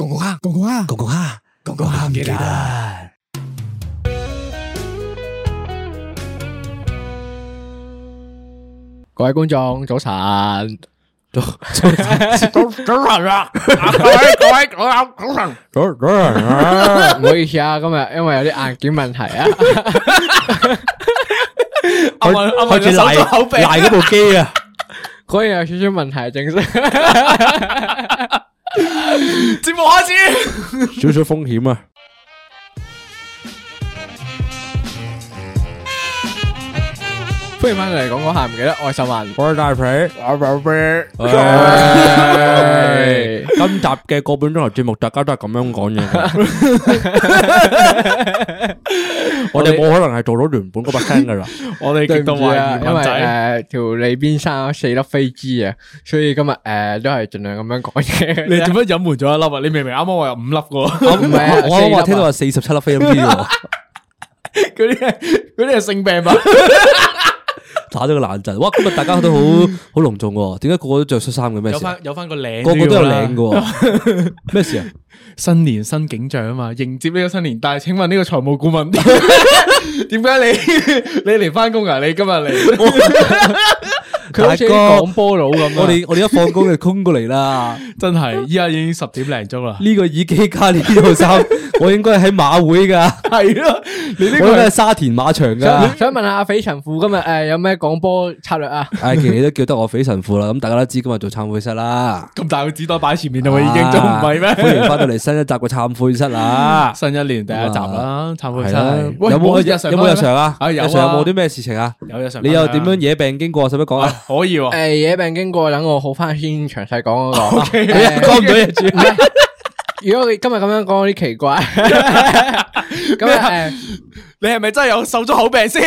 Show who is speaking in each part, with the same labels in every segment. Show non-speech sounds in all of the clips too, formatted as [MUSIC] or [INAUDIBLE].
Speaker 1: ここが、ここが、ここが、ここがゲラー。
Speaker 2: 各位觀眾早晨，早
Speaker 1: 早晨啊，各位各位各位早晨，早晨啊，
Speaker 2: 唔好意思啊，今日因為有啲硬件問題啊，
Speaker 1: 開開始賴賴嗰部機啊，
Speaker 2: 果然有少少問題，正式
Speaker 1: 少少風險啊。
Speaker 2: 歡迎翻嚟講講下唔記得愛秀文，
Speaker 1: 我係大肥，
Speaker 2: 我寶貝，
Speaker 1: Ờ, 唉今集嘅個半鐘頭節目，大家都係咁樣講嘢。我哋冇可能係做到原本嗰把聲噶啦。
Speaker 3: 我
Speaker 2: 對
Speaker 3: 哋極
Speaker 2: 唔
Speaker 3: 度
Speaker 2: 住啊，
Speaker 3: 懷疑
Speaker 2: 因為
Speaker 3: 文仔，
Speaker 2: 誒條脷邊生咗四粒飛枝啊，所以今日誒都係盡量咁樣講嘢。
Speaker 3: 你做乜隱瞞咗一粒啊？你明明啱啱我有五粒 [LAUGHS] 噶，
Speaker 2: 我唔係啊
Speaker 1: 我啱啱話聽
Speaker 2: 四粒
Speaker 1: 到
Speaker 2: 啊
Speaker 1: 有四十七粒飛音機喎，
Speaker 2: 嗰啲係嗰啲係性病吧？
Speaker 1: 打咗個冷震。哇，今日大家都好好隆重喎，點解個個都着恤衫嘅咩
Speaker 3: 有
Speaker 1: 事啊？
Speaker 3: 翻有翻個領，
Speaker 1: 個個都有領嘅。喎，咩事啊？
Speaker 3: 新年新景象啊嘛，迎接呢個新年。但係請問呢個財務顧問點解你你嚟翻工啊？你今日嚟，
Speaker 2: 佢好似
Speaker 1: 大
Speaker 2: 啲
Speaker 1: 哥
Speaker 2: 講波佬咁啊
Speaker 1: 我
Speaker 3: [LAUGHS]
Speaker 1: 哋我哋一放工就空過嚟啦。
Speaker 3: 真係依家已經十點零鐘啦。
Speaker 1: 呢個耳機加呢套
Speaker 3: [LAUGHS]
Speaker 1: 衫，我應該喺馬會㗎，
Speaker 3: 係咯，你呢
Speaker 1: 我應該
Speaker 3: 個
Speaker 1: 喺沙田馬場㗎
Speaker 2: 想。想問下阿匪神父今日誒有咩講波策略啊？
Speaker 1: 唉，既然你都叫得我匪神父啦，咁大家都知今日做懺悔室啦。
Speaker 3: 咁大個紙袋擺前面啦，已經仲唔係
Speaker 1: 啊 [LAUGHS] 歡迎
Speaker 3: 咩？
Speaker 1: 翻到嚟新一集嘅懺悔室
Speaker 3: [LAUGHS]
Speaker 1: 啦。
Speaker 3: 新一年第一集啦，懺悔
Speaker 1: 係
Speaker 3: 室
Speaker 1: 啦，
Speaker 3: 喂
Speaker 1: 有冇有冇日常啊？
Speaker 3: 啊有啊
Speaker 1: 日常有冇啲咩事情啊？
Speaker 3: 有日常
Speaker 1: 你又點樣
Speaker 3: 分享
Speaker 1: 惹病經過？使唔使講
Speaker 3: 啊 [LAUGHS]
Speaker 1: 啊？
Speaker 3: 可以喎。
Speaker 2: 誒，野病經過，等我好翻先，詳細講嗰個。
Speaker 1: [LAUGHS]
Speaker 3: OK
Speaker 2: 誒
Speaker 1: 講唔到嘢住。
Speaker 3: [LAUGHS]
Speaker 2: 唔係如果你今日咁樣講，有啲奇怪。咁啊
Speaker 3: 啊
Speaker 2: 誒，
Speaker 3: 你係咪真係有受咗口病先？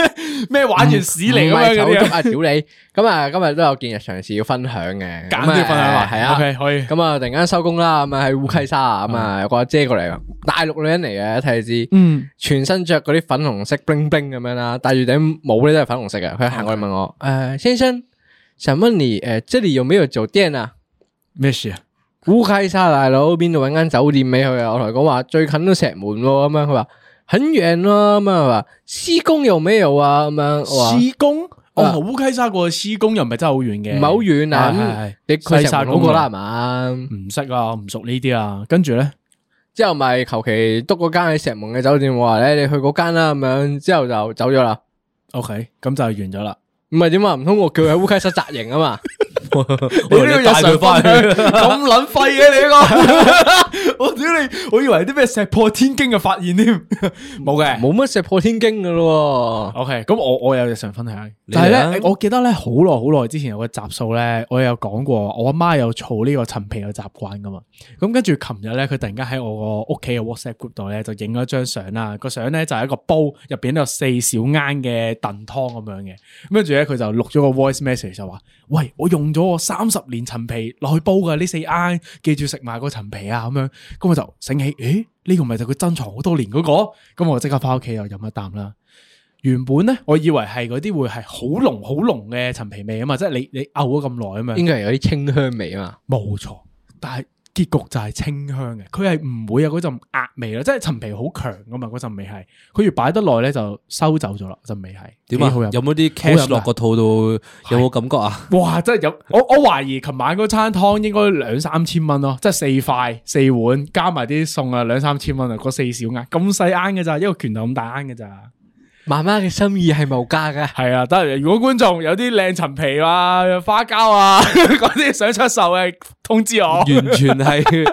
Speaker 3: [LAUGHS] 咩玩完屎嚟咁
Speaker 2: 唔係
Speaker 3: 樣嗰
Speaker 2: 手
Speaker 3: 啲
Speaker 2: 足
Speaker 3: 啊？
Speaker 2: 啊，屌你！咁啊，今日都有件日常事要分享嘅，
Speaker 3: 揀啲分享啊
Speaker 2: 係啊，
Speaker 3: OK，可以
Speaker 2: 咁啊，突然間收工啦，咁啊喺烏溪沙啊，咁啊有個阿姐過嚟，大陸女人嚟嘅，一睇就知。
Speaker 3: 嗯，
Speaker 2: 全身着嗰啲粉紅色 bling bling 咁樣啦，戴住頂帽咧都係粉紅色嘅。佢行過嚟問我：，誒、
Speaker 3: 嗯
Speaker 2: 先生，想問你，誒、這裡有沒有酒店啊？
Speaker 3: 咩事啊？
Speaker 2: 烏溪沙大佬邊度揾間酒店俾佢啊？我同佢講話最近都石門喎，咁樣佢話很遠咯，咁樣佢話施工有咩有啊？咁樣我話。
Speaker 3: 施工哦
Speaker 2: 啊，
Speaker 3: 烏溪沙過去施工又唔係真係好遠嘅，
Speaker 2: 唔係好遠啊！
Speaker 3: 係
Speaker 2: 咁
Speaker 3: 係
Speaker 2: 你佢
Speaker 3: 西沙
Speaker 2: 石
Speaker 3: 嗰
Speaker 2: 門嗰
Speaker 3: 個
Speaker 2: 個啦，係嘛？
Speaker 3: 唔識啊，唔熟呢啲啊。跟住咧，
Speaker 2: 之後咪求其篤嗰間喺石門嘅酒店，我話咧你去嗰間啦，咁樣之後就走咗啦。
Speaker 3: OK，咁就完咗
Speaker 2: [LAUGHS]
Speaker 3: 啦。
Speaker 2: 唔係點啊？唔通我叫佢喺烏溪沙紮營啊 [LAUGHS] 嘛？
Speaker 1: 我以為你帶佢翻去。
Speaker 3: [LAUGHS] 咁撚廢嘅你
Speaker 2: [LAUGHS]
Speaker 3: 呢個，我 [LAUGHS] 屌你！我以為啲咩石破天驚嘅發現添，冇嘅。
Speaker 2: 冇乜石破天驚噶咯
Speaker 3: O K，咁我我有日常分享，
Speaker 1: 你嚟
Speaker 3: 就
Speaker 1: 啊
Speaker 3: 係咧，我記得咧好耐好耐之前有個集數咧，我有講過，我阿媽有儲呢個陳皮嘅習慣噶嘛。咁跟住琴日咧，佢突然間喺我個屋企嘅 WhatsApp group 度咧，就影咗張相啦。個相咧就係一個煲，入邊有四小羹嘅燉湯咁樣嘅。咁跟住咧，佢就錄咗個 voice message 就話：，喂，我用咗我三十年陳皮落去煲噶呢四羹，記住食埋個陳皮啊咁樣。咁我就醒起，誒呢個咪就佢珍藏好多年嗰個。咁我即刻翻屋企又飲一啖啦。原本咧，我以為係嗰啲會係好濃好濃嘅陳皮味啊嘛，即係你你漚咗咁耐啊嘛
Speaker 2: 喎，，應該係有啲清香味啊嘛。
Speaker 3: 冇錯。但係結局就係清香嘅，佢係唔會有嗰陣鴨味啦，即係陳皮好強噶嘛，嗰陣味係，佢越擺得耐咧就收走咗啦，陣味係
Speaker 1: 點
Speaker 3: 幾好
Speaker 1: 啊
Speaker 3: 飲？
Speaker 1: 有冇啲
Speaker 3: 好飲啊
Speaker 1: cash 落個肚度？有冇感覺
Speaker 3: [LAUGHS]
Speaker 1: 啊？
Speaker 3: 哇！真係有，我我懷疑琴晚嗰餐湯應該兩三千蚊咯，即係四塊四碗加埋啲餸啊，兩三千蚊啊，嗰四小羹咁細羹嘅咋，一個拳頭咁大羹嘅咋。
Speaker 2: 妈妈嘅心意系無價嘅。
Speaker 3: 系啊，得如果观众有啲靓陈皮啊、花胶啊 [LAUGHS] 嗰啲想出售嘅，通知我。
Speaker 1: 完全係，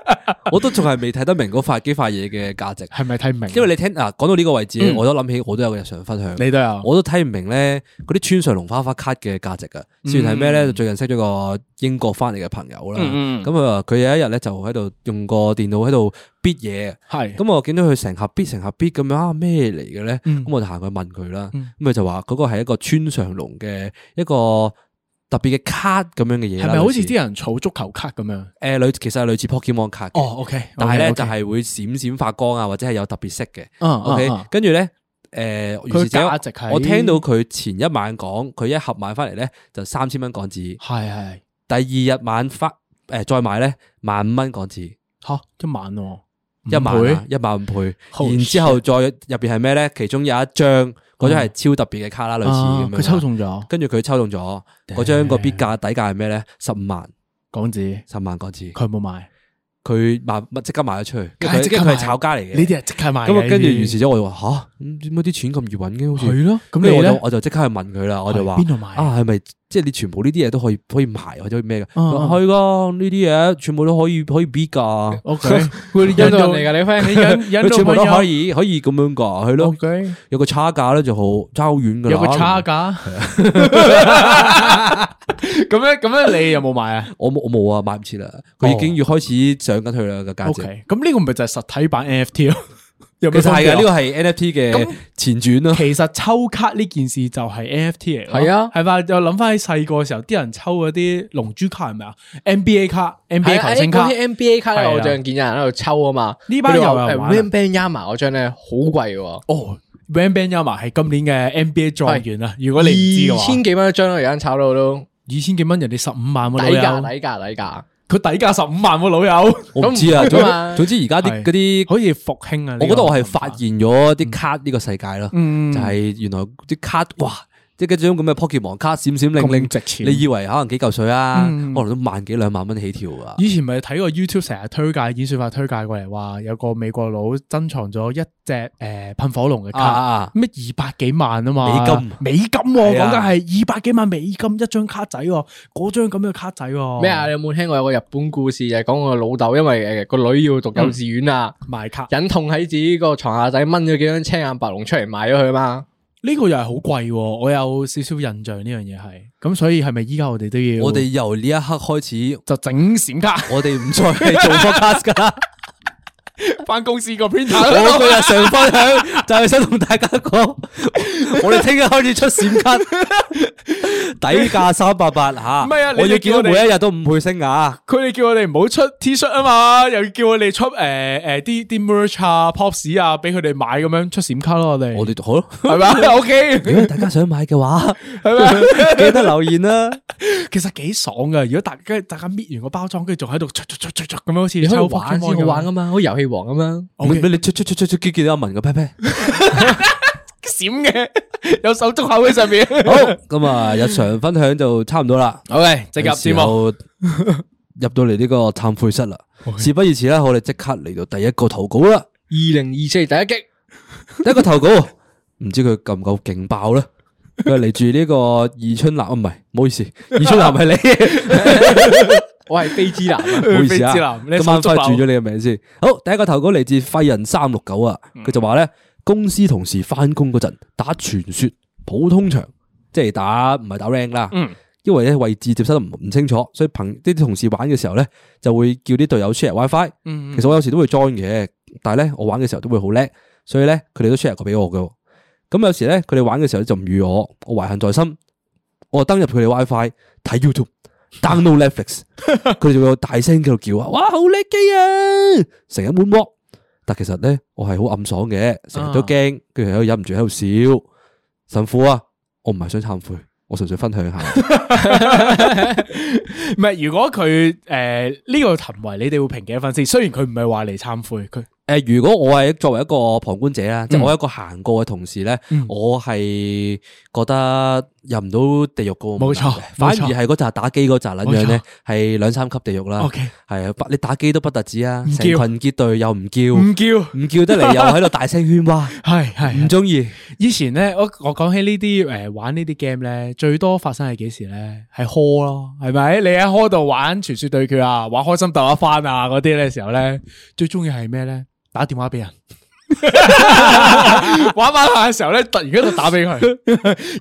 Speaker 1: 我都仲係未睇得明嗰塊幾塊嘢嘅價值。
Speaker 3: 系咪睇唔明？
Speaker 1: 因為你聽嗱，講到呢個位置，我都諗起我都有個日常分享。
Speaker 3: 嗯你都有
Speaker 1: 我都睇唔明咧嗰啲村上龍花花卡嘅價值啊。
Speaker 3: 嗯
Speaker 1: 事緣係咩咧？就最近識咗個英國翻嚟嘅朋友啦。
Speaker 3: 嗯
Speaker 1: 咁啊，佢有一日咧就喺度用個電腦喺度 bit 嘢。
Speaker 3: 係
Speaker 1: 咁我見到佢成盒 bit 成盒 bit 咁樣啊，咩嚟嘅咧？
Speaker 3: 嗯
Speaker 1: 咁我就行去問佢啦。咁佢就話嗰個係一個村上龍嘅一個特別嘅卡咁樣嘅嘢啦。
Speaker 3: 系咪好似
Speaker 1: 類
Speaker 3: 啲人儲足球卡咁样？
Speaker 1: 誒類其實係類似 Pokemon 卡嘅。
Speaker 3: 哦，OK，
Speaker 1: 但係咧
Speaker 3: OK，OK
Speaker 1: 就係會閃閃發光啊，或者係有特別色嘅。
Speaker 3: 嗯
Speaker 1: OK，
Speaker 3: 嗯嗯
Speaker 1: 跟住咧，誒，如是者
Speaker 3: 佢價值係
Speaker 1: 我聽到佢前一晚講，佢一盒買翻嚟咧就三千蚊港紙，
Speaker 3: 系系
Speaker 1: 第二日晚翻誒再買咧萬五蚊港紙。
Speaker 3: 吓一晚喎，
Speaker 1: 一萬啊
Speaker 3: 倍
Speaker 1: 一萬五倍，
Speaker 3: Holy
Speaker 1: 然之後再入邊係咩咧？其中有一張嗰張係超特別嘅卡啦，類似咁
Speaker 3: 嗯啊
Speaker 1: 樣。
Speaker 3: 佢抽，中咗
Speaker 1: 跟住佢抽中咗嗰張個 bid 價底價係咩咧？十五萬，
Speaker 3: 港紙，
Speaker 1: 十萬港紙。
Speaker 3: 佢有冇買？
Speaker 1: 佢賣乜即刻賣咗出去，
Speaker 3: 梗係
Speaker 1: 佢
Speaker 3: 即
Speaker 1: 跟
Speaker 3: 刻
Speaker 1: 住佢係
Speaker 3: 賣
Speaker 1: 炒家嚟嘅。
Speaker 3: 呢啲係即刻賣嘅。
Speaker 1: 咁啊，跟住
Speaker 3: 呢啲
Speaker 1: 於是者我就話吓，咁點解啲錢咁易揾嘅？好似
Speaker 3: 係咯咁
Speaker 1: 跟住
Speaker 3: 你
Speaker 1: 我就
Speaker 3: 呢
Speaker 1: 我就即刻去問佢啦，我就話
Speaker 3: 係邊度買
Speaker 1: 啊？係咪即係你全部呢啲嘢都可以可以賣或者咩嘅？
Speaker 3: 嗯嗯
Speaker 1: 係噶，呢啲嘢全部都可以可以 bid 噶， [LAUGHS]
Speaker 3: OK，
Speaker 2: 會印度人嚟㗎，你翻
Speaker 3: 你引引
Speaker 1: 佢
Speaker 3: 到
Speaker 1: 全部都
Speaker 3: 朋友
Speaker 1: 可以可以咁樣噶，係咯
Speaker 3: 啊 OK。
Speaker 1: 有個差價咧就好差好遠噶啦，
Speaker 3: 有個差價， [LAUGHS] 咁樣咁樣你有冇買啊
Speaker 1: 我冇我冇啊，買唔切啦，佢已經要開始上緊去啦個價值。
Speaker 3: 哦？OK，咁呢個咪就係實體版 NFT 咯， [LAUGHS] 有
Speaker 1: 其
Speaker 3: 咩
Speaker 1: 實係
Speaker 3: 分別
Speaker 1: 嘅，
Speaker 3: 啊
Speaker 1: 呢個係 NFT 嘅前傳啦。
Speaker 3: 其實抽卡呢件事就係 NFT 嚟咯，
Speaker 2: 係啊
Speaker 3: 係嘛？又諗翻起細個嘅時候，啲人抽嗰啲龍珠卡係咪啊？NBA 卡、
Speaker 2: 係
Speaker 3: NBA
Speaker 2: 啊
Speaker 3: 球星卡
Speaker 2: 嗰，啲 NBA 卡
Speaker 3: 係
Speaker 2: 咧，
Speaker 3: 啊
Speaker 2: 我最近見有人喺度抽啊嘛。
Speaker 3: 呢班
Speaker 2: 佢哋
Speaker 3: 又有
Speaker 2: 話
Speaker 3: 人
Speaker 2: 誒
Speaker 3: 玩啊
Speaker 2: Wembanyama 嗰張咧好貴喎，
Speaker 3: 哦 v a n b a n y a m a 係今年嘅 NBA 狀元啊！如果你唔知嘅
Speaker 2: 二
Speaker 3: 話，
Speaker 2: 千幾蚊一張咯，而家炒到都
Speaker 3: 二千幾蚊，人哋十五萬喎，
Speaker 2: 底
Speaker 3: 老
Speaker 2: 價
Speaker 3: 友，
Speaker 2: 底價底價。
Speaker 3: 佢底價十五萬喎，老友，
Speaker 1: 我唔知啊，
Speaker 2: 咁唔
Speaker 1: 總
Speaker 2: 同啊
Speaker 1: 總之而家啲
Speaker 3: 係
Speaker 1: 嗰啲
Speaker 3: 可以復興啊！呢個嗯
Speaker 1: 我覺得我係發
Speaker 3: 文化
Speaker 1: 現咗啲卡呢個世界咯，
Speaker 3: 嗯
Speaker 1: 就係原來啲卡哇，即係嗰種咁嘅 Pokemon 卡閃閃令令
Speaker 3: 咁值錢
Speaker 1: 你以為可能幾嚿水啊，可能都萬幾兩萬蚊起跳啊。
Speaker 3: 以前咪睇過 YouTube 成日推介演算法推介過嚟，話有個美國佬珍藏咗一隻誒噴火龍嘅
Speaker 1: 啊啊
Speaker 3: 卡
Speaker 1: 啊，
Speaker 3: 咩二百幾萬啊嘛，
Speaker 1: 美金
Speaker 3: 美金喎，
Speaker 1: 係啊
Speaker 3: 講緊係二百幾萬美金一張卡仔喎，嗰張咁嘅卡仔喎，
Speaker 2: 咩啊？你有冇聽過有個日本故事，就係講個老豆因為誒個女要讀幼稚園啊，
Speaker 3: 賣卡？
Speaker 2: 忍痛喺自己個床下底掹咗幾張青眼白龍出嚟賣咗佢嘛？
Speaker 3: 呢個又係好貴喎，我有少少印象呢樣嘢係，咁所以係咪依家我哋都要
Speaker 1: 我哋由呢一刻開始，
Speaker 3: 就整閃卡 [LAUGHS]
Speaker 1: 我哋唔再係做 podcast 噶啦。
Speaker 3: 翻公司個 printer
Speaker 1: 我嘅日常分享就係想同大家講，我哋聽日開始出閃卡，底價三百八吓。
Speaker 3: 唔係啊你
Speaker 1: 我要
Speaker 3: 哋
Speaker 1: 見
Speaker 3: 叫
Speaker 1: 到
Speaker 3: 我哋
Speaker 1: 每一日都五倍升啊！
Speaker 3: [LAUGHS] 佢哋叫我哋唔好出 T 恤啊嘛，又叫我哋出诶诶啲啲 merch 啊、pops 啊，俾佢哋買咁樣出閃卡咯，我哋
Speaker 1: 我哋好咯。
Speaker 3: 係咪 [LAUGHS] ？OK，
Speaker 1: 如果大家想買嘅話，記得留言啦。
Speaker 3: 其實幾爽噶。如果大家大家搣完個包裝，跟住仲喺度捽捽捽捽捽咁樣，好似
Speaker 2: 你可以
Speaker 3: 抽
Speaker 2: 玩
Speaker 3: Pokemon
Speaker 2: 先好玩
Speaker 3: 咁
Speaker 2: 噶嘛，好似遊戲王咁樣。
Speaker 1: 唔你出出出出出見見到阿文嘅 pat pat。
Speaker 3: 閃嘅，有手足口喺上面。
Speaker 1: 好，咁啊，日常分享就差唔多啦。
Speaker 3: OK，即入
Speaker 1: 時
Speaker 3: 先喎。
Speaker 1: 候入到嚟呢個懺悔室啦。事不宜遲啦，我哋即刻嚟到第一個投稿
Speaker 3: [LAUGHS]
Speaker 1: 啦。
Speaker 2: 二零二四第一擊，
Speaker 1: 第一個投稿，唔知佢夠唔夠勁爆咧？佢係嚟住呢個二春南，啊唔係，唔好意思，二春南係
Speaker 3: [LAUGHS]
Speaker 1: 你，
Speaker 2: 我係飛之男啊！
Speaker 1: 唔好意思
Speaker 3: 非之
Speaker 1: 啊
Speaker 3: 南，你
Speaker 1: 今晚
Speaker 3: 手足
Speaker 1: 快
Speaker 3: 爆
Speaker 1: 轉咗你嘅名先。好，第一個投稿嚟自廢人三六九啊，
Speaker 3: 嗯
Speaker 1: 佢就話咧，公司同事翻工嗰陣打傳說普通場，即係打唔係打 rank
Speaker 3: 嗯
Speaker 1: 啦，因為咧位置接收得唔唔清楚，所以朋啲同事玩嘅時候咧就會叫啲隊友 share WiFi。其實
Speaker 3: 嗯
Speaker 1: 我有時都會 join 嘅，但係咧我玩嘅時候都會好叻，所以咧佢哋都 share 過俾我嘅。咁有時咧佢哋玩嘅時候咧就唔預我，我懷恨在心，我就登入佢哋 WiFi 睇 YouTube。download Netflix，佢哋就會大聲喺度叫啊，哇好叻機啊，成日滿鍋。但其實咧，我係好暗爽嘅，成日都驚，跟住喺度忍唔住喺度笑。神父啊，我唔係想懺悔，我純粹分享下。
Speaker 3: [LAUGHS] 唔係，如果佢诶呢個行為，你哋會評幾多分先？雖然佢唔係話嚟懺悔，佢
Speaker 1: 诶、呃如果我係作為一
Speaker 3: 嗯
Speaker 1: 個旁觀者啦，即係我一個行過嘅同事咧，我係覺得入唔到地獄噶，
Speaker 3: 冇錯
Speaker 1: 反
Speaker 3: 冇錯
Speaker 1: 而係嗰扎打機嗰扎撚樣咧，係兩三級地獄啦。
Speaker 3: OK
Speaker 1: 係啊，不你打機都不特止啊，
Speaker 3: 唔
Speaker 1: 成
Speaker 3: 叫
Speaker 1: 群
Speaker 3: 嗯
Speaker 1: 結隊又唔叫，
Speaker 3: 唔叫
Speaker 1: 唔叫得
Speaker 3: [LAUGHS]
Speaker 1: 嚟又喺度大聲喧哗，
Speaker 3: 系系
Speaker 1: 唔中意。
Speaker 3: 以前咧，我我讲起呢啲诶玩呢啲 game 咧，最多發生係幾時咧？係 call 咯，係咪？你喺 call 度玩傳说對決啊，玩開心鬥一番啊嗰啲咧時候咧，最中意係咩咧？打電話俾人。 [LAUGHS] 玩玩下嘅時候咧，突然間就打俾佢。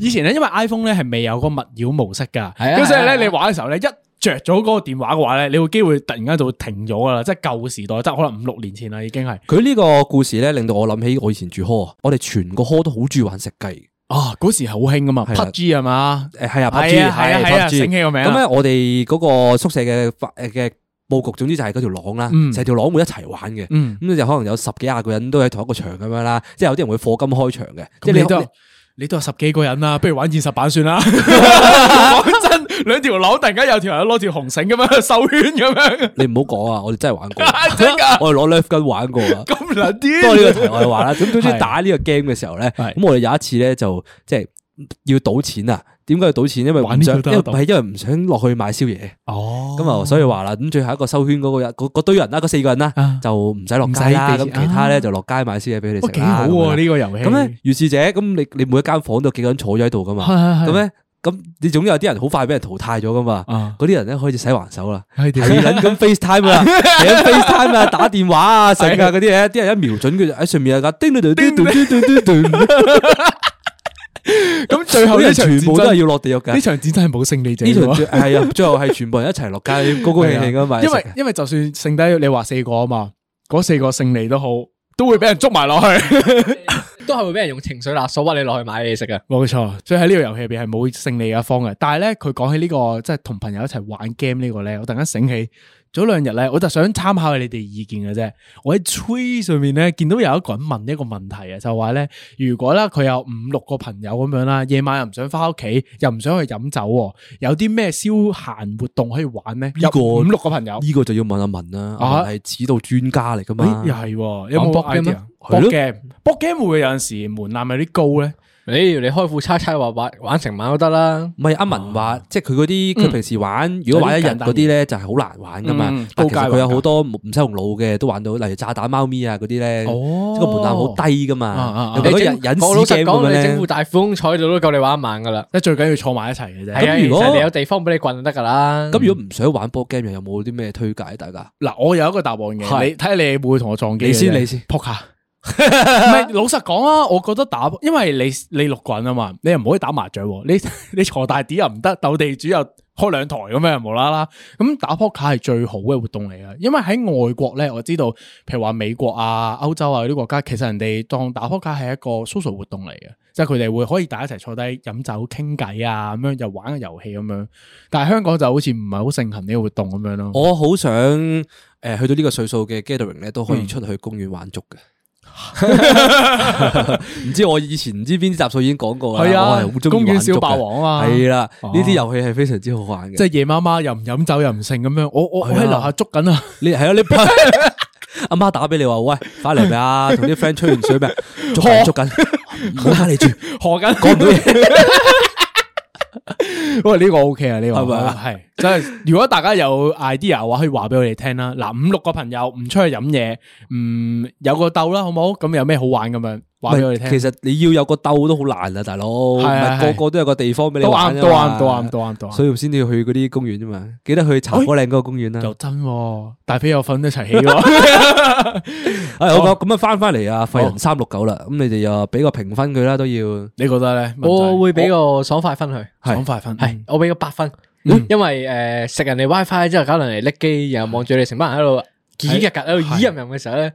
Speaker 3: 以前咧，因為 iPhone 咧係未有嗰個勿擾模式㗎，
Speaker 2: 係啊
Speaker 3: 咁所以
Speaker 2: 係啊
Speaker 3: 咧你玩嘅時候咧一。着咗嗰個電話嘅話咧，你會機會突然間就會停咗噶啦，即係舊時代，即係可能五六年前啦，已經係
Speaker 1: 佢呢個故事咧，令到我諗起我以前住 hall 啊，我哋全個 hall 都好中意玩食雞。
Speaker 3: 啊嗰時好興噶嘛
Speaker 1: 係啦
Speaker 3: ，PUBG 係嘛，
Speaker 1: 诶系啊，
Speaker 3: 係啊
Speaker 1: PUBG
Speaker 3: 係啊係啊
Speaker 1: PUBG
Speaker 3: 醒起個名啦
Speaker 1: 咁咧，我哋嗰個宿舍嘅發誒嘅佈局，總之就係嗰條廊啦，
Speaker 3: 嗯
Speaker 1: 成條廊會一齊玩嘅。
Speaker 3: 嗯
Speaker 1: 咁就可能有十幾廿個人都喺同一個場咁樣啦，即係有啲人會課金開場嘅，即
Speaker 3: 咁
Speaker 1: 係
Speaker 3: 你都
Speaker 1: 你
Speaker 3: 有你都有十幾個人啊啦，不如玩現實版
Speaker 1: [LAUGHS]
Speaker 3: 算啦。講真，兩條佬突然間有條人攞條紅繩咁樣 [LAUGHS] 手圈咁樣，，
Speaker 1: 你唔好講啊，我哋 [LAUGHS] 真係玩過
Speaker 3: [LAUGHS] 真㗎
Speaker 1: 我哋攞 left 跟玩過啊。
Speaker 3: 咁撚
Speaker 1: 不過呢個
Speaker 3: 啲。
Speaker 1: 題外話啦，咁總之
Speaker 3: 係
Speaker 1: 打呢個 game 嘅時候咧，
Speaker 3: 係
Speaker 1: 咁我哋啊有一次咧就即係要賭錢啊。點解要賭錢？因為唔
Speaker 3: 玩呢
Speaker 1: 想，
Speaker 3: 個
Speaker 1: 因
Speaker 3: 都
Speaker 1: 為唔
Speaker 3: 有
Speaker 1: 係因為唔想落去買宵夜。
Speaker 3: 哦
Speaker 1: 咁啊，所以話啦，咁最後一個收圈嗰個人，嗰嗰堆人啦，嗰四個人啦
Speaker 3: 啊，
Speaker 1: 就唔使落街啦，
Speaker 3: 唔
Speaker 1: 咁
Speaker 3: 使俾啊
Speaker 1: 其他咧就落街買宵夜俾你食
Speaker 3: 哇幾
Speaker 1: 啦。
Speaker 3: 好
Speaker 1: 咁樣啊
Speaker 3: 喎呢個遊戲。
Speaker 1: 咁咧，如是者，咁你你每一間房都幾個人坐咗喺度噶嘛？
Speaker 3: 啊係
Speaker 1: 咁
Speaker 3: 係係
Speaker 1: 咧，咁你總有啲人好快俾人淘汰咗噶嘛？
Speaker 3: 啊
Speaker 1: 嗰啲人咧開始洗還手啦，
Speaker 3: [LAUGHS] 係啊
Speaker 1: 係
Speaker 3: 點
Speaker 1: 撚咁 FaceTime
Speaker 3: [LAUGHS]
Speaker 1: 啦，係咁 FaceTime 啊，打電話啊，成啊嗰啲嘢，啲人一瞄準佢就喺上面有架叮叮叮叮叮叮叮叮，
Speaker 3: 咁 [LAUGHS] 最後
Speaker 1: 嗰啲
Speaker 3: 呢
Speaker 1: 人
Speaker 3: 場
Speaker 1: 全部都係
Speaker 3: 戰爭
Speaker 1: 要落地獄㗎。
Speaker 3: 呢場戰爭係啊冇勝利者
Speaker 1: 呢
Speaker 3: 㗎
Speaker 1: 場
Speaker 3: 喎。
Speaker 1: 最係啊，最後係全部人一齊落街，高高興興咁買嘢食啊
Speaker 3: 因為因為就算剩低你話四個啊嘛，嗰四個勝利都好，都會俾人捉埋落去。
Speaker 2: 都系会俾人用情绪勒索屈你落去买嘢食啊嘅。
Speaker 3: 冇錯，所以喺呢個遊戲入边係冇勝利嘅一方嘅。但係咧，佢講起呢、個即係同朋友一齊玩 game 呢個咧，我突然間醒起，早兩日咧，我就想參考下你哋意見嘅啫。我喺 Tree 上面咧見到有一個人問一個問題啊，就話咧，如果咧佢有五六個朋友咁樣啦，夜晚又唔想翻屋企，又唔想去飲酒喎，有啲咩消閒活動可以玩咧？有
Speaker 1: 個
Speaker 3: 五六個朋友，
Speaker 1: 呢個啊就要問阿文啦，
Speaker 3: 啊哎
Speaker 1: 阿文係指導專家嚟噶嘛
Speaker 3: 咦？又係喎，有冇
Speaker 2: 玩 board game 啊
Speaker 3: idea？board
Speaker 1: 係咯
Speaker 3: game，board game 會唔會有陣時門檻有啲高咧？
Speaker 2: 你你开副叉叉话玩玩成晚都得啦。
Speaker 1: 唔係阿
Speaker 3: 哦
Speaker 1: 文話，即係佢嗰啲佢平時玩，如果玩一日嗰啲咧就係好難玩噶嘛
Speaker 3: 嗯。
Speaker 1: 但其實
Speaker 3: 高
Speaker 1: 佢
Speaker 3: 階
Speaker 1: 有
Speaker 3: 玩家
Speaker 1: 好多唔使用腦嘅都玩到，例如炸彈貓咪啊嗰啲咧，
Speaker 3: 哦
Speaker 1: 即個門檻好低噶
Speaker 3: 啊啊
Speaker 1: 嘛
Speaker 3: 啊。
Speaker 1: 尤其
Speaker 2: [LAUGHS] 你
Speaker 1: 嗰
Speaker 2: 整
Speaker 1: 日隱
Speaker 2: 我老
Speaker 1: 私
Speaker 2: 實
Speaker 1: game
Speaker 2: 講，
Speaker 1: 咁
Speaker 2: 你整
Speaker 1: 樣
Speaker 2: 副
Speaker 1: 咧，
Speaker 2: 大富翁彩度都夠你玩一晚噶啦。
Speaker 3: 即係最緊要坐埋一齊嘅啫。
Speaker 2: 係啊，
Speaker 1: 咁如果
Speaker 2: 其
Speaker 3: 哦
Speaker 2: 實你有地方俾你棍就得噶啦。
Speaker 1: 咁如果唔想玩 board game 又有冇啲咩推介大家？
Speaker 3: 嗱，我有一個答案嘅，你
Speaker 1: 係
Speaker 3: 睇下你會唔會同我撞機嘅
Speaker 1: 你
Speaker 3: 啫？
Speaker 1: 先你先
Speaker 3: 扑下。
Speaker 1: [LAUGHS]
Speaker 3: 唔係，老實講啊，我覺得打，因為你你六個人啊嘛，你又唔可以打麻雀喎，你你 [LAUGHS] 坐大碟又唔得，鬥地主又開兩台咁樣，無啦啦，咁打撲克係最好嘅活動嚟嘅，因為喺外國咧，我知道，譬如話美國啊、歐洲啊嗰啲國家，其實人哋當打撲克係一個 social 活動嚟嘅，即係佢哋會可以大家一齊坐低飲酒傾偈啊，咁樣又玩個遊戲咁樣，但係香港就好似唔係好盛行呢個活動咁樣咯。
Speaker 1: 我好想誒去到呢個歲數嘅 gathering 咧，都
Speaker 3: 嗯
Speaker 1: 可以出去公園玩足
Speaker 3: [LAUGHS]
Speaker 1: 嘅。 [LAUGHS] 唔知我以前唔知邊啲集數已經講過啦，
Speaker 3: 係啊
Speaker 1: 我係好中意
Speaker 3: 公園
Speaker 1: 玩足
Speaker 3: 小
Speaker 1: 嘅
Speaker 3: 霸王啊嘛
Speaker 1: 係啦，呢啲
Speaker 3: 哦
Speaker 1: 遊戲係非常之好玩嘅。
Speaker 3: 即係夜媽媽又唔飲酒又唔剩咁樣，我我我喺樓下捉緊啊！ [LAUGHS]
Speaker 1: 你係啊，你 [LAUGHS] 阿媽打俾你話喂，翻嚟未
Speaker 3: [LAUGHS]
Speaker 1: 啊？同啲 friend 吹完水未？啊捉緊捉緊，唔好呃打你住，
Speaker 3: 何緊
Speaker 1: 講唔到嘢。
Speaker 3: [LAUGHS] 喂，呢個 O K 啊，呢個
Speaker 1: 係咪啊
Speaker 3: 係真係。如果大家有 idea 嘅話，可以話俾我哋聽啦。嗱，五六個朋友唔出去飲嘢，唔有個鬥啦，好冇？咁有咩好玩咁樣話俾我哋聽。
Speaker 1: 其實你要有個鬥都好難啊，大佬，唔
Speaker 3: 係啊
Speaker 1: 係個個都有個地方俾你
Speaker 3: 都
Speaker 1: 玩
Speaker 3: 啱，
Speaker 1: 㗎
Speaker 3: 都
Speaker 1: 嘛
Speaker 3: 啱，都啱，都啱，都啱。
Speaker 1: 所以先至要去嗰啲公園啫嘛。記得去茶果嶺嗰個公園啊啦。
Speaker 3: 又真喎，大飛有份一齊起
Speaker 1: [LAUGHS]
Speaker 3: 喎。
Speaker 1: 哎，好講咁啊，翻翻嚟啊，廢人三六九啦。咁你哋又俾個評分佢啦，都要
Speaker 3: 你覺得咧？
Speaker 2: 我會俾個爽快分佢，
Speaker 3: 爽快分，
Speaker 2: 係我俾個八分，因為诶食人哋 WiFi 之後，搞到人哋拎機，然後望住你成班人喺度幾日格喺度咦入入嘅時候咧，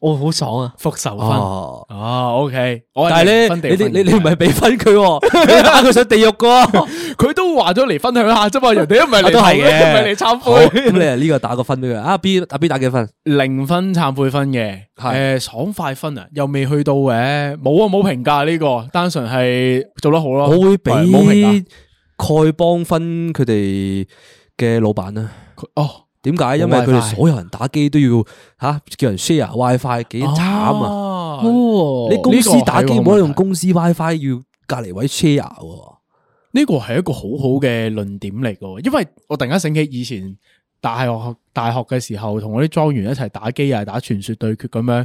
Speaker 2: 我好爽啊！
Speaker 3: 復仇分。
Speaker 1: 哦。
Speaker 3: 哦，OK。我係
Speaker 1: 啊但係咧，
Speaker 3: 分地
Speaker 1: 你哋
Speaker 3: 分
Speaker 1: 你
Speaker 3: 嘅
Speaker 1: 你唔係俾分佢喎，你打佢上地獄噶。
Speaker 3: [LAUGHS] 佢都話咗嚟分享下啫嘛，人哋都唔係
Speaker 1: 啊
Speaker 3: 嚟
Speaker 1: 都 [LAUGHS] 係嘅
Speaker 3: 唔係嚟參
Speaker 1: 好，[LAUGHS]
Speaker 3: 會。
Speaker 1: 咁你啊呢個打個分俾佢。啊 B 阿 B 打幾分？
Speaker 3: 零分忏悔分嘅，
Speaker 1: 係
Speaker 3: 诶、爽快分啊，又未去到嘅，冇啊冇評價呢個，單純係做得好咯。
Speaker 1: 我會
Speaker 3: 係冇評價
Speaker 1: 俾丐幫分佢哋嘅老闆啦。
Speaker 3: 佢哦，
Speaker 1: 點解？因為佢哋
Speaker 3: WiFi
Speaker 1: 所有人打機都要吓、叫人 share WiFi，幾慘啊！
Speaker 3: 啊！
Speaker 2: 哦
Speaker 1: 你公司打機
Speaker 3: 哦呢個
Speaker 1: 冇得
Speaker 3: 係個問
Speaker 1: 用
Speaker 3: 題啊
Speaker 1: 公司 WiFi，要隔離位 share 喎。
Speaker 3: 呢個係一個好好嘅論點嚟嘅，因為我突然間醒起以前大學大學嘅時候，同我啲莊園一齊打機啊，打傳說對決咁樣，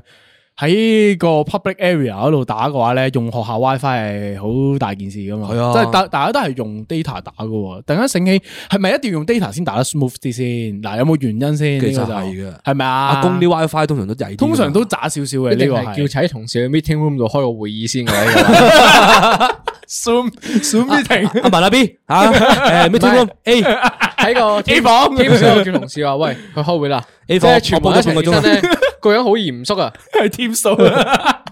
Speaker 3: 喺個 public area 嗰度打嘅話咧，用學校 WiFi 係好大件事噶嘛，
Speaker 1: 係啊
Speaker 3: 即係大大家都係用 data 打嘅。突然間醒起，係咪一定要用 data 先打得 smooth 啲先？嗱，有冇原因先？
Speaker 1: 其實
Speaker 3: 呢個就
Speaker 1: 係嘅
Speaker 3: 係咪啊？
Speaker 1: 阿公啲 WiFi 通常都曳啲㗎嘛，[LAUGHS]
Speaker 3: 通常都渣少少嘅
Speaker 2: 一
Speaker 3: 呢
Speaker 2: 定
Speaker 3: 個
Speaker 2: 係
Speaker 3: 係
Speaker 2: 叫齊同事去 meeting room 度開個會議先嘅呢
Speaker 3: Zoom Zoom [LAUGHS] meeting
Speaker 1: 阿啊文阿 B
Speaker 3: [LAUGHS]
Speaker 1: 吓，诶 meeting room A
Speaker 2: 個喺個
Speaker 3: A 房
Speaker 2: T 房叫同事話：喂，佢開會啦。
Speaker 1: A
Speaker 2: 即
Speaker 1: 房
Speaker 2: 係全部一齊起身
Speaker 1: 我報咗半
Speaker 2: 咧，個樣好嚴肅啊！
Speaker 3: 係 team 數，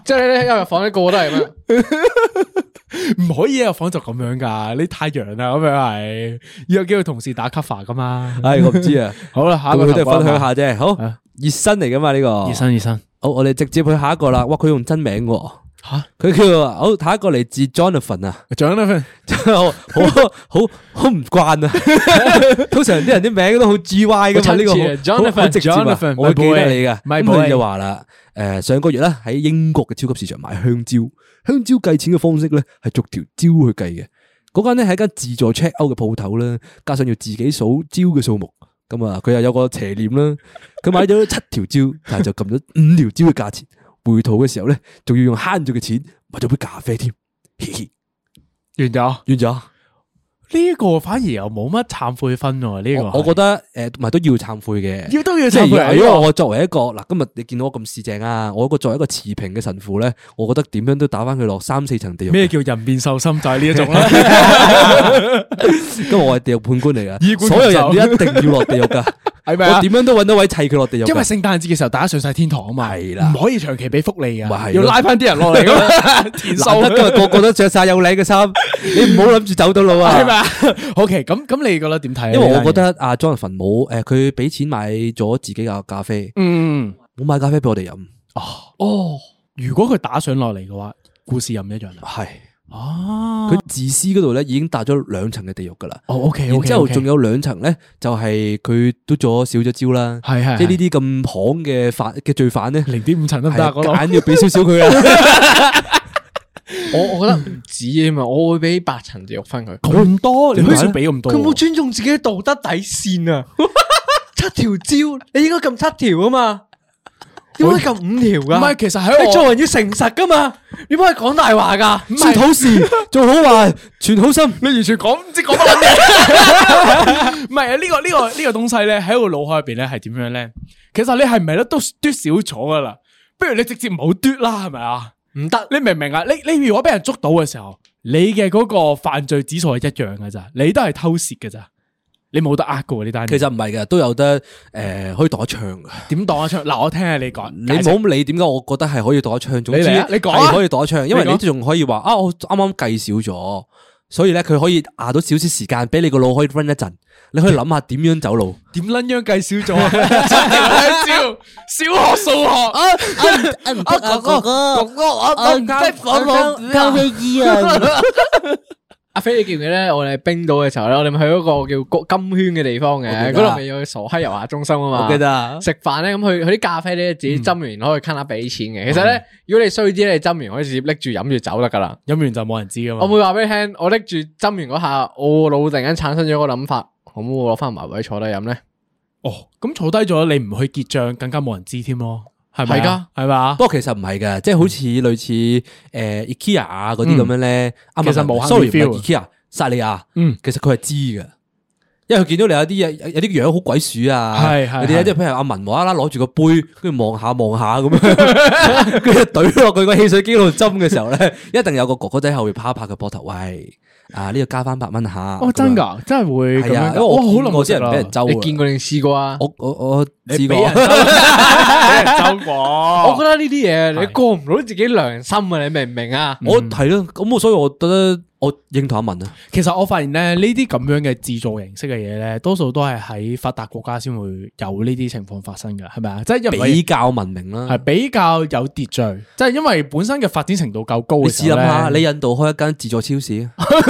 Speaker 2: 即係咧一入房咧，個個都係咁樣。
Speaker 3: 唔可以一入房就咁樣噶，你太陽啦咁樣係，要有幾個同事打 cover 噶嘛。
Speaker 1: 唉，我唔知啊，
Speaker 3: 好啦，下一哦
Speaker 1: 咁
Speaker 3: 個
Speaker 1: 佢都係
Speaker 3: 頭髮
Speaker 1: 分享
Speaker 3: 嘛，
Speaker 1: 下啫。好
Speaker 3: 啊，
Speaker 1: 熱身嚟噶嘛呢個？
Speaker 3: 醫生醫生，
Speaker 1: 好，我哋直接去下一個啦。哇，佢用真名喎。
Speaker 3: 吓
Speaker 1: 佢叫好，下一個嚟自 Jonathan 啊，
Speaker 3: 獎啦份，
Speaker 1: 好好好好唔慣啊。通常啲人啲名都好 G Y 噶嘛，
Speaker 2: 好
Speaker 1: 呢個
Speaker 2: 親切啊
Speaker 1: 好好好
Speaker 3: Jonathan，
Speaker 1: 直接啊
Speaker 3: Jonathan，
Speaker 1: 我會
Speaker 3: my
Speaker 1: 記得
Speaker 3: boy，
Speaker 1: 你噶。咁
Speaker 3: my
Speaker 1: 佢
Speaker 3: boy
Speaker 1: 就話啦，誒上個月咧喺英國嘅超級市場買香蕉，香蕉計錢嘅方式咧係逐條蕉去計嘅。嗰間咧係一間自助 check out 嘅鋪頭啦，加上要自己數蕉嘅數目，咁啊佢又有個邪念啦，佢買咗七條蕉，但係就撳咗五條蕉嘅價錢。回途嘅時候咧，仲要用慳咗嘅錢買咗杯咖啡添，嘻嘻，
Speaker 3: 完咗
Speaker 1: 完咗。
Speaker 3: 呢個反而又冇乜懺悔分喎，呢
Speaker 1: 我
Speaker 3: 個
Speaker 1: 我覺得誒，唔係都要懺悔嘅。
Speaker 3: 要都要
Speaker 1: 即
Speaker 3: 懺
Speaker 1: 係如
Speaker 3: 悔
Speaker 1: 果
Speaker 3: 啊，
Speaker 1: 如
Speaker 3: 因為
Speaker 1: 果我作為一個嗱，今日你見到我咁市正啊，我一個作為一個持平嘅神父咧，我覺得點樣都打翻佢落三四層地獄。
Speaker 3: 咩叫人面獸心就係呢一種啦，
Speaker 1: [LAUGHS] 今日我係地獄判官嚟
Speaker 3: [LAUGHS] 以
Speaker 1: 噶，
Speaker 3: 官
Speaker 1: 所有人
Speaker 3: 求
Speaker 1: 都一定要落地獄
Speaker 3: [LAUGHS]
Speaker 1: 噶。
Speaker 3: 係咪
Speaker 1: 我
Speaker 3: 啊？
Speaker 1: 點樣都揾到位砌佢落地獄㗎。
Speaker 3: 因為聖誕節嘅時候，大家上晒天堂啊嘛，
Speaker 1: 係啦
Speaker 3: 唔可以長期俾福
Speaker 1: 咪
Speaker 3: 利啊，
Speaker 1: 係
Speaker 3: 要
Speaker 1: 咯
Speaker 3: 拉翻啲人落嚟咁樣填數
Speaker 1: [LAUGHS] 難。得今
Speaker 3: [LAUGHS]
Speaker 1: 日個個都着晒有領嘅衫，你唔好諗住走到路
Speaker 3: 系
Speaker 1: 啊！
Speaker 3: [LAUGHS] 咪 o k 咁咁你覺得點睇啊？
Speaker 1: 因為我覺
Speaker 3: 呢
Speaker 1: 得阿 Jonathan 冇誒，佢俾錢買咗自己嘅咖啡，
Speaker 3: 單嘢，嗯，
Speaker 1: 冇買咖啡俾我哋飲，
Speaker 3: 哦，如果佢打上落嚟嘅話，故事又唔一樣啦。
Speaker 1: 係
Speaker 3: 哦
Speaker 1: 佢自私嗰度咧已經搭咗兩層嘅地獄噶啦。
Speaker 3: 哦，OK，
Speaker 1: 然之後仲有兩層咧，就係佢嘟咗少咗招啦，
Speaker 3: 係係
Speaker 1: 即係呢啲咁行嘅犯嘅罪犯咧，
Speaker 3: 零點五層得唔得啊？嗰
Speaker 1: 係
Speaker 3: 度
Speaker 1: 揀要俾少少佢啊！
Speaker 2: 我我覺得唔止啊嘛，我會俾八層地獄分佢。
Speaker 3: 咁多， [LAUGHS] 你
Speaker 1: 點解
Speaker 3: 好
Speaker 1: 咧
Speaker 3: 似俾咁多
Speaker 2: 佢
Speaker 3: 喎，
Speaker 2: 冇尊重自己嘅道德底線啊！七條蕉，你應該撳七條啊嘛，點解撳五條
Speaker 3: 唔
Speaker 2: 噶？
Speaker 3: 係，其實喺
Speaker 2: 你做
Speaker 3: 我
Speaker 2: 人要誠實噶嘛，你唔可以講大話噶。唔
Speaker 1: 說好事，
Speaker 3: [LAUGHS]
Speaker 1: 做好話，存好心。
Speaker 3: 你完全講唔知講乜嘢。 [LAUGHS] 唔係啊，呢個呢個呢個東西咧，喺我腦海入邊咧係點樣咧？其實你係咪咧都嘟少咗噶啦？不如你直接唔好嘟啦，係咪啊？
Speaker 2: 唔得，
Speaker 3: 你明唔明啊？你你如果俾人捉到嘅時候，你嘅嗰個犯罪指數係一樣噶咋，你都係偷竊噶咋，你冇得呃噶喎呢單嘢。
Speaker 1: 其實唔係嘅，都有得诶可以當一槍嘅。
Speaker 3: 點當一槍？嗱，我聽下你講，
Speaker 1: 你冇理點解，我覺得係可以當一槍。總之
Speaker 3: 你嚟啊你講啊
Speaker 1: 係可以當一槍，因為
Speaker 3: 你
Speaker 1: 你
Speaker 3: 講
Speaker 1: 仲可以話啊，我啱啱計少咗，所以咧佢可以壓到少少時間，俾你個腦可以 run 一陣，你可以諗下點樣走路。
Speaker 3: 點撚樣計少咗啊？
Speaker 1: [LAUGHS]
Speaker 3: 七條香蕉，小學數學。
Speaker 1: 啊哥哥，啊我唔
Speaker 3: 啊
Speaker 1: 得火爐教佢醫啊！
Speaker 2: 阿飛，你記唔記得我哋喺冰島嘅時候咧，我哋咪去嗰個叫金圈嘅地方嘅，
Speaker 1: 我記得
Speaker 2: 嗰度咪有個傻閪遊客中心啊
Speaker 1: [LAUGHS]
Speaker 2: 嘛。
Speaker 1: 我記得啊
Speaker 2: 食飯咧，咁佢佢啲咖啡咧自己斟完可以卡下俾錢嘅。其實咧，如果你衰啲咧，你斟完可以直接拎住飲住走得噶啦。
Speaker 3: 飲完就冇人知噶嘛。
Speaker 2: 我會話俾你聽，我拎住斟完嗰下，我腦突然間產生咗個諗法，可唔可以攞翻埋位坐低飲咧？
Speaker 3: 哦，咁坐低咗，你唔去結帳，更加冇人知添咯，係咪
Speaker 2: 係㗎
Speaker 3: 啊？係嘛？
Speaker 1: 不過其實唔係嘅，即係好似類似诶 IKEA 啊嗰啲咁樣咧，啊唔係
Speaker 3: 嗯其實無限
Speaker 1: sorry 唔
Speaker 3: refill
Speaker 1: 係 IKEA，薩利亞，
Speaker 3: 嗯，
Speaker 1: 其實佢係知嘅，因為佢見到你有啲嘢有啲樣好鬼鼠啊，
Speaker 3: 係係
Speaker 1: 有啲
Speaker 3: 係
Speaker 1: 咧即係譬如阿文無啦啦攞住個杯，跟住望下望下咁樣，
Speaker 3: [LAUGHS]
Speaker 1: 跟住懟落佢個汽水機度斟嘅時候咧，一定有個哥哥仔後面拍一拍佢膊頭，喂，啊呢度加翻百蚊下，
Speaker 3: 哦，真㗎，真係會咁
Speaker 1: 係啊，
Speaker 3: 樣
Speaker 1: 因為
Speaker 3: 㗎。
Speaker 1: 我
Speaker 3: 我好耐
Speaker 1: 見過
Speaker 3: 冇
Speaker 1: 啲
Speaker 3: 食啦
Speaker 1: 人俾人，周啊
Speaker 2: 你見過定試過啊？
Speaker 1: 我我我
Speaker 3: 你
Speaker 1: 試
Speaker 3: 俾啊人
Speaker 1: 過啊
Speaker 3: [LAUGHS] 周。 [LAUGHS] 俾人周
Speaker 2: 我
Speaker 3: 過
Speaker 2: 覺。得呢啲嘢你過唔到自己良心啊！你明唔明啊？
Speaker 3: 嗯
Speaker 1: 我係咯，咁我所以我覺得我認同阿文啊，
Speaker 3: 其實我發現咧，呢啲咁樣嘅自助形式嘅嘢咧，多數都係喺發達國家先會有呢啲情況發生㗎，係咪啊？即係因為
Speaker 1: 比較文明啦
Speaker 3: 係。比較有秩序，即係因為本身嘅發展程度夠高
Speaker 1: 你
Speaker 3: 嘅
Speaker 1: 試
Speaker 3: 時
Speaker 1: 諗
Speaker 3: 候
Speaker 1: 下，
Speaker 3: 咧
Speaker 1: 你印度開一間自助超市， [LAUGHS]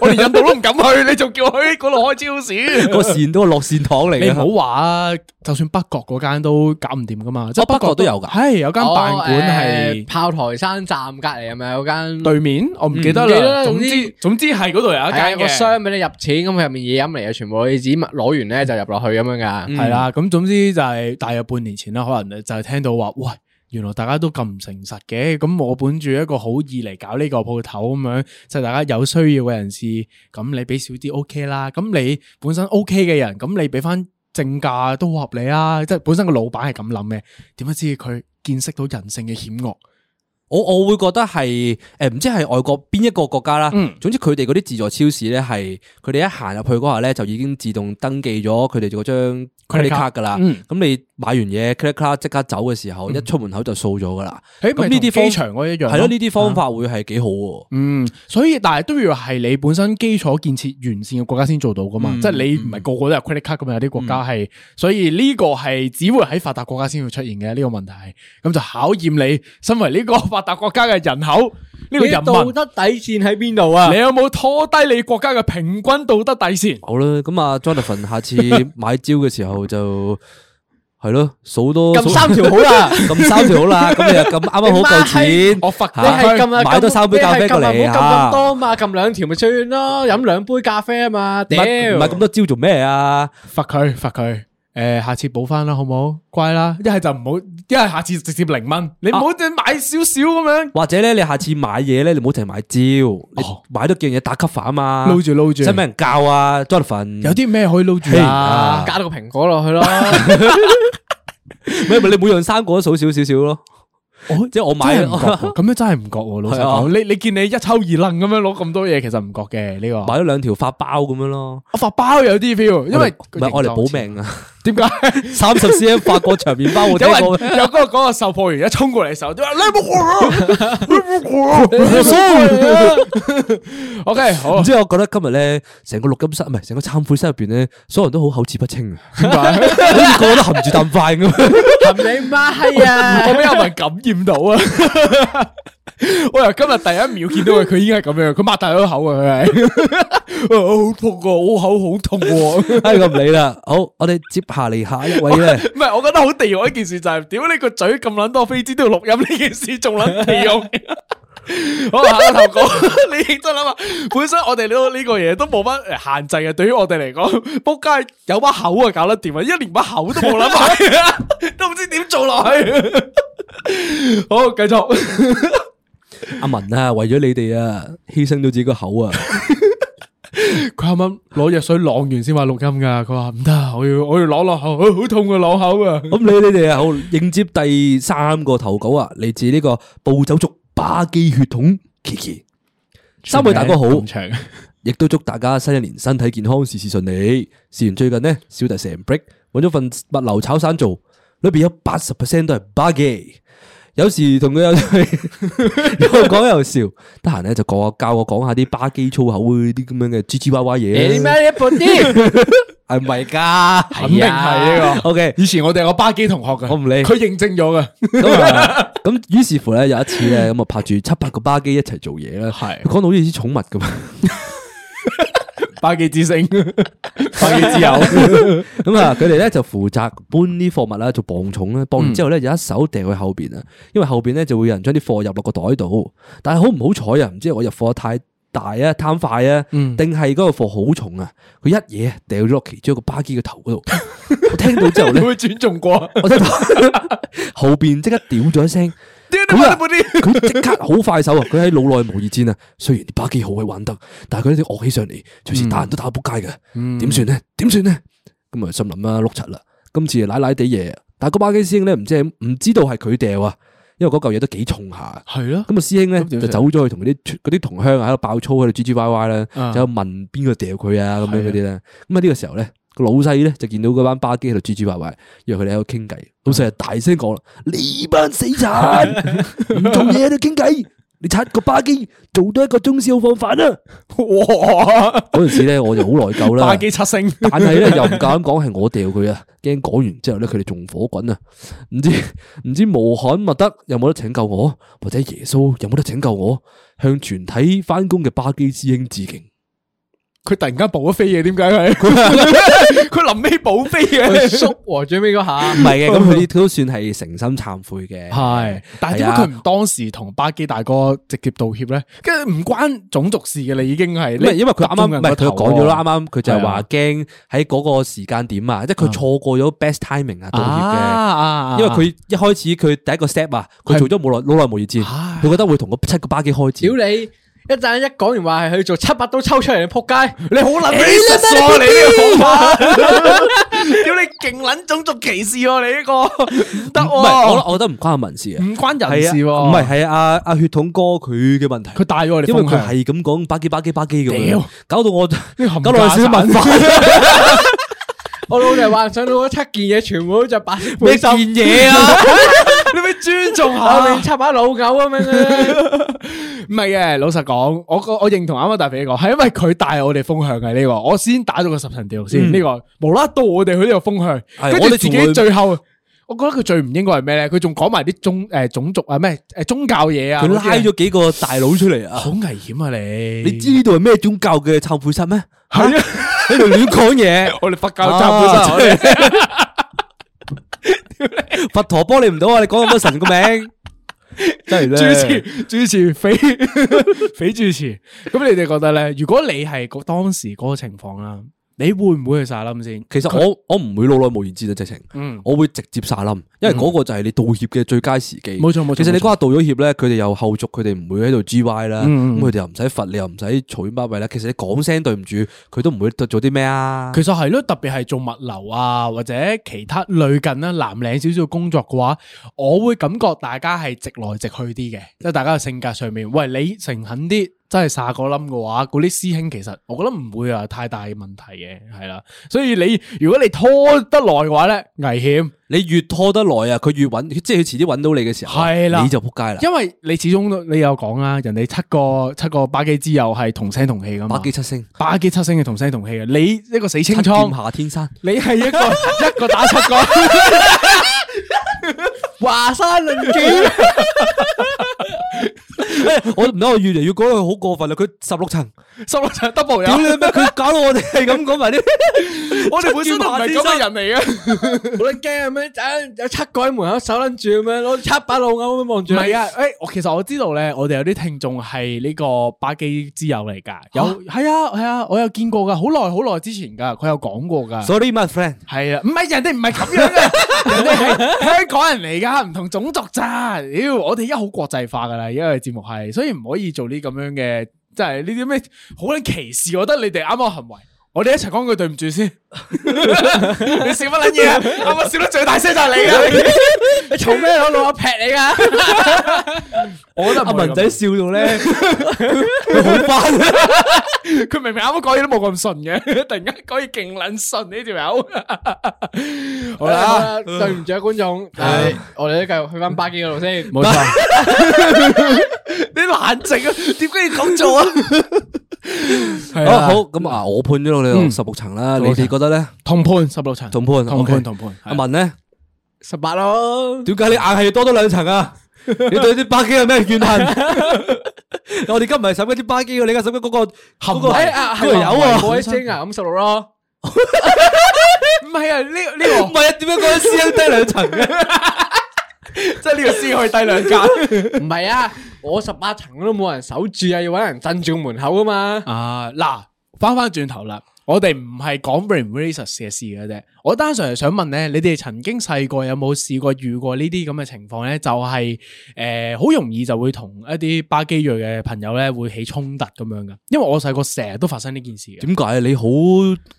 Speaker 3: 我連印度都唔敢去，你仲叫我去嗰度開
Speaker 2: [LAUGHS]
Speaker 3: 超市？
Speaker 1: 個線都係落線糖嚟
Speaker 3: 你唔好
Speaker 1: 嘅。
Speaker 3: 話啊，就算北角嗰間都搞唔掂噶嘛，即
Speaker 1: 哦北角都有㗎
Speaker 3: 係有間
Speaker 2: 哦
Speaker 3: 辦館
Speaker 2: 誒
Speaker 3: 係
Speaker 2: 炮台山站隔離係咪有間？
Speaker 3: 對面，我唔記得
Speaker 2: 唔記得啦
Speaker 3: 啦。總
Speaker 2: 總
Speaker 3: 總之
Speaker 2: 之。
Speaker 3: 总之係嗰度有一
Speaker 2: 係啊
Speaker 3: 間
Speaker 2: 有個
Speaker 3: 嘅，
Speaker 2: 箱俾你入錢，咁佢入面嘢飲嚟嘅，全部你紙攞完咧就入落去咁樣噶。
Speaker 1: 嗯
Speaker 3: 係啊啦。咁總之就係大約半年前啦，可能就係聽到話，喂，原來大家都咁唔誠實嘅。咁我本住一個好意嚟搞呢個鋪頭咁樣，就大家有需要嘅人士，咁你俾少啲 OK 啦。咁你本身 OK 嘅人，咁你俾翻正價都好合理啊。即係本身個老闆係咁諗嘅，點不知佢見識到人性嘅險惡。
Speaker 1: 我我会觉得系诶，唔知系外國邊一個國家啦。
Speaker 3: 嗯
Speaker 1: 總之佢哋嗰啲自助超市咧，係佢哋一行入去嗰下咧，就已經自動登記咗佢哋嗰張
Speaker 3: Credit
Speaker 1: credit
Speaker 3: card
Speaker 1: card 噶啦。
Speaker 3: 嗯
Speaker 1: 咁你買完嘢 credit card 即刻走嘅時候，一出門口就掃咗噶啦。
Speaker 3: 誒
Speaker 1: 咁
Speaker 3: 咪
Speaker 1: 呢啲
Speaker 3: 同
Speaker 1: 方
Speaker 3: 機場嗰一樣
Speaker 1: 係
Speaker 3: 咯
Speaker 1: 咯，呢啲方法會係幾好喎。
Speaker 3: 嗯，所以但系都要係你本身基礎建設完善嘅國家先做到噶嘛，
Speaker 2: 嗯
Speaker 3: 即係你唔係個個都有 credit card 咁，有啲國家係，所以呢個係只會喺發達國家先會出現嘅呢、個問題，咁就考驗你身為呢個發達國家嘅人口呢、個
Speaker 2: 你
Speaker 3: 人
Speaker 2: 道
Speaker 3: 民，
Speaker 2: 德底線喺邊度啊
Speaker 3: 你？有冇拖低你國家嘅平均道德底線？
Speaker 1: 好啦，咁啊，Jonathan 下
Speaker 3: [LAUGHS]
Speaker 1: 次買蕉嘅時候就係咯，數多
Speaker 2: 撳
Speaker 1: 數
Speaker 2: 三條好啊啦
Speaker 3: 啊
Speaker 1: 撳三條好啦。
Speaker 3: [LAUGHS]
Speaker 1: 咁你又咁啱啱好夠錢，
Speaker 3: 我罰
Speaker 1: 嚇
Speaker 2: 你係撳啊，
Speaker 1: 買多三杯咖啡過嚟
Speaker 2: 你係撳啊唔好撳咁
Speaker 1: 嚇。
Speaker 2: 多嘛，撳兩條咪算咯，飲兩杯咖啡啊嘛，
Speaker 1: 唔
Speaker 2: 屌，
Speaker 1: 係唔係咁多蕉做咩啊？
Speaker 3: 罰佢，罰佢。诶、下次補翻啦，好唔好？乖啦，一係就唔好，一係下次直接零蚊，你唔
Speaker 1: 啊
Speaker 3: 好再買少少咁樣。
Speaker 1: 或者咧，你下次買嘢咧，你唔好淨係買蕉，
Speaker 3: 哦
Speaker 1: 你買多幾樣嘢打吸法啊嘛，
Speaker 3: 撈住撈住
Speaker 1: 使唔使人教啊？Jonathan，
Speaker 3: 有啲咩可以撈住
Speaker 1: 嘿
Speaker 3: 啊？
Speaker 1: 啊
Speaker 2: 加到個蘋果落
Speaker 3: [LAUGHS]
Speaker 2: 去咯，
Speaker 1: 咩咪你每樣生果都數少少少咯，
Speaker 3: 哦
Speaker 1: 即係我買
Speaker 3: 真係唔覺
Speaker 1: [LAUGHS]
Speaker 3: 喎咁樣真係唔覺喎，老實
Speaker 1: 係
Speaker 3: 講，你你見你一抽二楞咁樣攞咁多嘢，其實唔覺嘅呢個。
Speaker 1: 買咗兩條法包咁樣咯，
Speaker 3: 我發包有啲 feel，因為
Speaker 1: 唔係我嚟保命啊！
Speaker 3: 點解？
Speaker 1: 三十 cm 法國長麵
Speaker 3: [LAUGHS]
Speaker 1: 包我
Speaker 3: 有
Speaker 1: 聽
Speaker 3: 人
Speaker 1: 過咩？
Speaker 3: 有嗰個嗰個售貨員一衝過嚟手，
Speaker 1: [LAUGHS]
Speaker 3: 你冇過啊，你冇過啊，冇所謂啊。OK，
Speaker 1: [LAUGHS]
Speaker 3: 好 [LAUGHS]
Speaker 1: 唔，知我覺得今日咧，成個錄音室唔係成個懺悔室入邊咧，所有人都好口齒不清啊， [LAUGHS] 好似個個都含住啖飯咁。
Speaker 2: 含你媽閪啊！
Speaker 3: 我俾阿文感染到啊！我由今日第一秒見到佢，佢已經係咁樣，佢擘大咗口啊！ [LAUGHS] 佢係我好痛啊，我口好痛
Speaker 1: [LAUGHS]
Speaker 3: 喎。
Speaker 1: 唉，哎咁唔理啦，好，我哋接下嚟下一位
Speaker 3: [LAUGHS]
Speaker 1: 咧。
Speaker 3: 唔 [LAUGHS] 係，我覺得好地獄一件事就係、屌你個嘴咁撚多飛枝都要錄音呢件事，仲撚地獄。 [LAUGHS] 好，下個投稿， [LAUGHS] 你認真諗下，本身我哋呢個呢個嘢都冇乜誒限制嘅，對於我哋嚟講，仆街有把口啊，搞得掂啊，一連把口都冇諗埋， [LAUGHS] 都唔知點做落去。好，繼續。
Speaker 1: 阿文啊，為咗你哋啊，犧牲咗自己個口啊！ [LAUGHS]
Speaker 3: 佢啱啱攞藥水啷完先話錄音㗎，佢話唔得，啊我要我要啷落口，好痛啊，啷口啊。
Speaker 1: 咁你你哋啊，好迎接第三個投稿啊，嚟自呢個暴走族巴基血統 Kiki。三位大哥好，
Speaker 3: 咁長啊
Speaker 1: 亦都祝大家新一年身體健康，事事順利。事完最近呢，小弟成 break 揾咗份物流炒散做，裏边有八十 percent 都係巴基。有時同佢有 [LAUGHS] 又講又笑，得閒咧就教我教我講下啲巴基粗口嗰啲咁樣嘅唧唧歪歪嘢。
Speaker 2: 你媽一部
Speaker 3: [LAUGHS]
Speaker 2: 啲，
Speaker 1: 係咪㗎？
Speaker 3: 肯定係呢個。
Speaker 1: OK
Speaker 3: 以前我哋有個巴基同學嘅，
Speaker 1: 我唔理 [LAUGHS]
Speaker 3: 佢認證咗嘅。
Speaker 1: 咁啊，咁於是乎咧，有一次咧，咁啊拍住七八個巴基一齊做嘢啦，
Speaker 3: 係
Speaker 1: 講到好似啲寵物咁，啊
Speaker 3: 巴基
Speaker 1: [LAUGHS]
Speaker 3: 之星，巴基之友，
Speaker 1: 咁啊佢哋咧就負責搬啲貨物啦，做磅重啦，磅完
Speaker 3: 嗯
Speaker 1: 之後咧就一手掟去後邊啊，因為後邊咧就會有人將啲貨入落個袋度，但係好唔好彩啊？唔知係我入貨太大啊，貪快啊，
Speaker 3: 嗯
Speaker 1: 定係嗰個貨好重啊？佢一嘢掉咗落其中一個巴基嘅頭嗰度， [LAUGHS] 我聽到之後
Speaker 3: 你
Speaker 1: 咧，
Speaker 3: [LAUGHS] 會尊重過？
Speaker 1: 我聽到 [LAUGHS] 後邊即刻屌咗一聲。咁啊，佢即刻好快手啊！佢喺腦內無二戰
Speaker 3: [LAUGHS]
Speaker 1: 啊！雖然啲巴基好鬼玩得，但係佢啲惡起上嚟，隨時打人都打到仆街
Speaker 3: 嗯
Speaker 1: 嘅。點算咧？點算咧？咁啊，心諗啦，碌柒啦！今次奶奶地嘢，但係個巴基師兄咧，唔知係唔知道係佢掉啊，因為嗰嚿嘢都幾重下。
Speaker 3: 係咯，
Speaker 1: 咁啊，師兄咧
Speaker 3: 咁
Speaker 1: 就
Speaker 3: 點算
Speaker 1: 走咗去同嗰啲嗰啲同鄉啊喺度爆粗，喺度唧唧歪歪咧，
Speaker 3: 啊
Speaker 1: 就喺度問邊個掉佢啊咁樣嗰啲咧。咁啊呢個時候咧，個老細咧就見到嗰班巴基喺度唧唧歪歪，約佢哋喺度傾偈。老細就大聲講啦：呢班死殘，唔做嘢喺度傾偈，你刷個巴基做多一個鐘先好放飯啊！
Speaker 3: 哇！
Speaker 1: 嗰陣時咧我就好內疚啦
Speaker 3: 巴。基七星，
Speaker 1: 但係咧又唔夠膽講係我掉佢啊，驚講完之後咧佢哋仲火滾啊！唔知唔知無罕默德有冇得拯救我，或者耶穌有冇得拯救我？向全體翻工嘅巴基師兄致敬。
Speaker 3: 佢突然間補咗飛嘅，點解佢？
Speaker 1: [LAUGHS]
Speaker 3: 佢臨尾補飛
Speaker 2: 佢
Speaker 3: 嘅，
Speaker 2: 縮喎，最尾嗰下
Speaker 1: 唔系
Speaker 3: [LAUGHS]
Speaker 1: 嘅，咁佢呢都算系诚心忏悔嘅。
Speaker 3: 係，但係點解
Speaker 1: 係啊
Speaker 3: 佢唔當時同巴基大哥直接道歉咧？跟住唔關種族事嘅，你已經係
Speaker 1: 因為因為佢啱啱
Speaker 3: 你
Speaker 1: 唔係佢講咗啦，
Speaker 3: 中人個頭啊
Speaker 1: 啱啱佢就係話驚喺嗰個時間點啊，即係佢錯過咗 best timing 啊道歉
Speaker 3: 啊啊
Speaker 1: 嘅，因為佢一開始佢第一個 step 啊，佢做咗冇耐老耐無熱戰，
Speaker 3: 唉
Speaker 1: 佢覺得會同個七個巴基開
Speaker 2: 屌
Speaker 1: 戰。
Speaker 2: 你！一陣一講完話係去做七百刀抽出嚟，你仆街！
Speaker 3: 你好撚 racist 喎你呢個講
Speaker 1: 啊
Speaker 3: [LAUGHS] 法，屌啊你勁撚種族歧視喎你呢個唔得
Speaker 1: 唔係，我
Speaker 3: 喎，
Speaker 1: 我覺得唔關阿文事嘅，
Speaker 3: 唔關人
Speaker 1: 係
Speaker 3: 事
Speaker 1: 啊
Speaker 3: 喎，
Speaker 1: 唔係係阿阿血統哥佢嘅問題。
Speaker 3: 佢帶咗我哋
Speaker 1: 因為
Speaker 3: 風
Speaker 1: 佢
Speaker 3: 向，
Speaker 1: 係咁講巴基巴基巴基咁樣
Speaker 3: 屌，
Speaker 1: 搞到我
Speaker 3: 呢個冚
Speaker 1: 搞到我有少少文
Speaker 3: [LAUGHS]
Speaker 1: 化。
Speaker 2: 我老豆幻想到嗰七件嘢全部都着白色背
Speaker 1: 咩
Speaker 2: 心，
Speaker 1: 件嘢啊？
Speaker 3: [LAUGHS] 你咪尊
Speaker 1: [LAUGHS]
Speaker 3: 重
Speaker 2: 後
Speaker 3: 下
Speaker 2: 面。插把老狗咁樣咧。
Speaker 3: 唔係嘅，老實講，我我我認同啱啱大肥你講，係因為佢帶我哋風向嘅呢個，我先打咗個十層調先呢個，無啦啦到我哋去呢個風向，
Speaker 1: 嗯係
Speaker 3: 跟
Speaker 1: 我
Speaker 3: 住
Speaker 1: 哋
Speaker 3: 自
Speaker 1: 仲
Speaker 3: 己
Speaker 1: 會
Speaker 3: 最後，我覺得佢最唔應該係咩咧？佢仲講埋啲宗誒種族啊咩誒宗教嘢啊，
Speaker 1: 佢拉
Speaker 3: 嗰啲啊
Speaker 1: 咗幾個大佬出嚟啊！
Speaker 3: 好危險啊你！
Speaker 1: 你知呢度係咩宗教嘅忏悔室咩？
Speaker 3: 係啊，
Speaker 1: 喺度亂講嘢。
Speaker 3: [LAUGHS]
Speaker 1: 啊
Speaker 3: 我哋佛教忏悔室，
Speaker 1: 室，佛陀幫你唔到啊！你講咁多神個名， [LAUGHS] 真
Speaker 3: [LAUGHS] 主
Speaker 1: 係咧。
Speaker 3: 持主持 [LAUGHS] 匪匪主持，咁你哋覺得咧？如果你係嗰當時嗰個情況啦，你會唔會去撒冧先？
Speaker 1: 其實我我唔會老來無言戰啊，直情，
Speaker 3: 嗯
Speaker 1: 我會直接撒冧，因為嗰個就係你道歉嘅最佳時機。
Speaker 3: 嗯冇錯冇錯
Speaker 1: 其實
Speaker 3: 冇
Speaker 1: 你
Speaker 3: 錯
Speaker 1: 嗰下道咗歉咧，佢哋又後續，佢哋唔會喺度 G Y 啦，
Speaker 3: 嗯嗯
Speaker 1: 咁佢哋又唔使罰，你又唔使嘈冤巴閉啦。其實你講聲對唔住，佢都唔會做啲咩啊。
Speaker 3: 其實係咯，特別係做物流啊，或者其他類近啦、藍領少少嘅工作嘅話，我會感覺大家係直來直去啲嘅，即係大家嘅性格上面，喂，你誠懇啲，真係撒個冧嘅話，嗰啲師兄其實我覺得唔會啊太大嘅問題嘅，係啦。所以你如果你拖得耐嘅話咧，危險，
Speaker 1: 你越拖得耐啊，佢越揾，即係佢遲啲揾到你嘅時候，啊
Speaker 3: 係啦
Speaker 1: 你就仆街啦。
Speaker 3: 因為你始終都你有講啦，人哋七個七個巴基之友係同聲同氣噶嘛，
Speaker 1: 百幾七星，
Speaker 3: 巴基七星係同聲同氣嘅，你一個死
Speaker 1: 七
Speaker 3: 清
Speaker 1: 劍
Speaker 3: 倉。
Speaker 1: 下天山。
Speaker 3: 你係一個一個打七個，
Speaker 2: 華山論劍，
Speaker 1: 我唔得，我越嚟越覺得佢好過分啦！佢十六層，
Speaker 3: 十六場 double 有
Speaker 1: 屌你。咩？佢搞到我哋係咁講埋啲，
Speaker 3: 我哋本身都唔係咁嘅人嚟嘅。
Speaker 2: 好撚
Speaker 3: 啊
Speaker 2: 驚咁樣，陣有七個喺門口手撚住咁樣，攞七把老狗咁樣望
Speaker 3: 唔
Speaker 2: 住你。
Speaker 3: 係啊，誒，我其實我知道咧，我哋有啲聽眾係呢個巴基之友嚟㗎，有係啊係啊，我有見過㗎，好耐好耐之前㗎，佢有講過㗎。
Speaker 1: sorry my friend，
Speaker 3: 係啊，唔係人哋唔係咁樣嘅，人哋係香港人嚟㗎，唔同種族咋。屌，我哋而家好國際化㗎啦，而家嘅節目係，所以唔可以做呢咁樣嘅，即係呢啲咩好撚歧視。我覺得你哋啱啱行為，我哋一齊講句對唔住先。你笑乜撚嘢啊？啱啱笑得最大聲就係你啊！
Speaker 2: 你嘈咩攞老狗劈你噶？
Speaker 3: 我覺得唔
Speaker 1: 阿
Speaker 3: 會咁
Speaker 1: 文仔笑到咧，佢好翻。
Speaker 3: 佢明明啱啱講嘢都冇咁順嘅， [LAUGHS] 突然間講嘢勁撚順呢條友。
Speaker 2: 好
Speaker 3: 好啦，
Speaker 2: 啦，對唔住啊觀眾，但係我哋都繼續去翻巴基嗰度先。
Speaker 3: 冇錯。 [LAUGHS] 你難整啊？點解要咁做啊？係
Speaker 1: 好
Speaker 3: 啊，
Speaker 1: 好
Speaker 3: 好
Speaker 1: 咁啊，我判咗你十六層啦，你哋覺得咧？
Speaker 3: 同判十六層，
Speaker 1: 同判，
Speaker 3: 同
Speaker 1: OK
Speaker 3: 判，同判。
Speaker 1: 阿文咧，
Speaker 2: 十八咯，
Speaker 1: 點解你硬係要多咗兩層啊？你對啲巴基有咩怨恨？我哋而家唔係審緊啲巴基喎，你而家審緊嗰個嗰個
Speaker 2: 哎啊，
Speaker 1: 嗰個有啊？
Speaker 2: 我精啊，五十六咯，
Speaker 3: 唔係啊，呢呢
Speaker 1: 唔係啊？點解嗰啲師兄低兩層嘅？
Speaker 3: 個即係呢個先可以低兩格。
Speaker 2: 唔係啊，我十八層都冇人守住啊，要搵人鎮住個門口噶嘛。
Speaker 3: 啊，嗱，翻翻轉頭啦。我哋唔係講 brain racist 嘅事嘅啫，我單純係想問咧，你哋曾經細個有冇試過遇過呢啲咁嘅情況咧？就係誒好容易就會同一啲巴基裔嘅朋友咧會起衝突咁樣噶，因為我細個成日都發生呢件事嘅。
Speaker 1: 點解你好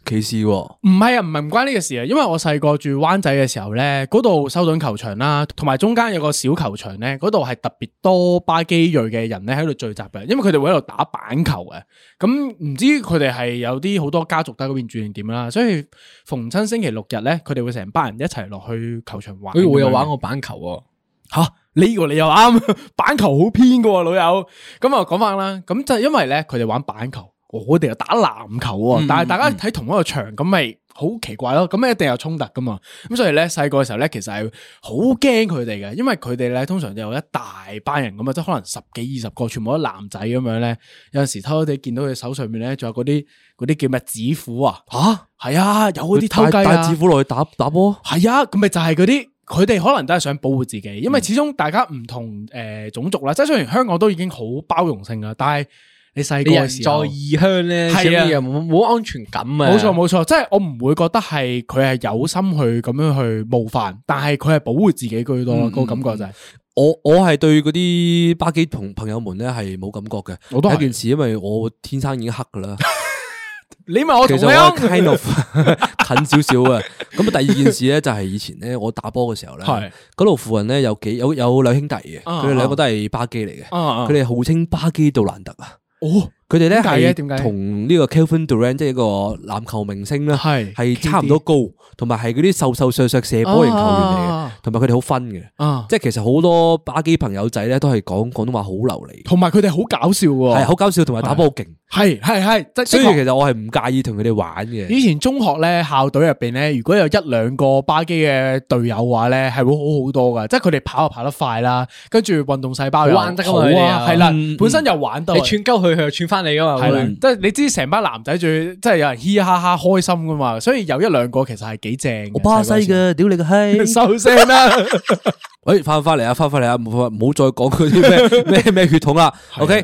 Speaker 1: 歧視喎？
Speaker 3: 唔係啊，唔係唔關呢個事啊，因為我細個住灣仔嘅時候咧，嗰度修頓球場啦，同埋中間有個小球場咧，嗰度係特別多巴基裔嘅人咧喺度聚集嘅，因為佢哋會喺度打板球嘅。咁唔知佢哋係有啲好多家族喺嗰邊住定點啦，所以逢親星期六日咧，佢哋會成班人一齊落去球場玩。
Speaker 2: 佢我有玩過板球喎，
Speaker 3: 吓呢個你又啱， [LAUGHS] 板球好偏噶喎，老友。咁啊，講翻啦，咁就因為咧，佢哋玩板球，我哋又打籃球喎。但係大家喺同一個場，咁咪好奇怪咯，咁一定有衝突噶嘛，咁所以咧細個嘅時候咧，其實係好驚佢哋嘅，因為佢哋咧通常有一大班人咁啊，即係可能十幾二十個，全部都男仔咁樣咧，有陣時偷偷地見到佢手上面咧，仲有嗰啲嗰啲叫咩指虎啊，
Speaker 1: 吓，
Speaker 3: 係啊，有嗰啲偷
Speaker 1: 帶
Speaker 3: 雞
Speaker 1: 帶指
Speaker 3: 啊，
Speaker 1: 虎落去打打波，
Speaker 3: 係啊，咁咪就係嗰啲。佢哋可能都係想保護自己，因為始終大家唔同誒、呃、種族啦，即係雖然香港都已經好包容性啦，但係你細個
Speaker 2: 你人
Speaker 3: 嘅時
Speaker 2: 在
Speaker 3: 候，
Speaker 2: 異鄉咧，少
Speaker 3: 係啊
Speaker 2: 啲又冇冇安全感啊。
Speaker 3: 冇錯冇錯，即係我唔會覺得係佢係有心去咁樣去冒犯，但係佢係保護自己居多咯，個感覺就係
Speaker 1: 我我系对嗰啲巴基同朋友们咧系冇感觉嘅，
Speaker 3: 我都
Speaker 1: 第
Speaker 3: 係
Speaker 1: 一件事，因为我天生已经黑噶啦，
Speaker 3: 你咪 [LAUGHS] 我
Speaker 1: 其
Speaker 3: 同
Speaker 1: 实
Speaker 3: 你
Speaker 1: 我
Speaker 3: 咯
Speaker 1: 係 kind of [LAUGHS] 近少少啊。咁第二件事咧就系以前咧我打波嘅时候咧，
Speaker 3: 係
Speaker 1: 嗰度附近咧有几有有两兄弟嘅，
Speaker 3: 啊
Speaker 1: 佢哋两个都系巴基嚟嘅，
Speaker 3: 啊啊
Speaker 1: 佢哋号称巴基杜蘭特啊。
Speaker 3: 哦，
Speaker 1: 佢哋咧
Speaker 3: 點解嘅
Speaker 1: 係
Speaker 3: 點解
Speaker 1: 同呢個 Kelvin Durant 即係一個籃球明星啦，
Speaker 3: 係
Speaker 1: 係
Speaker 3: KD
Speaker 1: 差唔多高，同埋係嗰啲瘦瘦削削射波型球員嚟嘅
Speaker 3: 啊，
Speaker 1: 同埋佢哋好分嘅，
Speaker 3: 啊
Speaker 1: 即係其實好多巴基朋友仔咧都係講廣東話好流利，
Speaker 3: 同埋佢哋好搞笑
Speaker 1: 係
Speaker 3: 喎，
Speaker 1: 好搞笑，同埋打波好勁，
Speaker 3: 係係係，即係
Speaker 1: 所以
Speaker 3: 的確
Speaker 1: 其實我係唔介意同佢哋玩嘅。
Speaker 3: 以前中學咧校隊入邊咧，如果有一兩個巴基嘅隊友嘅話咧，係會好好多噶，即係佢哋跑又啊跑得快啦，跟住運動細胞又
Speaker 2: 好玩得㗎嘛
Speaker 3: 好
Speaker 2: 佢哋啊
Speaker 3: 啊，係啦
Speaker 1: 嗯嗯，
Speaker 3: 本身又玩得
Speaker 2: 你。串鳩佢，佢又串翻你噶嘛。
Speaker 3: 系
Speaker 2: 會
Speaker 3: 啦，即系你知成班男仔最即係有人嘻嘻哈哈開心噶嘛，所以有一兩個其實係幾正嘅。
Speaker 1: 我巴西
Speaker 3: 細個時
Speaker 1: 嘅，屌你個
Speaker 3: 候， [LAUGHS]
Speaker 1: 閪！
Speaker 3: 收聲
Speaker 1: [LAUGHS]
Speaker 3: 啦！
Speaker 1: 喂，翻返嚟啊，翻返嚟啊，唔好唔好再講嗰
Speaker 3: [LAUGHS]
Speaker 1: 啲咩咩咩血統啦。OK，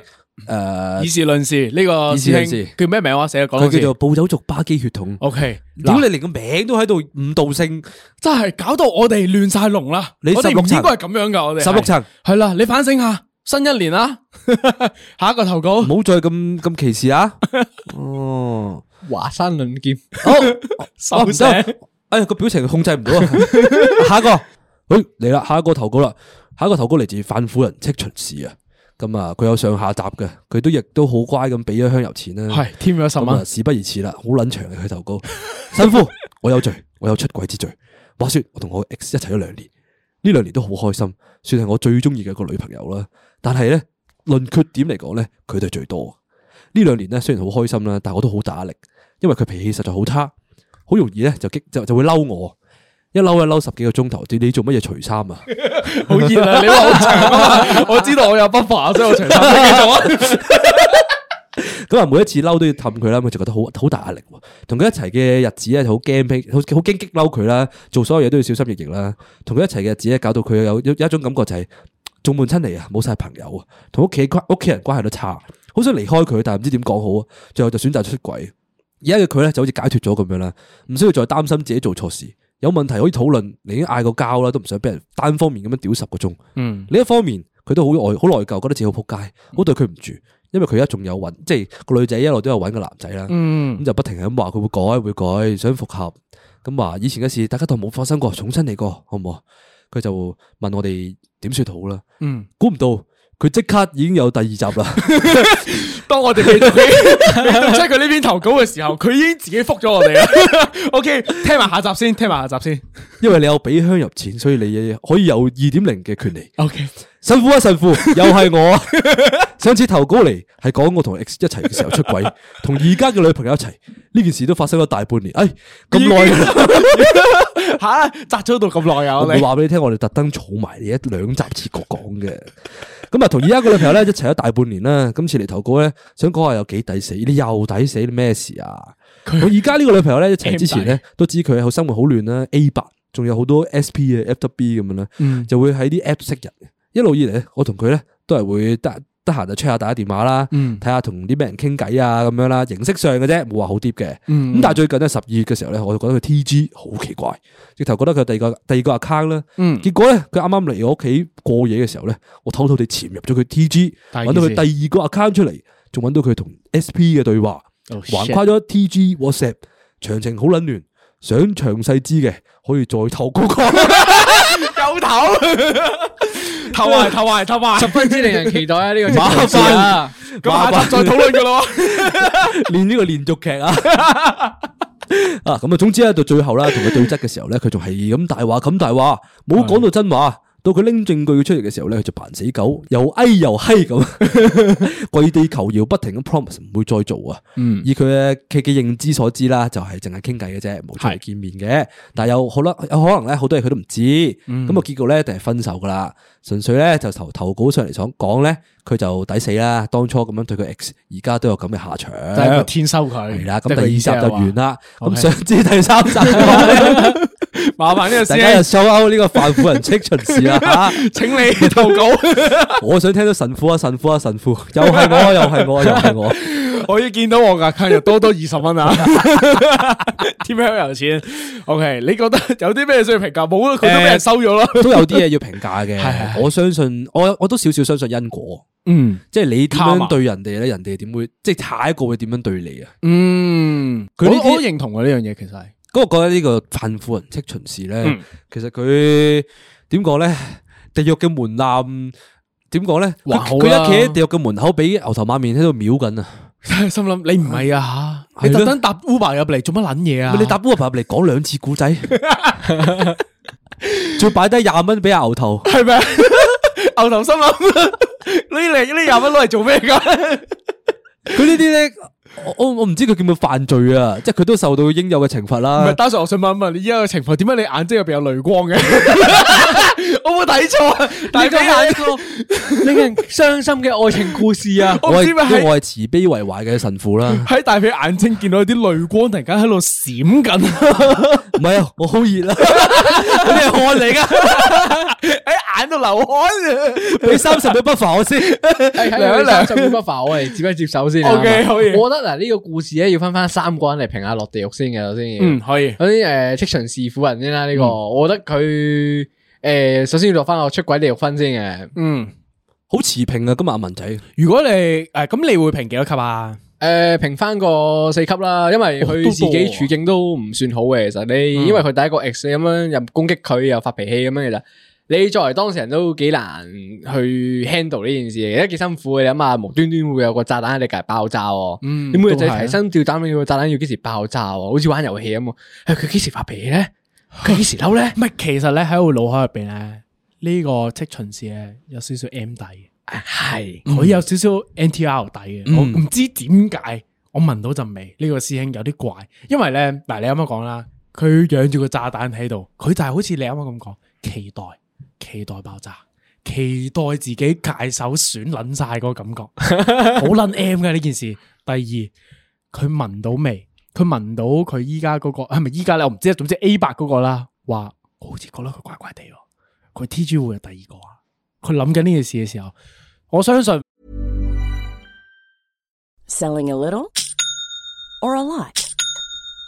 Speaker 3: 啊以
Speaker 1: 誒，
Speaker 3: 事論事，呢個
Speaker 1: 以事
Speaker 3: 師
Speaker 1: 論事
Speaker 3: 兄叫咩名話？寫講
Speaker 1: 佢叫
Speaker 3: 叫
Speaker 1: 做暴走族巴基血統。
Speaker 3: O K，
Speaker 1: 屌
Speaker 3: 嗱
Speaker 1: 你，連個名都喺度誤導性。
Speaker 3: 真係搞到我哋亂晒龍啦！
Speaker 1: 你
Speaker 3: 我哋唔
Speaker 1: 16層
Speaker 3: 應該係咁樣噶，我哋
Speaker 1: 十六
Speaker 3: [LAUGHS]
Speaker 1: 層
Speaker 3: 係啦，你反省下，新一年啦， [LAUGHS] 下一個投稿
Speaker 1: 唔好再咁咁歧視
Speaker 3: [LAUGHS]
Speaker 1: 啊！哦，
Speaker 2: 華山論劍，
Speaker 1: 好，
Speaker 3: 收聲
Speaker 1: 哦唔得哎呀，個表情控制唔到啊！下一個，哎嚟啦，下一個投稿啦，下一個投稿嚟自反婦人戚秦氏啊，咁啊，佢有上下集嘅，佢都亦都好乖咁俾咗香油錢啦，
Speaker 3: 係添咗十
Speaker 1: 咁啊，
Speaker 3: 蚊，
Speaker 1: 事不宜遲啦，好撚長嘅佢投 [LAUGHS] 稿，辛苦，我有罪，我有出軌之罪。話說我同我 ex 一齊咗兩年，呢兩年都好開心，算係我最中意嘅一個女朋友啦。但係咧，論缺點嚟講咧，佢哋最多。呢兩年咧雖然好開心啦，但我都好打力，因為佢脾氣實在好差，好容易咧就激就就會嬲我，一嬲一嬲十幾個鐘頭，你你做乜嘢除衫啊？
Speaker 3: [LAUGHS] 好熱啊！你話好長
Speaker 1: [LAUGHS]
Speaker 3: 啊嘛，我知道我有 buffer，所以我啊長衫。你繼續啊！
Speaker 1: [LAUGHS] 咁啊，每一次嬲都要氹佢啦，咁就覺得好好大壓力喎。同佢一齊嘅日子咧，就好驚俾好好驚激嬲佢啦，做所有嘢都要小心翼翼啦。同佢一齊嘅日子咧，搞到佢有有有一種感覺就係仲悶親嚟啊，冇晒朋友啊，同屋企關屋企人關係都差，好想離開佢，但係唔知點講好啊。最後就選擇出軌。而家嘅佢咧就好似解脱咗咁樣啦，唔需要再擔心自己做錯事，有問題可以討論。你已經嗌過交啦，都唔想俾人單方面咁樣屌十個鐘。
Speaker 3: 嗯，
Speaker 1: 另一方面，佢都好內好內疚，覺得自己好撲街，好對佢唔住，因為佢而家仲有揾，即係個女仔一路都有揾個男仔啦。
Speaker 3: 嗯
Speaker 1: 咁就不停係咁話佢會改會改，想復合。咁話以前嘅事，大家當冇發生過，重新嚟過，好唔好？佢就問我哋點算好啦。
Speaker 3: 嗯，
Speaker 1: 估唔到佢即刻已經有第二集啦。 [LAUGHS]
Speaker 3: 當我哋未到佢未 [LAUGHS] 到出佢呢邊投稿嘅時候，佢已經自己覆咗我哋啦。O [LAUGHS] K，聽埋下集先，聽埋下集先。
Speaker 1: 因為你有俾香入錢，所以你可以有二點零嘅權利。
Speaker 3: O K，
Speaker 1: 神父啊，神
Speaker 3: [LAUGHS]
Speaker 1: 父，又系我。上次投稿嚟系講我同 ex 一齊嘅時候出軌，同而家嘅女朋友一齊，呢件事都發生咗大半年。哎，咁耐啦，
Speaker 3: [LAUGHS] 吓扎咗到咁耐啊！
Speaker 1: 我
Speaker 3: 我
Speaker 1: 會
Speaker 3: 哋
Speaker 1: 話俾你聽，我哋特登儲埋你一兩集次講講嘅。咁啊，同而家個女朋友咧一齊咗大半年啦。今次嚟投稿咧，想講下有幾抵死，你又抵死，你咩事啊？我而家呢個女朋友咧一齊之前咧，都知佢好生活好亂啦，A 八，仲有好多 SP 啊、FWB 咁樣啦。
Speaker 3: 嗯
Speaker 1: 就會喺啲 app 識人。一路以嚟咧，我同佢咧都係會得得閒就 check 下大家電話啦，
Speaker 3: 嗯
Speaker 1: 睇下同啲咩人傾偈啊咁樣啦，形式上嘅啫，冇話好 deep 嘅。咁、
Speaker 3: 嗯
Speaker 1: 但係最近咧十二月嘅時候咧，我就覺得佢 TG 好奇怪，直頭覺得佢有第二個第二個 account 啦。
Speaker 3: 嗯
Speaker 1: 結果咧佢啱啱嚟我屋企過夜嘅時候咧，我偷偷地潛入咗佢 TG，
Speaker 3: 大件
Speaker 1: 揾到佢
Speaker 3: 事
Speaker 1: 第二個 account 出嚟，仲揾到佢同 SP 嘅對話。
Speaker 3: Oh, shit
Speaker 1: 橫跨咗 TG WhatsApp，詳情好撚亂，想詳細知嘅可以再投稿 [LAUGHS] 講。
Speaker 3: 有頭，頭埋頭埋頭
Speaker 2: [LAUGHS]
Speaker 3: 埋，
Speaker 2: 十分之令人期待啊！呢個情況事啊，
Speaker 3: 咁下集再討論噶咯。
Speaker 1: 练呢个连续剧啊！啊，咁啊，总之咧，到最后啦，同佢对质嘅时候咧，佢仲系咁大话，咁大话，冇讲到真话，到佢拎證據出嚟嘅時候咧，佢就扮死狗，又哎又閪咁， [LAUGHS] 跪地求饒，不停咁 promise 唔會再做啊。
Speaker 3: 嗯
Speaker 1: 以佢嘅佢嘅認知所知啦，就係淨係傾偈嘅啫，冇出嚟見面嘅。但係有好啦，有可能咧好多嘢佢都唔知，
Speaker 3: 嗯
Speaker 1: 咁啊結局咧一定係分手噶啦。純粹咧就投投稿上嚟想講咧，佢就抵死啦。當初咁樣對佢 ex，而家都有咁嘅下場。
Speaker 3: 就係個天收佢。
Speaker 1: 係啦，咁
Speaker 3: 即係
Speaker 1: 第
Speaker 3: 佢
Speaker 1: 二
Speaker 3: 意
Speaker 1: 集
Speaker 3: 思
Speaker 1: 就
Speaker 3: 係話
Speaker 1: 完。啦。咁
Speaker 3: OK
Speaker 1: 想知第三集嘅
Speaker 3: [LAUGHS]
Speaker 1: 話呢，
Speaker 3: 麻煩呢個
Speaker 1: 大家就
Speaker 3: 師
Speaker 1: show out 呢個范夫人戚秦事
Speaker 3: [LAUGHS]
Speaker 1: 啦吓。
Speaker 3: 兄，請你投 [LAUGHS] 稿。
Speaker 1: 我想聽到神父啊，神父啊，神父，
Speaker 3: [LAUGHS]
Speaker 1: 又係我，又係我，又係我。
Speaker 3: 我已見到我嘅 account 又多多二十蚊啊 [LAUGHS] t p 有錢。OK，你覺得有啲咩需要評價？冇啦，啊佢都俾人收咗啦。
Speaker 1: 都有啲嘢要評價
Speaker 3: 係
Speaker 1: 嘅。我相信，我我都少少相信因果，
Speaker 3: 嗯
Speaker 1: 即係你點
Speaker 3: Karma
Speaker 1: 樣對人哋咧，人哋點會，即係下一個會點樣對你啊？
Speaker 3: 嗯，
Speaker 1: 佢呢啲
Speaker 3: 我我都認同嘅呢樣嘢，其實係
Speaker 1: 咁我覺得呢個犯婦人戚秦事咧
Speaker 3: 嗯，
Speaker 1: 其實佢點講咧？地獄嘅門檻點講咧？
Speaker 3: 還好
Speaker 1: 佢佢一
Speaker 3: 啦
Speaker 1: 企喺地獄嘅門口，俾牛頭馬面喺度秒緊啊！
Speaker 3: 心諗你唔 [LAUGHS] 係啊吓，你
Speaker 1: 係咯
Speaker 3: 特登搭 Uber 入嚟做乜撚嘢啊？
Speaker 1: 你搭 Uber 入嚟講兩次古仔， [LAUGHS] 仲要擺低廿蚊俾阿牛頭。
Speaker 3: 係 [LAUGHS] 咪？牛頭心諗 [LAUGHS] 你嚟呢廿蚊攞嚟做咩噶？
Speaker 1: 佢呢啲咧，我我我唔知佢叫唔叫犯罪啊！即係佢都受到應有嘅懲罰
Speaker 3: 唔
Speaker 2: 呃
Speaker 3: 係，
Speaker 1: 啦。
Speaker 3: 單純我想問一問你依家嘅情況，點解你眼睛入邊有淚光嘅？ [LAUGHS] 我冇睇錯啊！大
Speaker 2: 呢個
Speaker 3: 家
Speaker 2: 係一個令人傷心嘅愛情故事啊！
Speaker 3: [LAUGHS] 我唔
Speaker 1: 我係
Speaker 3: 知咪
Speaker 1: 因為
Speaker 3: 係
Speaker 1: 我係慈悲為懷嘅神父啦。
Speaker 3: 喺大髀眼睛見到有啲淚光，突然間喺度閃緊，
Speaker 1: 唔
Speaker 3: [LAUGHS]
Speaker 1: 係啊，我好熱啦，你係汗嚟噶，
Speaker 3: 喺眼度流汗。啊
Speaker 1: 俾三十秒不凡我先。
Speaker 2: 係 [LAUGHS] 睇佢三十秒 buffer，我哋接一接手先 [LAUGHS] 啊。
Speaker 3: OK，
Speaker 2: 係嘛
Speaker 3: 可以
Speaker 2: 我覺得嗱，呢個故事咧要分翻三個人嚟評下落地獄先嘅，首先要。
Speaker 3: 嗯，可以。
Speaker 2: 首先诶，呃戚秦是苦人先啦，呢個我覺得佢诶，首先要落翻個出軌地獄分先嘅。
Speaker 3: 嗯，
Speaker 1: 好持平啊，今日阿文仔，
Speaker 3: 如果你誒咁，你會評幾多級啊？
Speaker 2: 诶，呃評翻個四級啦，因為佢自己處境都唔算好嘅。其實你因為佢第一個 ex 咁樣又攻擊佢，又發脾氣咁樣，其實你作為當事人都幾難去 handle 呢件事嘅，因為幾辛苦嘅。你諗下，無端端會有個炸彈喺你隔籬爆炸喎，
Speaker 3: 嗯
Speaker 2: 你每日就
Speaker 3: 都係啊
Speaker 2: 提心吊膽，你個炸彈要幾時爆炸喎？好似玩遊戲咁喎，誒佢幾時發脾氣咧？佢幾時嬲咧？
Speaker 3: 唔係，其實咧喺我腦海入邊咧，呢個戚秦氏咧有少少 M 底嘅，
Speaker 2: 係。
Speaker 3: 佢有少少 NTR 底嘅。我唔知點解，我聞到陣味，呢個師兄有啲怪。因為咧，嗱你啱啱講啦，佢養住個炸彈喺度，佢就係好似你啱啱咁講，期待期待爆炸。期待自己界手損撚晒嗰個感覺，好撚 M 嘅呢件事。第二，佢聞到味，佢聞到佢依家嗰個係咪依家咧？我唔知，總之 A 八嗰個啦，話我好似覺得佢怪怪地喎。佢 T G 會有第二個啊！佢諗緊呢件事嘅時候，我相信
Speaker 4: Selling a little or a lot?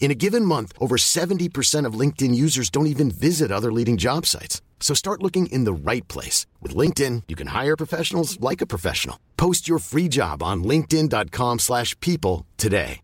Speaker 5: In a given month, over 70% of LinkedIn users don't even visit other leading job sites. So start looking in the right place. With LinkedIn, you can hire professionals like a professional. Post your free job on linkedin.com/people slash people today.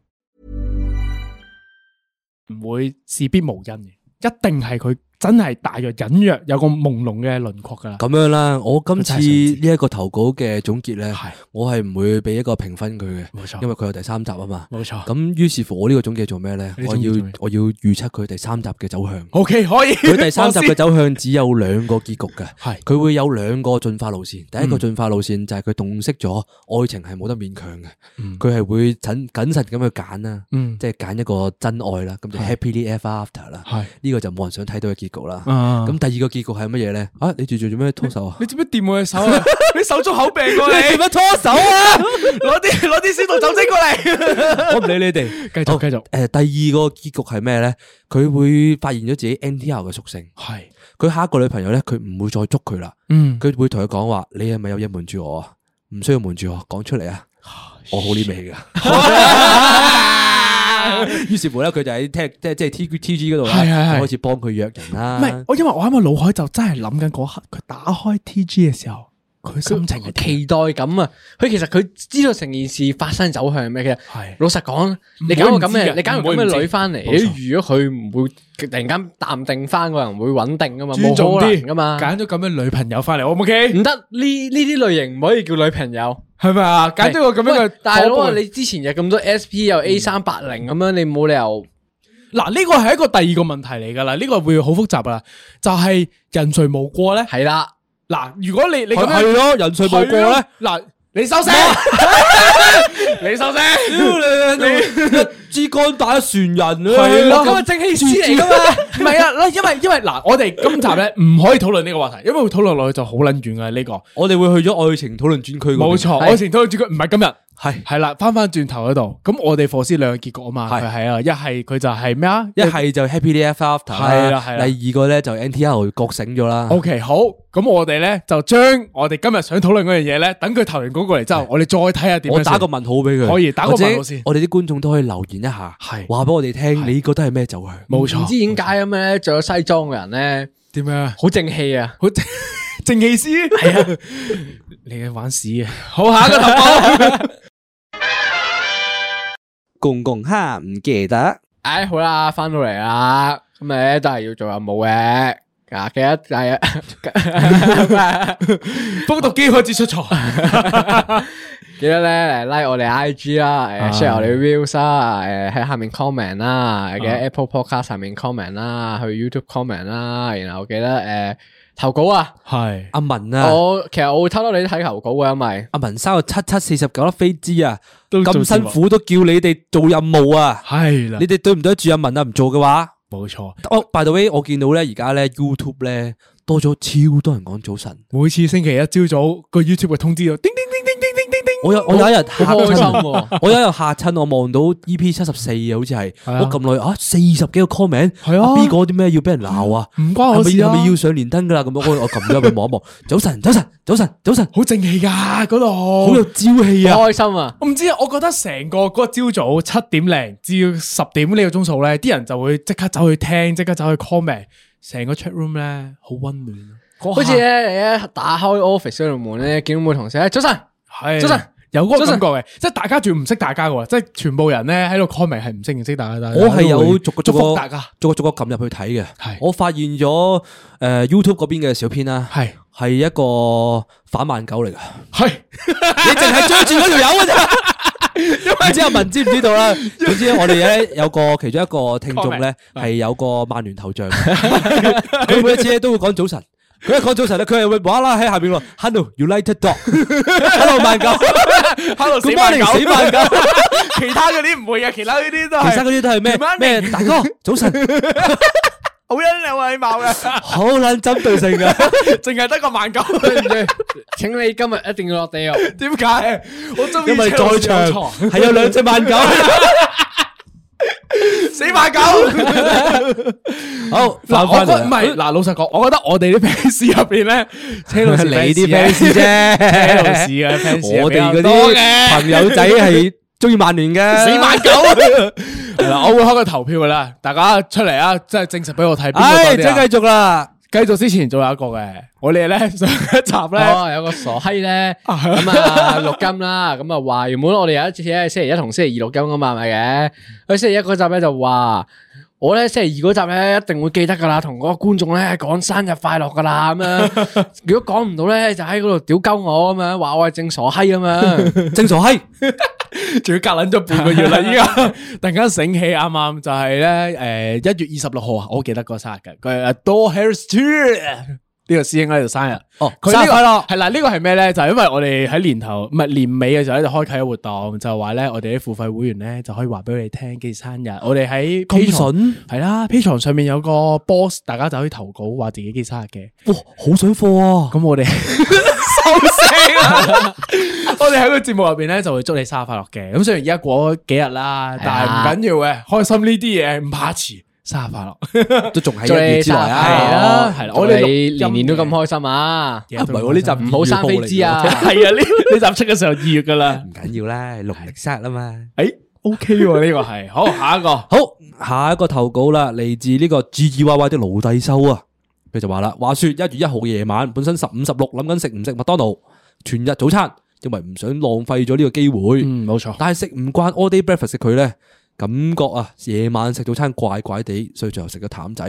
Speaker 3: 唔會事必無因嘅，一定係佢真係大約隱約有個朦朧嘅輪廓噶啦。
Speaker 1: 咁樣啦。我今次
Speaker 3: 真係想知
Speaker 1: 呢一個投稿嘅總結咧
Speaker 3: 係，
Speaker 1: 我係唔會俾一個評分佢嘅，
Speaker 3: 冇錯
Speaker 1: 因為佢有第三集啊嘛。
Speaker 3: 冇錯
Speaker 1: 咁於是乎，我呢個總結做咩咧？
Speaker 3: 你
Speaker 1: 我
Speaker 3: 總結
Speaker 1: 要
Speaker 3: 做咩
Speaker 1: 我要預測佢第三集嘅走
Speaker 3: [LAUGHS]
Speaker 1: 向。
Speaker 3: OK，可以。
Speaker 1: 佢第三集嘅
Speaker 3: 我
Speaker 1: 走向只有兩個結局嘅，
Speaker 3: 係
Speaker 1: 佢會有兩個進化路線。第
Speaker 3: 嗯
Speaker 1: 一個進化路線就係佢洞悉咗愛情係冇得勉強嘅，佢係會謹謹慎咁去揀啦，
Speaker 3: 嗯
Speaker 1: 即係揀一個真愛啦，咁就 happily ever after 啦。
Speaker 3: 係
Speaker 1: 呢個就冇人想睇到嘅結結局啦。
Speaker 3: 啊
Speaker 1: 咁第二個結局係乜嘢咧？啊，你住住做咩拖手啊？
Speaker 3: 你做咩掂我隻手啊？你手足口病過
Speaker 1: 你做
Speaker 3: 你，
Speaker 1: 乜拖手啊？
Speaker 3: 攞啲攞啲消毒酒精過嚟。
Speaker 1: 我唔理你
Speaker 3: [LAUGHS]
Speaker 1: 哋，
Speaker 3: 繼續繼續
Speaker 1: 诶、第二個結局係咩咧？佢會發現咗自己 NTR 嘅屬性，
Speaker 3: 係，
Speaker 1: 佢下一個女朋友咧，佢唔會再捉佢啦。
Speaker 3: 嗯，
Speaker 1: 佢會同佢講話：你係咪有嘢瞞住我啊？唔需要瞞住我，講出嚟啊！
Speaker 3: Oh，
Speaker 1: 我好呢
Speaker 3: [LAUGHS]
Speaker 1: 味噶。 [LAUGHS] 於是乎咧，佢就喺 T 即係即係 T G T G 嗰度啦，
Speaker 3: 係係係
Speaker 1: 就開始幫佢約人
Speaker 3: 唔
Speaker 1: 啦。
Speaker 3: 係，我因為我喺我腦海就真係諗緊嗰刻，佢打開 T G 嘅時候，佢心情係
Speaker 2: [LAUGHS]
Speaker 3: 點
Speaker 2: 期待感啊！佢其實佢知道成件事發生走向係咩嘅。其
Speaker 3: 係
Speaker 2: 實老實講，你
Speaker 3: 會
Speaker 2: 搞
Speaker 3: 唔
Speaker 2: 個咁
Speaker 3: 知嘅
Speaker 2: 嘅，你搞
Speaker 3: 唔
Speaker 2: 個
Speaker 3: 會
Speaker 2: 咁
Speaker 3: 唔知
Speaker 2: 嘅女翻嚟，
Speaker 3: 冇錯
Speaker 2: 你都預咗佢唔會突然間淡定翻，個人會穩定噶嘛，
Speaker 3: 尊重
Speaker 2: 冇可能
Speaker 3: 啲
Speaker 2: 噶嘛。
Speaker 3: 揀咗咁嘅女朋友翻嚟，O 唔 O K？
Speaker 1: 嗯
Speaker 2: 唔得呢呢啲類型唔可以叫女朋友。
Speaker 3: 係咪啊？揀咗個咁樣
Speaker 2: 喂
Speaker 3: 嘅
Speaker 2: 大佬啊！
Speaker 3: 夥伴
Speaker 2: 你之前有咁多 SP 又 A 三八
Speaker 3: 嗯
Speaker 2: 零咁樣，你冇理由
Speaker 3: 嗱呢個係一個第二個問題嚟㗎啦，呢個會好複雜㗎啦，就係人誰無過咧？
Speaker 2: 係啦。
Speaker 3: 嗱，如果你你咁
Speaker 1: 係
Speaker 3: 樣
Speaker 1: 係咯，人誰無過
Speaker 3: 係
Speaker 1: 咧
Speaker 3: 啊？嗱，你收聲，你
Speaker 2: [LAUGHS]
Speaker 3: 收聲， [LAUGHS]
Speaker 1: 屌你，一支竿打一船人啊！
Speaker 3: 係咯
Speaker 2: 咁啊，正氣師嚟噶嘛？
Speaker 3: [LAUGHS] 唔係啊，嗱因為因為嗱，我哋今集咧唔可以討論呢個話題，
Speaker 1: [LAUGHS]
Speaker 3: 因為會討論落去就好撚遠㗎呢個。
Speaker 1: 我哋會去咗愛情討論專區嗰邊。
Speaker 3: 冇錯，
Speaker 2: 係
Speaker 3: 我以前討論主角唔係今日。
Speaker 1: 係
Speaker 3: 系啦，翻翻轉頭嗰度，咁我哋 f o 兩個結果啊嘛，
Speaker 1: 係
Speaker 3: 佢係啊，一係佢就係咩啊，
Speaker 1: 一係就 Happy Day After
Speaker 3: 係啦係啦
Speaker 1: 第二個咧就 NTR 覺醒咗啦。
Speaker 3: O K，好，咁我哋咧就將我哋今日想討論嗰樣嘢咧，等佢投完廣告嚟之後，我哋再睇下點樣
Speaker 1: 我
Speaker 3: 先。
Speaker 1: 打個問號俾佢，
Speaker 3: 可以打個
Speaker 1: 或者
Speaker 3: 問號先
Speaker 1: 我哋啲觀眾都可以留言一下，
Speaker 3: 係
Speaker 1: 話俾我哋聽，你覺得係咩走向？
Speaker 3: 冇
Speaker 2: 唔知
Speaker 3: 錯，
Speaker 2: 點解咁咧，着咗西裝嘅人咧，
Speaker 3: 點樣？
Speaker 2: 好正氣啊！
Speaker 3: 好 [LAUGHS] 正氣師係啊， [LAUGHS] 你係玩屎啊！好，下一個投稿。
Speaker 1: 公公哈唔記得，
Speaker 2: 唉，好啦，翻到嚟啦，咁咧都係要做任務嘅。啊，記得 [LAUGHS] 係啊，
Speaker 3: 風讀機開始出錯，
Speaker 2: 記得咧誒 like 我哋 IG 啦，
Speaker 3: 啊
Speaker 2: 誒 share 我哋 views 啦，誒喺下面 comment 啦，記得 Apple Podcast 上面 comment 啦，去 YouTube comment 啦，然後記得誒投稿啊。
Speaker 3: 係
Speaker 1: 阿文啊，
Speaker 3: 哦
Speaker 2: 我其實我會偷偷你睇投稿嘅，因為
Speaker 1: 阿文生個七七四十九粒飛枝啊，
Speaker 3: 都做
Speaker 1: 咁
Speaker 3: 節
Speaker 1: 辛
Speaker 3: 目
Speaker 1: 苦都叫你哋做任務啊，
Speaker 3: 係啦
Speaker 1: 你，哋對唔對得住阿文啊？唔做嘅話，
Speaker 3: 冇錯。
Speaker 1: 哦，by the way，我見到咧而家咧 YouTube 咧多咗超多人講早晨，
Speaker 3: 每次星期一朝早個 YouTube 嘅通知就叮叮叮叮叮叮叮叮，
Speaker 1: 我有我有一日嚇
Speaker 2: 好開心
Speaker 1: 親，
Speaker 2: 喎。
Speaker 1: 我有一日嚇親，我望到 EP 七十四啊，好似係
Speaker 3: 啊
Speaker 1: 我撳耐啊四十幾個 comment，
Speaker 3: 係啊
Speaker 1: 阿 B 哥啲咩要俾人鬧啊？
Speaker 3: 唔關我
Speaker 1: 係咪
Speaker 3: 事啊
Speaker 1: 係咪要上連登噶啦？咁樣我我撳咗入去望一望，早晨，早晨，早晨，早晨，
Speaker 3: 好正氣㗎嗰度，
Speaker 1: 好有朝氣啊！
Speaker 2: 好開心啊！
Speaker 3: 我唔知啊，我覺得成個嗰個朝早七點零至十點呢個鐘數咧，啲人就會即刻走去聽，即刻走去 comment，成個 chat room 咧好温暖啊。
Speaker 2: 好
Speaker 3: 好
Speaker 2: 似咧，你一打開 office 嗰道門咧，見到每同事咧，早晨，
Speaker 3: 係
Speaker 2: 早晨
Speaker 3: 有嗰個
Speaker 2: 早
Speaker 3: 感
Speaker 2: 晨
Speaker 3: 覺嘅，即係大家仲要唔識大家嘅喎，即係全部人咧喺度 comment 係唔識認識大家。大家
Speaker 1: 我係
Speaker 3: 都會
Speaker 1: 有逐個
Speaker 3: 祝
Speaker 1: 逐
Speaker 3: 福
Speaker 1: 個
Speaker 3: 大家，
Speaker 1: 逐個逐個撳入去睇嘅
Speaker 3: 係。
Speaker 1: 我發現咗誒 YouTube 嗰邊嘅小編啦，
Speaker 3: 係
Speaker 1: 係一個反慢狗
Speaker 3: [LAUGHS]
Speaker 1: 嚟噶。
Speaker 3: 係
Speaker 1: 你淨係追住嗰條友嘅
Speaker 3: [LAUGHS]
Speaker 1: 啫。唔知阿文知唔知道啦？總之我哋咧有個其中一個聽眾咧係有個曼聯頭
Speaker 3: [LAUGHS]
Speaker 1: 像 [LAUGHS] 嘅，佢每一次咧都會講早晨。佢一講早晨咧，佢係會無啦啦喺下邊話：Hello, you like the
Speaker 3: [LAUGHS]
Speaker 1: dog? Hello, 曼狗。
Speaker 3: ，hello
Speaker 1: 咁曼死曼狗。
Speaker 3: 其他嗰啲唔會嘅，其他呢啲都 [LAUGHS]
Speaker 1: 其他嗰啲都係咩
Speaker 3: Good morning
Speaker 1: 咩？大哥，早晨，
Speaker 3: 好欣有禮貌嘅，
Speaker 1: 好撚針對性㗎。
Speaker 3: 淨係得個萬九。
Speaker 2: 對唔住，請你今日一定要落地獄。
Speaker 3: 點解？我中
Speaker 1: 因為在場係有兩隻曼狗。
Speaker 3: 死萬 [LAUGHS] 九。
Speaker 1: 好，翻
Speaker 3: 嗱，我
Speaker 1: 返
Speaker 3: 覺得唔
Speaker 1: 嚟啦。
Speaker 3: 係嗱，老實講，我覺得我哋啲 fans 入邊咧，車路士
Speaker 1: [LAUGHS] 你啲 fans
Speaker 3: 啫， [LAUGHS] 車路
Speaker 1: 啫， [LAUGHS]
Speaker 3: 士嘅 fans，
Speaker 1: 我哋嗰
Speaker 3: 多
Speaker 1: 啲
Speaker 3: 嘅
Speaker 1: 朋友仔係中意曼聯嘅。
Speaker 3: [LAUGHS] 死萬九。係啦，我會開個投票噶啦，大家出嚟啊， [LAUGHS] 即係證實俾我睇邊
Speaker 1: 唉，
Speaker 3: 個
Speaker 1: 即
Speaker 3: 多啲
Speaker 1: 係
Speaker 3: 啊。
Speaker 1: 繼續啦。
Speaker 3: 繼續之前仲有一個嘅，我哋咧上一集咧，
Speaker 2: 哦，有個傻閪咧，咁啊錄音啦，咁啊話原本我哋有一次咧星期一同星期二錄音噶嘛，係咪嘅？佢星期一嗰集咧就話。我咧星期二嗰集咧一定會記得噶啦，同嗰個觀眾咧講生日快樂噶啦咁
Speaker 3: [LAUGHS]
Speaker 2: 樣。如果講唔到咧，就喺嗰度屌鳩我咁樣，話我係正傻閪咁
Speaker 3: 啊
Speaker 2: 樣。
Speaker 1: 正傻閪，
Speaker 3: 仲要隔撚咗半個月啦，
Speaker 2: [LAUGHS]
Speaker 3: 依家突然間醒起，啱啱就係咧，誒一月二十六號啊，我記得嗰個生日嘅，佢係 Door Harris Two。呢個師兄喺度生日。
Speaker 1: 哦
Speaker 3: 佢
Speaker 1: 生
Speaker 3: 呢
Speaker 1: 日快樂
Speaker 3: 個係啦，呢個係咩咧？就係因為我哋喺年頭唔係年尾嘅時候咧，就開啟咗活動，就話咧我哋啲付費會員咧就可以話俾你聽幾時生日。我哋
Speaker 1: 咁
Speaker 3: 喺 Patreon-
Speaker 1: 筍
Speaker 3: 係啦，Patreon 上面有個 boss，大家就可以投稿話自己幾時生日嘅。
Speaker 1: 哇，好水貨啊！
Speaker 3: 咁我哋 [LAUGHS] 收聲啦！我哋喺個節目入邊咧就會祝你生日快樂嘅。咁雖然而家過咗幾日啦，但係唔緊要啊嘅，開心呢啲嘢唔怕遲。生日快樂！
Speaker 1: 都仲喺
Speaker 2: 祝
Speaker 1: 一
Speaker 2: 你
Speaker 1: 月之內啊！
Speaker 2: 生日快樂
Speaker 3: 啊係啦我哋錄音
Speaker 2: 祝哦你年年都咁開心啊！
Speaker 1: 啊唔係喎，呢集
Speaker 2: 唔好生飛枝啊
Speaker 1: 二月報嚟
Speaker 3: [LAUGHS] 係啊，呢 [LAUGHS] 呢集出嘅時候二月噶啦
Speaker 1: 㗎，。唔緊要啦，農曆生日啊嘛。
Speaker 3: 诶，OK 喎，呢個係 [LAUGHS] 好下一個。
Speaker 1: 好，下一個投稿啦，嚟自呢個 G G Y Y 的奴隸修啊，佢就話啦，話說一月一號夜晚，本身十五十六諗緊食唔食麥當勞全日早餐，因為唔想浪費咗呢個機會。
Speaker 3: 嗯，冇錯。
Speaker 1: 但係食唔慣 all day breakfast 嘅佢咧，感覺啊夜晚食早餐怪怪地，所以最後食咗淡仔。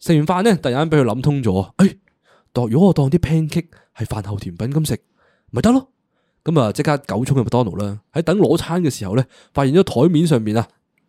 Speaker 1: 食完飯咧，突然間俾佢諗通咗，哎诶、當如果我當啲 pancake 係飯後甜品咁食，咪得咯。咁啊，即刻九衝去麥當勞啦。喺等攞餐嘅時候咧，發現咗台面上面啊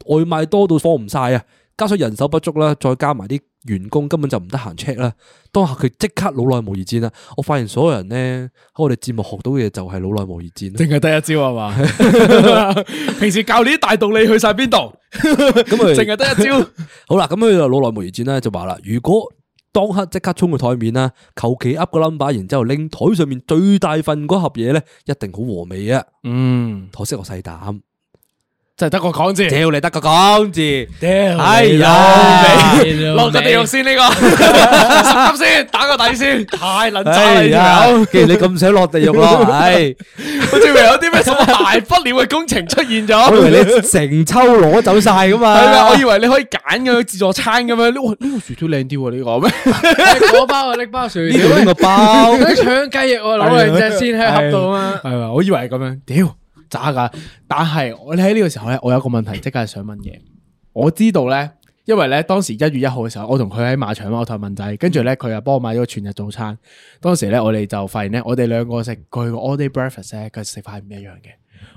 Speaker 1: 外賣多到放唔晒啊，加上人手不足啦，再加埋啲員工根本就唔得閒 check 啦。當下佢即刻腦內模擬戰啦。我發現所有人咧喺我哋節目學到嘅嘢就係腦內模擬
Speaker 3: [LAUGHS]
Speaker 1: 戰啦。
Speaker 3: 淨係得一招係 [LAUGHS] 嘛？平時教你啲大道理去晒邊度？咁
Speaker 1: 啊
Speaker 3: 淨係得一招。
Speaker 1: 好啦，咁佢就腦內模擬戰咧，就話啦，如果當刻即刻衝去台面啦，求其噏個 number，然之後拎台上面最大份嗰盒嘢咧，一定好和味啊！
Speaker 3: [LAUGHS] 嗯，
Speaker 1: 可惜我細膽，
Speaker 3: 就係得個講字。
Speaker 1: 屌你得個講字，
Speaker 3: 屌
Speaker 1: 哎
Speaker 3: 呀
Speaker 1: 呀，
Speaker 3: 落個地獄先呢個，十級先打個底先，太撚渣啦
Speaker 1: 哎
Speaker 3: 呢
Speaker 1: 呀
Speaker 3: 條友！
Speaker 1: 既然你咁想落地獄 [LAUGHS] 咯，唉，
Speaker 3: 我仲以為有啲咩什麼大不了嘅工程出現咗，
Speaker 1: 我以為你成抽攞走晒噶嘛，
Speaker 3: 係咪？我以為你可以揀嘅自助餐咁樣，哇！呢個薯條靚啲喎，呢個咩？
Speaker 2: 嗰包啊，拎包薯
Speaker 1: 呢度拎個包，
Speaker 2: 嗰啲腸雞翼我攞兩隻先喺盒度啊
Speaker 3: 係嘛？我以為係咁樣，屌渣噶！但係我喺呢個時候咧，我有個問題，即係想問嘢。我知道咧，因為咧當時一月一號嘅時候，我同佢喺馬場嘛，我同佢問仔，跟住咧佢又幫我買咗個全日早餐。當時咧我哋就發現咧，我哋兩個食佢個 all day breakfast 咧，佢食法唔一樣嘅。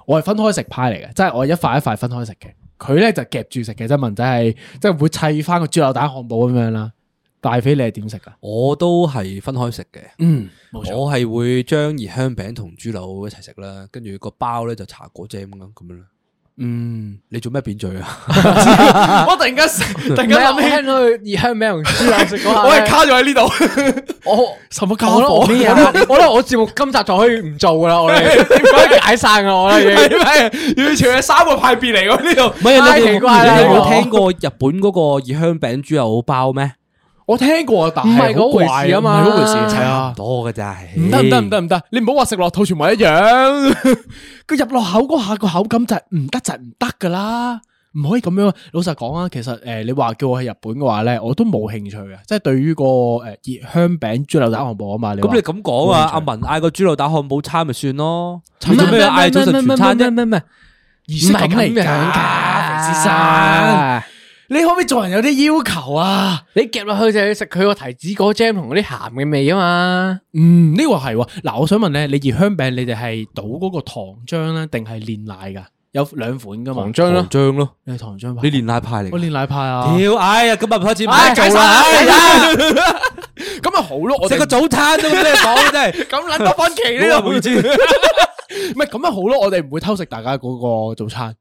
Speaker 3: 我係分開食派嚟嘅，即係我一塊一塊分開食嘅。佢咧就夾住食嘅，即係文仔係即係會砌翻個豬柳蛋漢堡咁樣啦。大肥你係點食啊噶？
Speaker 1: [LAUGHS] 我都係分開食嘅。
Speaker 3: 嗯，冇錯。
Speaker 1: 我係會將熱香餅同豬柳一齊食啦，跟住個包咧就茶果醬咁樣咁樣啦。
Speaker 3: 嗯，
Speaker 1: 你做咩扁嘴啊？
Speaker 3: 我突然間突
Speaker 2: 嘛。
Speaker 3: 然間
Speaker 2: 我
Speaker 3: 諗起。
Speaker 2: 聽到佢熱香餅同豬柳食嗰下
Speaker 3: 我
Speaker 2: 咧
Speaker 3: 係卡咗喺呢度，
Speaker 2: 我
Speaker 3: 什麼
Speaker 2: 我覺得我我覺得我覺得我節目今集就可以唔做噶啦，我哋可以解散噶我啦已經。
Speaker 3: 係咪？完全係三個派別嚟喎呢
Speaker 1: 唔
Speaker 3: 度。
Speaker 1: 係啊，你
Speaker 2: 太
Speaker 1: 哋
Speaker 2: 奇怪啦
Speaker 1: 你哋
Speaker 2: 呢個
Speaker 1: 冇聽過日本嗰個熱香餅豬柳包咩？
Speaker 3: [LAUGHS] 我聽過，但
Speaker 2: 唔係嗰回事啊嘛
Speaker 3: 唔係嗰回事，係啊。
Speaker 1: 多嘅咋，唉
Speaker 3: 唔得唔得唔得！唔得！你唔好話食落肚全部一樣， [LAUGHS] 佢入落口嗰下個口感就係唔得就係唔得噶啦，唔可以咁樣。老實講啊，其實诶、呃你話叫我去日本嘅話咧，我都冇興趣嘅，即係對於個诶呃热香餅豬柳蛋漢堡啊嘛，你
Speaker 1: 咁
Speaker 3: 話
Speaker 1: 你咁講啊，阿
Speaker 3: 冇興趣
Speaker 1: 文嗌個豬柳打漢堡餐咪算咯，
Speaker 2: 唔
Speaker 1: 做咩要嗌早晨全餐啫？
Speaker 2: 唔係唔係
Speaker 3: 唔係咁樣㗎，肥先生，你可唔可以做人有啲要求啊？
Speaker 2: 你夾落去就係食佢個提子果 jam 同嗰啲鹹嘅味啊嘛。
Speaker 3: 嗯，呢個係喎。嗱，我想問咧，你熱香餅你哋係倒嗰個糖漿咧，定係煉奶噶？有兩款噶嘛？
Speaker 2: 糖漿咯
Speaker 1: 糖漿咯，
Speaker 3: 你係糖漿派，
Speaker 1: 你連奶派嚟
Speaker 3: 我
Speaker 1: 㗎。
Speaker 3: 煉奶派啊。
Speaker 1: 屌，哎呀，今日開始唔
Speaker 3: 唉
Speaker 1: 使做啦，
Speaker 3: 解
Speaker 1: 哎
Speaker 3: [LAUGHS] 散啦
Speaker 1: 呀，
Speaker 3: 咁咪好咯，我哋
Speaker 1: 食個早餐都咩講真係。
Speaker 3: 咁捻多分歧呢
Speaker 1: 呢
Speaker 3: 度
Speaker 1: 度，
Speaker 3: [LAUGHS] 唔係咁咪好咯，我哋唔會偷食大家嗰個早餐。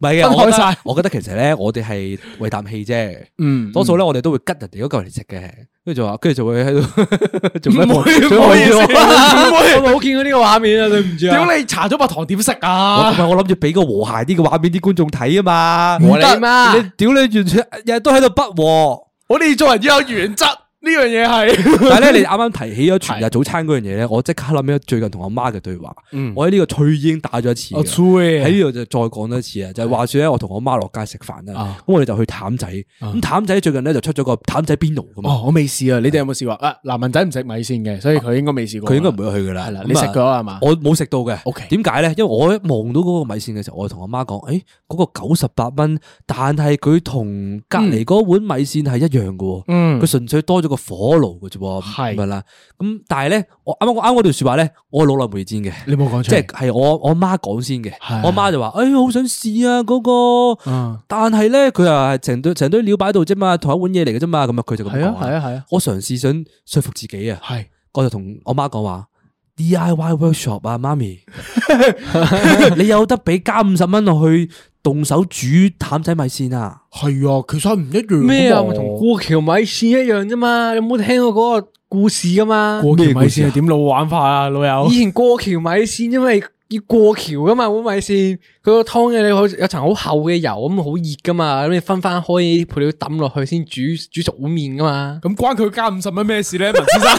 Speaker 1: 唔係嘅，我覺
Speaker 3: 分開晒
Speaker 1: 得我覺得其實咧，我哋係為啖氣啫。
Speaker 3: 嗯
Speaker 1: 多數咧，我哋都會吉人哋嗰嚿嚟食嘅，跟住就話，跟住就會喺 [LAUGHS] 度做
Speaker 3: [LAUGHS]
Speaker 1: 咩
Speaker 3: 唔
Speaker 1: 望？
Speaker 3: 會
Speaker 1: 做咩
Speaker 3: 唔好
Speaker 1: 望
Speaker 3: 意思
Speaker 1: 住我
Speaker 3: [LAUGHS]
Speaker 2: 我冇見過呢個畫面啊，對唔住啊。
Speaker 3: 屌你搽咗白糖點食
Speaker 1: 我
Speaker 3: 啊
Speaker 1: 唔？係我諗住俾個和諧啲嘅畫面啲觀眾睇啊嘛，
Speaker 2: 和你
Speaker 3: 啊
Speaker 2: 嘛
Speaker 1: 你屌你完全日日都喺度不
Speaker 3: [LAUGHS]
Speaker 1: 和。
Speaker 3: 我哋做人要有原則，呢樣嘢係。
Speaker 1: 但係咧，你啱啱提起咗全日早餐嗰樣嘢咧，我即刻諗起最近同我媽嘅對話。我喺呢個翠已經打咗一次
Speaker 3: [LAUGHS] 嗯我啊
Speaker 1: 㗎。
Speaker 3: 吹
Speaker 1: 喺呢度就再講多一次啊，就係話說咧，我同我媽落街食飯啦
Speaker 3: 啊，
Speaker 1: 咁我哋就去譚仔，咁譚仔最近咧就出咗個譚仔邊爐噶嘛，
Speaker 3: 哦，我未試啊，你哋有冇試過啊？嗱，文仔唔食米線嘅，所以佢應該未試過。
Speaker 1: 佢應該唔會去噶啦。
Speaker 3: 係啦
Speaker 1: 咁啊
Speaker 3: 你食過啦係嘛
Speaker 1: 我冇食到嘅。
Speaker 3: OK
Speaker 1: 點解咧？因為我一望到嗰個米線嘅時候，我就同我媽講：，誒，嗰個九十八蚊，但係佢同隔離嗰碗米線係一樣嘅喎。
Speaker 3: 嗯
Speaker 1: 佢純粹多咗個火爐嘅啫喎，
Speaker 3: 係
Speaker 1: 咁樣啦。咁但係咧，我啱啱我啱嗰段说話咧，我老耐冇見嘅。
Speaker 3: 你冇講出嚟
Speaker 1: 即係係我我媽講先嘅
Speaker 3: 係。
Speaker 1: 我媽就話：，哎，好想試啊嗰個
Speaker 3: 嗯，
Speaker 1: 但係咧佢又係成堆成堆料擺喺度啫嘛，同一碗嘢嚟嘅啫嘛，咁啊佢就咁
Speaker 3: 係啊
Speaker 1: 講。
Speaker 3: 係啊係啊，
Speaker 1: 我嘗試想說服自己啊，
Speaker 3: 係
Speaker 1: 我就同我媽講話 D I Y workshop 啊，媽咪， [LAUGHS] 你有得俾加五十蚊落去動手煮淡仔米線啊？
Speaker 3: 係啊，其哦實唔一樣㗎嘛
Speaker 2: 咩啊？咪同過橋米線一樣啫嘛，你冇聽過嗰個故事噶嘛？
Speaker 3: 過橋米
Speaker 1: 咩故事
Speaker 3: 線
Speaker 1: 啊
Speaker 3: 係點老玩法啊，老友
Speaker 2: 以？前過橋米線，因為要過橋噶嘛，碗米線佢個湯嘅你好有層好厚嘅油，咁好熱噶嘛，咁你分翻開啲配料抌落去先煮煮熟碗面噶嘛。
Speaker 3: 咁關佢加五十蚊咩事咧，文先生？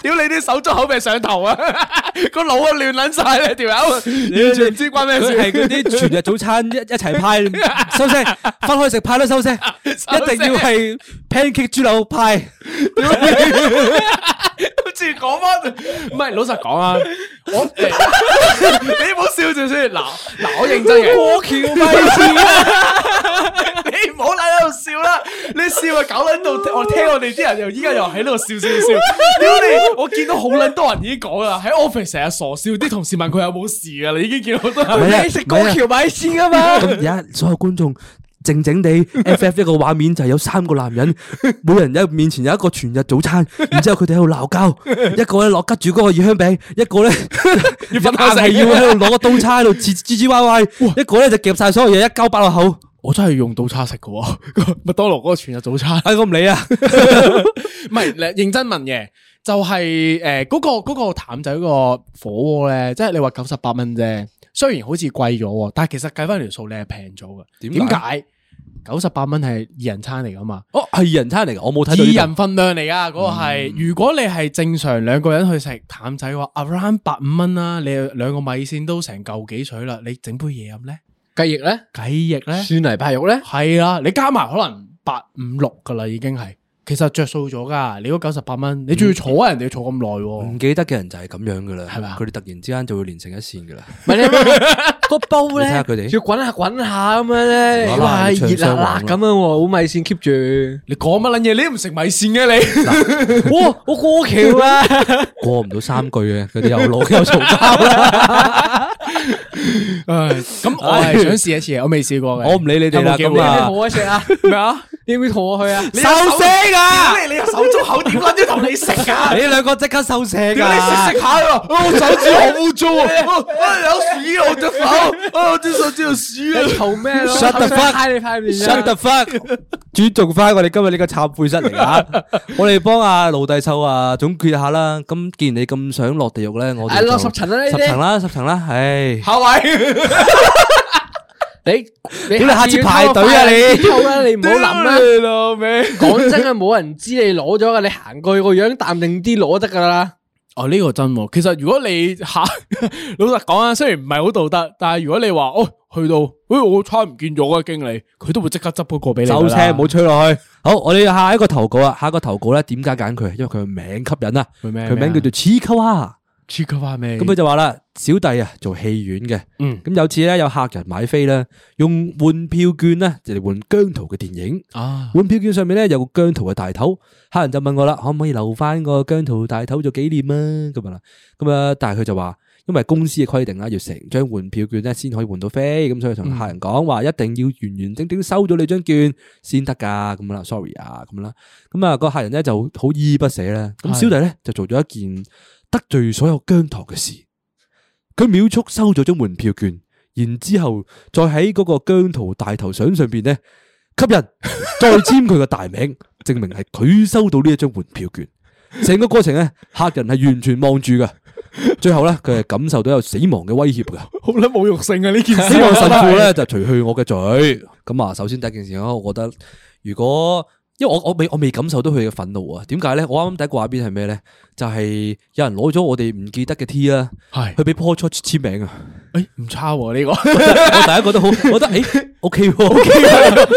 Speaker 3: 屌你啲手足口病上頭啊！ [LAUGHS] 個腦啊亂撚晒咧，條友完全唔知關咩
Speaker 1: 佢
Speaker 3: 事。
Speaker 1: 係嗰啲全日早餐一一齊派，收聲， [LAUGHS] 分開食派 [LAUGHS] 都收聲，一定要係 pancake 豬柳派。
Speaker 3: [LAUGHS] 住講翻，唔係老實講啊，我 [LAUGHS] 你唔好笑住先。嗱嗱，我認真嘅。過橋米線啊！ [LAUGHS] 你唔好喺度笑啦，你笑啊搞撚到我聽我哋啲人又依家又喺度笑笑笑。 [LAUGHS] 屌你！我見到好撚多人已經講啊啦，喺 office 成日傻笑，啲同事問佢有冇事啊，你已經見到好多人。
Speaker 1: 係啊
Speaker 2: 你食過橋米線噶
Speaker 1: [LAUGHS]
Speaker 2: 嘛？
Speaker 1: 咁而家所有觀眾靜靜
Speaker 3: [LAUGHS]
Speaker 1: 地 FF 一個畫面就係有三個男人，每人一面前有一個全日早餐，然之後佢哋喺度鬧
Speaker 3: [LAUGHS]
Speaker 1: 交，一個咧落吉住嗰個魚香餅，一個咧要
Speaker 3: 分開食
Speaker 1: 係要喺度攞個刀叉喺度切吱吱歪歪，一個咧就夾晒所有嘢一鳩爆落口。
Speaker 3: [LAUGHS] 我真係用早餐食嘅喎， [LAUGHS] 麥當勞嗰個全日早餐。
Speaker 1: 唉，我唔理
Speaker 3: [LAUGHS]
Speaker 1: 啊，
Speaker 3: 唔係，你認真問嘅，就係誒嗰個嗰、個淡仔嗰個火鍋咧，即係你話九十八蚊啫，雖然好似貴咗喎，但係其實計翻條數你係平咗嘅。
Speaker 1: 點解
Speaker 3: 點解？九十八蚊係二人餐嚟噶嘛？
Speaker 1: 哦係人餐嚟噶，我冇睇
Speaker 3: 二
Speaker 1: 到呢
Speaker 3: 人份量嚟噶，嗰、個
Speaker 2: 嗯
Speaker 3: 係。如果你係正常兩個人去食淡仔嘅話，around 八五蚊啦，你兩個米線都成嚿幾水啦，你整杯嘢飲咧，
Speaker 2: 雞翼咧，
Speaker 3: 雞翼咧。
Speaker 2: 蒜泥白肉咧，
Speaker 3: 系啦，你加埋可能八五六噶啦，已經係，其實着數咗噶。你嗰九十八蚊，你仲要坐啊，人哋要坐咁耐
Speaker 1: 個，
Speaker 2: 嗯
Speaker 3: [LAUGHS]
Speaker 1: 唔
Speaker 3: 喎。
Speaker 1: 記得嘅人就係咁樣噶啦，
Speaker 3: 係嘛
Speaker 1: 佢哋突然之間就會連成一線噶啦。
Speaker 2: 唔係你諗下個煲
Speaker 1: [LAUGHS] 你睇
Speaker 2: 咧，
Speaker 1: 下佢哋
Speaker 2: 要滾下滾下咁樣咧，
Speaker 1: 麻麻
Speaker 2: 哇，熱
Speaker 1: 長
Speaker 2: 辣
Speaker 1: 雙
Speaker 2: 辣
Speaker 1: 黃
Speaker 2: 咁樣喎，碗米線 keep 住。
Speaker 3: 你講乜撚嘢？你都唔食米線嘅你，
Speaker 2: 哇，我過橋啦！
Speaker 1: 過唔到三句嘅，佢哋又老又嘈
Speaker 3: [LAUGHS]
Speaker 1: 交啦。
Speaker 3: 唉 [LAUGHS] 咁我係想試一次嘅，我未試過嘅。
Speaker 1: 我唔理你哋啦
Speaker 3: 有冇機會
Speaker 1: 咁啊
Speaker 2: 你同我去食啊？咩啊？你要唔要同我去啊？
Speaker 1: 收聲啊！
Speaker 3: 你有手足口點撚都同你食噶？ [LAUGHS]
Speaker 1: 你兩個即刻收聲
Speaker 3: 屌你
Speaker 1: 啊！
Speaker 3: 食食下喎，我手指好
Speaker 2: [LAUGHS]
Speaker 3: 污糟啊！有屎我隻手，我隻手指有屎
Speaker 2: 你嘈咩咯
Speaker 1: Shut the
Speaker 2: 口水
Speaker 1: fuck
Speaker 2: 揩你塊面啫
Speaker 1: [LAUGHS] Shut the [LAUGHS] fuck！尊重翻我哋今日呢個懺悔室嚟 [LAUGHS] 噶，我哋幫阿奴弟秀啊總結下啦。咁既然你咁想落地獄咧，我
Speaker 2: 係
Speaker 1: 哋
Speaker 2: 落
Speaker 1: 就
Speaker 2: 十層啦呢
Speaker 1: 十
Speaker 2: 啲
Speaker 1: 層啦，十層啦，唉，
Speaker 3: 下位，
Speaker 2: [LAUGHS] 你你
Speaker 1: 屌你下次排隊啊你
Speaker 2: 偷啦，你唔好諗啦。
Speaker 3: 你老味。
Speaker 2: 講真啊，冇人知你攞咗噶，你行過去個樣淡定啲攞得噶啦。
Speaker 3: 哦，呢、個真喎。其實如果你下 [LAUGHS] 老實講啊，雖然唔係好道德，但係如果你話哦去到，喂、我差唔見咗啊經理，佢都會即刻執嗰個俾你㗎
Speaker 1: 收
Speaker 3: 啦。
Speaker 1: 聲，唔好吹落去。好，我哋下一個投稿啊，下一個投稿咧，點解揀佢？因為佢個名吸引啊，
Speaker 3: 佢咩
Speaker 1: 佢名叫做黐溝蝦。
Speaker 3: 切佢話咩？
Speaker 1: 咁佢就話啦，小弟啊做戲院嘅，
Speaker 3: 嗯
Speaker 1: 咁有次咧有客人買飛咧，用換票券咧就嚟換姜濤嘅電影。
Speaker 3: 啊，
Speaker 1: 換票券上面咧有個姜濤嘅大頭，客人就問我啦，可唔可以留翻個姜濤大頭做紀念啊？咁樣啦，咁啊，但係佢就話，因為公司嘅規定啊啦，要成張換票券咧先可以換到飛，咁所以同客人講話一定要完完整整收咗你張券先得㗎，咁啦，sorry 啊，咁啦，咁啊個客人咧就好依依不捨啦，咁
Speaker 3: 係
Speaker 1: 小弟咧就做咗一件得罪所有姜糖嘅事。佢秒速收咗張門票券，然之后再喺嗰個姜濤大頭相上邊咧吸引，再簽佢個大名， [LAUGHS] 證明係佢收到呢一張門票券。成個過程咧，客人係完全望住噶。最後咧，佢係感受到有死亡嘅威脅噶。
Speaker 3: 好撚侮辱性啊
Speaker 1: [LAUGHS]
Speaker 3: 呢件事
Speaker 1: 希。望神父咧就除去我嘅罪。咁啊，首先第一件事我覺得如果因為我我未我未感受到佢嘅憤怒啊，點解咧？我啱啱第一個畫面係咩咧？就係、有人攞咗我哋唔記得嘅 T 啦，
Speaker 3: 係
Speaker 1: 去俾 Paul George 簽名啊！
Speaker 3: 诶唔差喎呢 [LAUGHS] 个。
Speaker 1: 我第一覺得好，我覺 [LAUGHS] 得诶 OK 喎。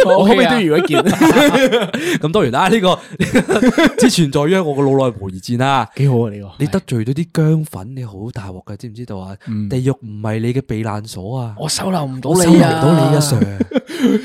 Speaker 3: 我可唔可
Speaker 2: OK
Speaker 3: 以
Speaker 2: 啊
Speaker 3: 都要一件？
Speaker 1: [LAUGHS] 咁當然啦，呢個 [LAUGHS] 只存在於我個腦內無疑戰啦。
Speaker 3: 几好啊呢个，
Speaker 1: 你得罪到啲姜粉，你好大鑊噶，知唔知道啊？地獄唔係你嘅避難所啊！
Speaker 2: 我收留唔到
Speaker 1: 我收
Speaker 2: 你
Speaker 1: 唔
Speaker 2: 啊！
Speaker 1: 到你啊，Sir。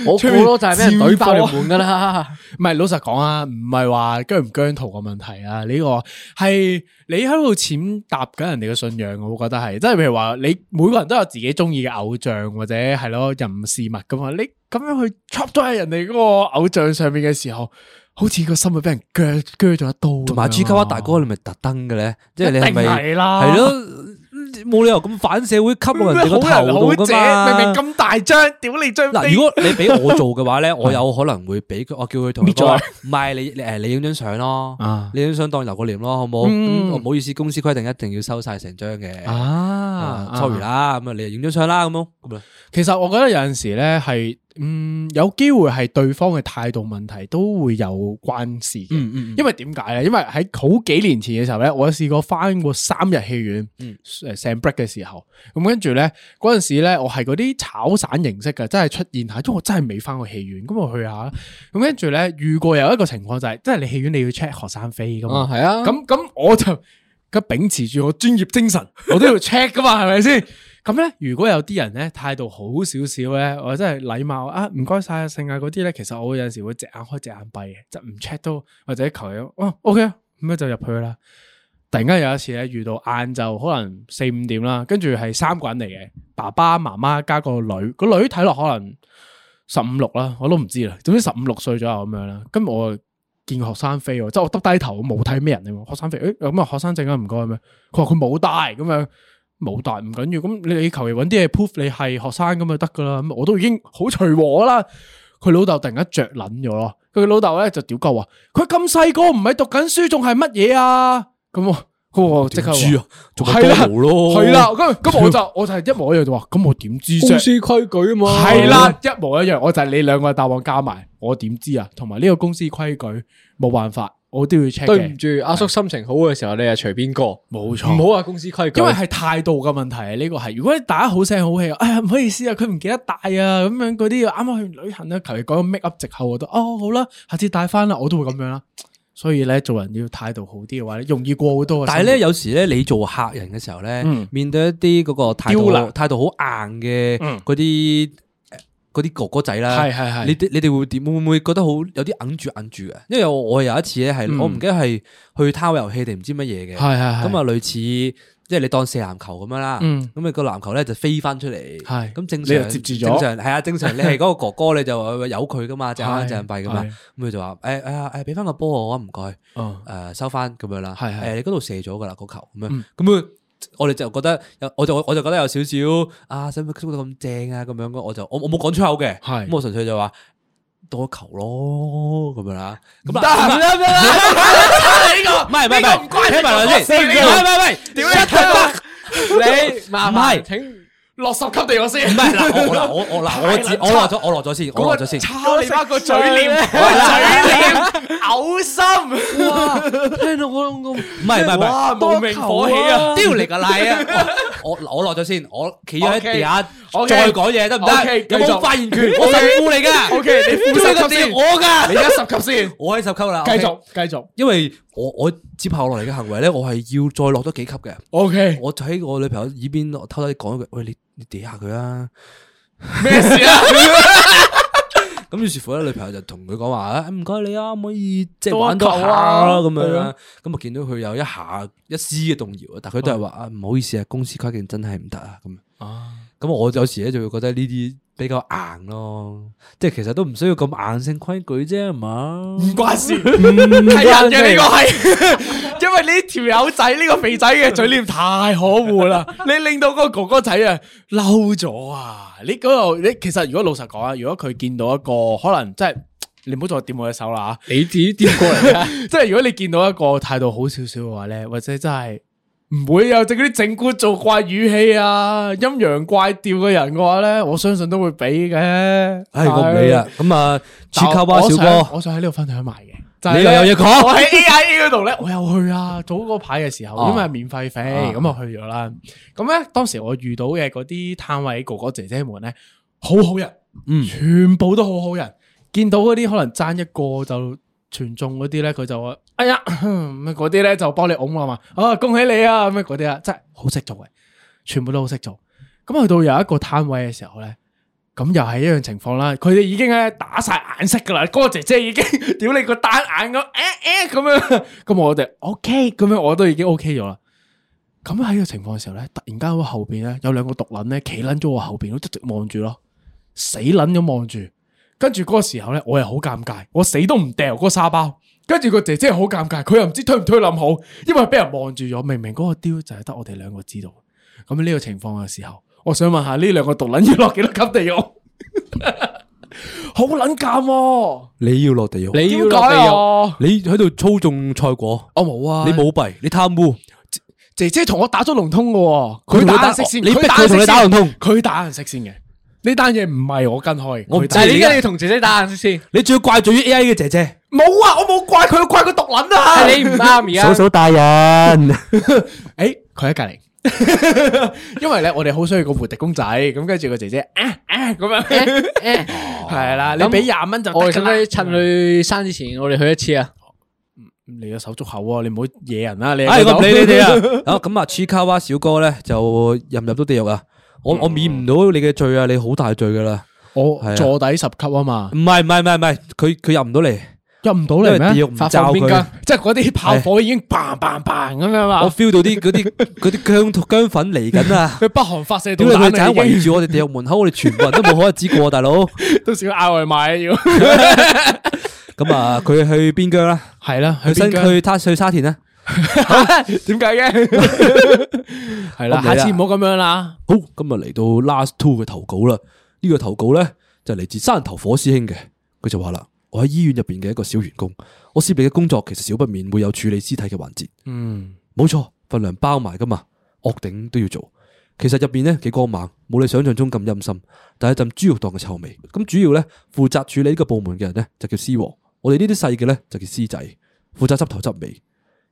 Speaker 2: 我估咯就係俾人懟爆你門噶啦。
Speaker 3: 唔系老实讲啊，唔系话姜唔姜图嘅问题啊，呢个系你喺度践踏紧人哋嘅信仰，我覺得係，即係譬如話你每個人都有自己中意嘅偶像或者係咯人事物噶嘛，你咁樣去插咗喺人哋嗰個偶像上面嘅時候，好似個心會俾人鋸鋸咗一刀咁樣啊。
Speaker 1: 同埋朱卡哇大哥，你咪特登嘅咧，即係你係咪
Speaker 3: 一定係啊啦
Speaker 1: 係咯，冇理由咁反社會吸落人哋個
Speaker 3: 好人
Speaker 1: 頭
Speaker 3: 好
Speaker 1: 度噶
Speaker 3: 姐
Speaker 1: 嘛。
Speaker 3: 明明咁大張，屌你張
Speaker 1: 啊嗱，
Speaker 3: 飛
Speaker 1: 如果你俾我做嘅
Speaker 3: [LAUGHS]
Speaker 1: 話咧，我有可能會俾佢，我叫佢同佢
Speaker 3: 搣咗
Speaker 1: 講
Speaker 3: 佢
Speaker 1: 唔係你你誒你影張相咯
Speaker 3: 啊，嗯
Speaker 1: 你影張相當留個念咯，好冇？咁我唔好意思，公司規定一定要收晒成張嘅。
Speaker 3: 啊
Speaker 1: 啊，sorry 啦，咁啊，你影張相啦，咁咯，咁啊，
Speaker 3: 其實我覺得有陣時咧係，嗯，有機會係對方嘅態度問題都會有關事嘅。因為點解咧？因為喺好幾年前嘅時候咧，我試過翻過三日戲院，誒成 break 嘅時候，咁跟住咧嗰陣時咧，我係嗰啲炒散形式嘅，真係出現下，因為我真係未翻過戲院，咁我去下啦。咁跟住咧遇過有一個情況就係、即係你戲院你要 check 學生飛噶嘛。
Speaker 2: 啊，係啊，
Speaker 3: 咁咁我就咁秉持住我專業精神，我都要 check 噶嘛，係咪先？咁咧，如果有啲人咧態度好少少咧，或者係禮貌啊，唔該晒啊，剩啊嗰啲咧，其實我有陣時會隻眼開隻眼閉嘅，就唔 check 都或者求其哦 OK 啊，咁咧就入去啦。突然間有一次咧，遇到晏晝可能四五點啦，跟住係三個人嚟嘅，爸爸媽媽加個女，個女睇落可能十五六啦，我都唔知啦，總之十五六歲左右咁樣啦。跟住我見過學生飛喎，即係我耷低頭，我冇睇咩人嚟喎。學生飛，誒咁啊，學生證啊，唔該咁樣。佢話佢冇帶咁樣，冇帶唔緊要。咁你你求其揾啲嘢 proof 你係學生咁就得噶啦。咁我都已經好隨和啦。佢老豆突然間着撚咗咯，佢老豆咧就屌鳩話：佢咁細個唔係讀緊書，仲係乜嘢啊？咁我咁我即刻話
Speaker 1: 豬啊，仲係
Speaker 3: 係啦
Speaker 1: 多咯，
Speaker 3: 係啦，咁咁我
Speaker 1: [LAUGHS]
Speaker 3: 就我就係一模一樣就話，咁我點知啫？
Speaker 2: 規矩啊嘛
Speaker 3: 系啦，，一模一样，我就系你两个答案加埋，我点知啊？同埋呢个公司规矩冇办法，我都要 check
Speaker 2: 對唔
Speaker 3: 嘅，
Speaker 2: 住，阿叔心情好嘅時候，你就隨便過，
Speaker 3: 冇
Speaker 2: 唔好話公司規矩。
Speaker 3: 因为系态度嘅问题，呢个系。如果你大家好声好气，哎呀唔好意思啊，佢唔记得带啊，咁样嗰啲啱啱去旅行啊，求其讲个 make up 藉口，我都哦好啦，下次带翻啦，我都会咁样啦。所以咧，做人要态度好啲嘅话咧，容易过好多嘅啊生活。
Speaker 1: 但係咧，有時咧，你做客人嘅時候咧，面對一啲嗰個態
Speaker 3: 嗯刁
Speaker 1: 度
Speaker 3: 難嗯
Speaker 1: 態度好硬嘅嗰啲呃嗰啲哥哥仔啦，
Speaker 3: 係係係
Speaker 1: 你哋你哋會點？會唔會覺得好有啲硬住硬住嘅？因為我我有一次咧係我唔記得係去拋遊戲定唔知乜嘢嘅，
Speaker 3: 嗯係係係
Speaker 1: 咁啊類似即係你當射籃球咁樣啦，
Speaker 3: 嗯
Speaker 1: 咁你個籃球咧就飛翻出嚟，
Speaker 3: 係
Speaker 1: 咁正
Speaker 3: 你
Speaker 1: 常
Speaker 3: 就接住咗
Speaker 1: 正常係啊正常你係嗰個哥哥你就話由佢噶嘛，
Speaker 3: [LAUGHS]
Speaker 1: 隻眼
Speaker 3: 係
Speaker 1: 隻眼閉噶嘛
Speaker 3: 係，
Speaker 1: 咁佢就話誒誒誒俾翻個波我啊唔該。
Speaker 3: 嗯，
Speaker 1: 诶收翻咁樣啦，
Speaker 3: 係係
Speaker 1: 誒你嗰度射咗噶啦個球咁樣，咁佢我哋就覺得有，我就我就覺得有少少啊，使唔使捉到咁正啊咁樣我就我我冇講出口嘅，
Speaker 3: 係
Speaker 1: 咁我純粹就話多球咯咁樣啦，咁
Speaker 3: 得
Speaker 1: 啦。
Speaker 3: 啦得啦，
Speaker 1: 呢個唔係唔係唔係，聽埋落先，唔係唔係唔係，屌
Speaker 2: 你麻
Speaker 1: 唔係
Speaker 2: 煩請
Speaker 3: 落十級地我先，
Speaker 1: 唔係嗱，我嗱我我嗱我自我落咗我落咗先，我落咗先，
Speaker 3: 抄你媽個嘴臉，嘴臉嘔心。
Speaker 1: 聽到我我唔係唔係唔
Speaker 3: 哇
Speaker 1: 係，
Speaker 3: 無名火起啊
Speaker 1: 丟你個賴 [LAUGHS] 啊！我我我落咗先，我企咗喺地下
Speaker 3: OK，OK，
Speaker 1: 再講嘢得唔
Speaker 3: OK，繼
Speaker 1: 得？
Speaker 3: 續
Speaker 1: 有冇發言權？我神父嚟噶
Speaker 3: OK，你負
Speaker 1: 呢
Speaker 3: 十
Speaker 1: 個
Speaker 3: 級
Speaker 1: 地
Speaker 3: 先
Speaker 1: 我
Speaker 3: 你
Speaker 1: 噶，
Speaker 3: 而家十級先，
Speaker 1: 我喺十級啦，
Speaker 3: 繼
Speaker 1: OK
Speaker 3: 續。繼續。
Speaker 1: 因為我我接下落嚟嘅行為咧，我係要再落多幾級嘅。
Speaker 3: O K，
Speaker 1: 我就喺我女朋友耳邊我偷偷地講一句：，喂，你你嗲下佢啊！
Speaker 3: 咩事啊？
Speaker 1: [LAUGHS] 咁於是乎咧，女朋友就同佢講話：，啊唔該你啊，可唔可以即係
Speaker 3: 多一
Speaker 1: 玩多
Speaker 3: 球
Speaker 1: 下
Speaker 3: 啊
Speaker 1: 啦咁樣
Speaker 3: 係
Speaker 1: 啦
Speaker 3: 啊。
Speaker 1: 咁啊，見到佢有一下一絲嘅動搖，但佢都係話：
Speaker 3: 嗯
Speaker 1: 啊，唔好意思啊，公司規定真係唔得啊咁樣。咁我有時咧就會覺得呢啲比較硬咯，即係其實都唔需要咁硬性規矩啫，係嘛？
Speaker 3: 唔關事，係人嘅呢個係， [LAUGHS] 因為呢條友仔呢個肥仔嘅嘴臉太可
Speaker 1: [LAUGHS]
Speaker 3: 惡啦，你令到嗰個哥哥仔啊嬲咗啊！你嗰度你其實如果老實講啊，如果佢見到一個可能真係，你唔好再掂我隻手
Speaker 1: [LAUGHS]
Speaker 3: 啦吓。
Speaker 2: 你自己掂過嚟啊！
Speaker 3: 即係如果你見到一個態度好少少嘅話咧，或者真係唔會有整嗰啲整蠱做怪語氣啊、陰陽怪調嘅人嘅話咧，我相信都會俾嘅。
Speaker 1: 唉，我唔理啦。咁啊，
Speaker 3: 但
Speaker 1: 切
Speaker 3: 我，
Speaker 1: 卡巴小
Speaker 3: 我想
Speaker 1: 哥，
Speaker 3: 我想喺呢度分享埋嘅。就係
Speaker 1: 你又
Speaker 3: 呢
Speaker 1: 有嘢講
Speaker 3: 我喺 AIA 嗰度咧，我有去啊，早嗰排嘅時候，
Speaker 1: 啊
Speaker 3: 因為免費飛，咁啊去咗啦。咁咧當時我遇到嘅嗰啲攤位哥哥姐姐們咧，好好人，嗯，全部都好好人。見到嗰啲可能爭一個就全中嗰啲咧，佢就話：哎呀，咁嗰啲咧就幫你拱啦嘛，啊恭喜你啊咁樣嗰啲啊，真係好識做嘅，全部都好識做。咁去到有一個攤位嘅時候咧。咁又係一樣情況啦，佢哋已經咧打晒眼色噶啦，嗰、個姐姐已經 [LAUGHS] 屌你個單眼咁，誒、誒咁樣，咁我哋 OK，咁樣我都已經 OK 咗啦。咁啊喺呢個情況嘅時候咧，突然間我後邊咧有兩個毒撚咧企撚咗我後邊，一直望住咯，死撚咁望住。跟住嗰個時候咧，我又好尷尬，我死都唔掉嗰個沙包。跟住個姐姐好尷尬，佢又唔知推唔推冧好，因為俾人望住咗。明明嗰個雕就係得我哋兩個知道。咁呢個情況嘅時候，我想問下呢兩個毒撚要落幾多級地獄？ [LAUGHS] 好撚尷喎！
Speaker 1: 你要落地獄，
Speaker 2: 你要
Speaker 3: 點解
Speaker 2: 落地獄。
Speaker 3: 啊？
Speaker 1: 你喺度操縱賽果，
Speaker 3: 我冇 [LAUGHS] 啊！
Speaker 1: 你舞弊，你貪污，
Speaker 3: 姐姐同我打咗龍通嘅喎，
Speaker 1: 佢同
Speaker 3: 佢
Speaker 1: 你
Speaker 3: 打
Speaker 1: 打
Speaker 3: 人色先，
Speaker 1: 你逼佢
Speaker 3: 打人
Speaker 1: 同你
Speaker 3: 色
Speaker 1: 打龍
Speaker 3: 先
Speaker 1: 通
Speaker 3: 佢打人色先嘅。呢單嘢唔係我跟開，
Speaker 1: 我唔
Speaker 3: 佢
Speaker 1: 知
Speaker 3: 打
Speaker 2: 但系你
Speaker 1: 你
Speaker 2: 而
Speaker 1: 而
Speaker 2: 家
Speaker 1: 家
Speaker 2: 要同姐姐打眼色先，
Speaker 1: 你仲要怪罪於 A I 嘅姐姐。
Speaker 3: 冇啊！我冇怪佢，我怪佢毒撚啊！
Speaker 2: 系你唔啱而家。
Speaker 1: 大 [LAUGHS] 人，
Speaker 3: 诶，哎佢喺隔篱， [LAUGHS] 因為咧我哋好需要個活滴公仔，咁跟住個姐姐啊啊咁樣，
Speaker 1: 啊
Speaker 3: 係
Speaker 1: 哦
Speaker 3: 啦，你俾廿蚊就
Speaker 2: 我哋
Speaker 3: 得
Speaker 2: 使唔
Speaker 3: 噶啦
Speaker 2: 使。趁佢生之前，我哋去一次啊？
Speaker 3: 你嘅手足口啊，你唔好惹人啦，你
Speaker 1: 唉，我唔理哎你哋 [LAUGHS] 啊。好咁啊，Chikawa 小哥咧就入唔入到地獄啊？我我免唔到你嘅罪啊！你好大罪噶啦。係
Speaker 3: 我
Speaker 1: 啊
Speaker 3: 坐底十級啊嘛
Speaker 1: 唔，係唔係唔係唔係，佢佢入唔到嚟，
Speaker 3: 入唔到
Speaker 1: 因為
Speaker 3: 嚟
Speaker 1: 地
Speaker 3: 咩
Speaker 1: 獄？唔
Speaker 2: 發
Speaker 1: 罩
Speaker 2: 放邊
Speaker 1: 佢
Speaker 2: 疆。
Speaker 3: 即係嗰啲炮火已經 bang bang bang 咁樣
Speaker 1: 我
Speaker 3: 嘛。
Speaker 1: feel 到啲嗰啲嗰啲 [LAUGHS] 姜姜粉嚟緊啊！
Speaker 3: 佢北韓發射導
Speaker 1: [LAUGHS] 屌你個
Speaker 3: 彈
Speaker 1: 仔
Speaker 3: 啊，已
Speaker 1: 圍
Speaker 3: 經
Speaker 1: 住我哋地獄門口，我哋全部人都冇可一之過，大佬。
Speaker 3: 都少嗌外賣啊要。
Speaker 1: 咁啊，佢去邊啊疆啦？
Speaker 3: 係啦，
Speaker 1: 去新
Speaker 3: 邊疆
Speaker 1: 去他去沙田啊啦。
Speaker 3: [LAUGHS] 點解嘅？ [LAUGHS] 係啦，
Speaker 1: 我唔
Speaker 3: 下
Speaker 1: 理啦
Speaker 3: 次唔好咁樣啦。
Speaker 1: 好，今日嚟到 last two 嘅投稿啦。呢、個投稿咧就嚟自山頭火師兄嘅，佢就話啦：我喺醫院入邊嘅一個小員工，我涉獵嘅工作其實少不免會有處理屍體嘅環節。嗯，冇錯，份糧包埋噶嘛，惡頂都要做。其實入邊咧幾光猛，冇你想象中咁陰森，但係一陣豬肉檔嘅臭味。咁主要咧負責處理呢個部門嘅人咧就叫師王，我哋呢啲細嘅咧就叫師仔，負責執頭執尾。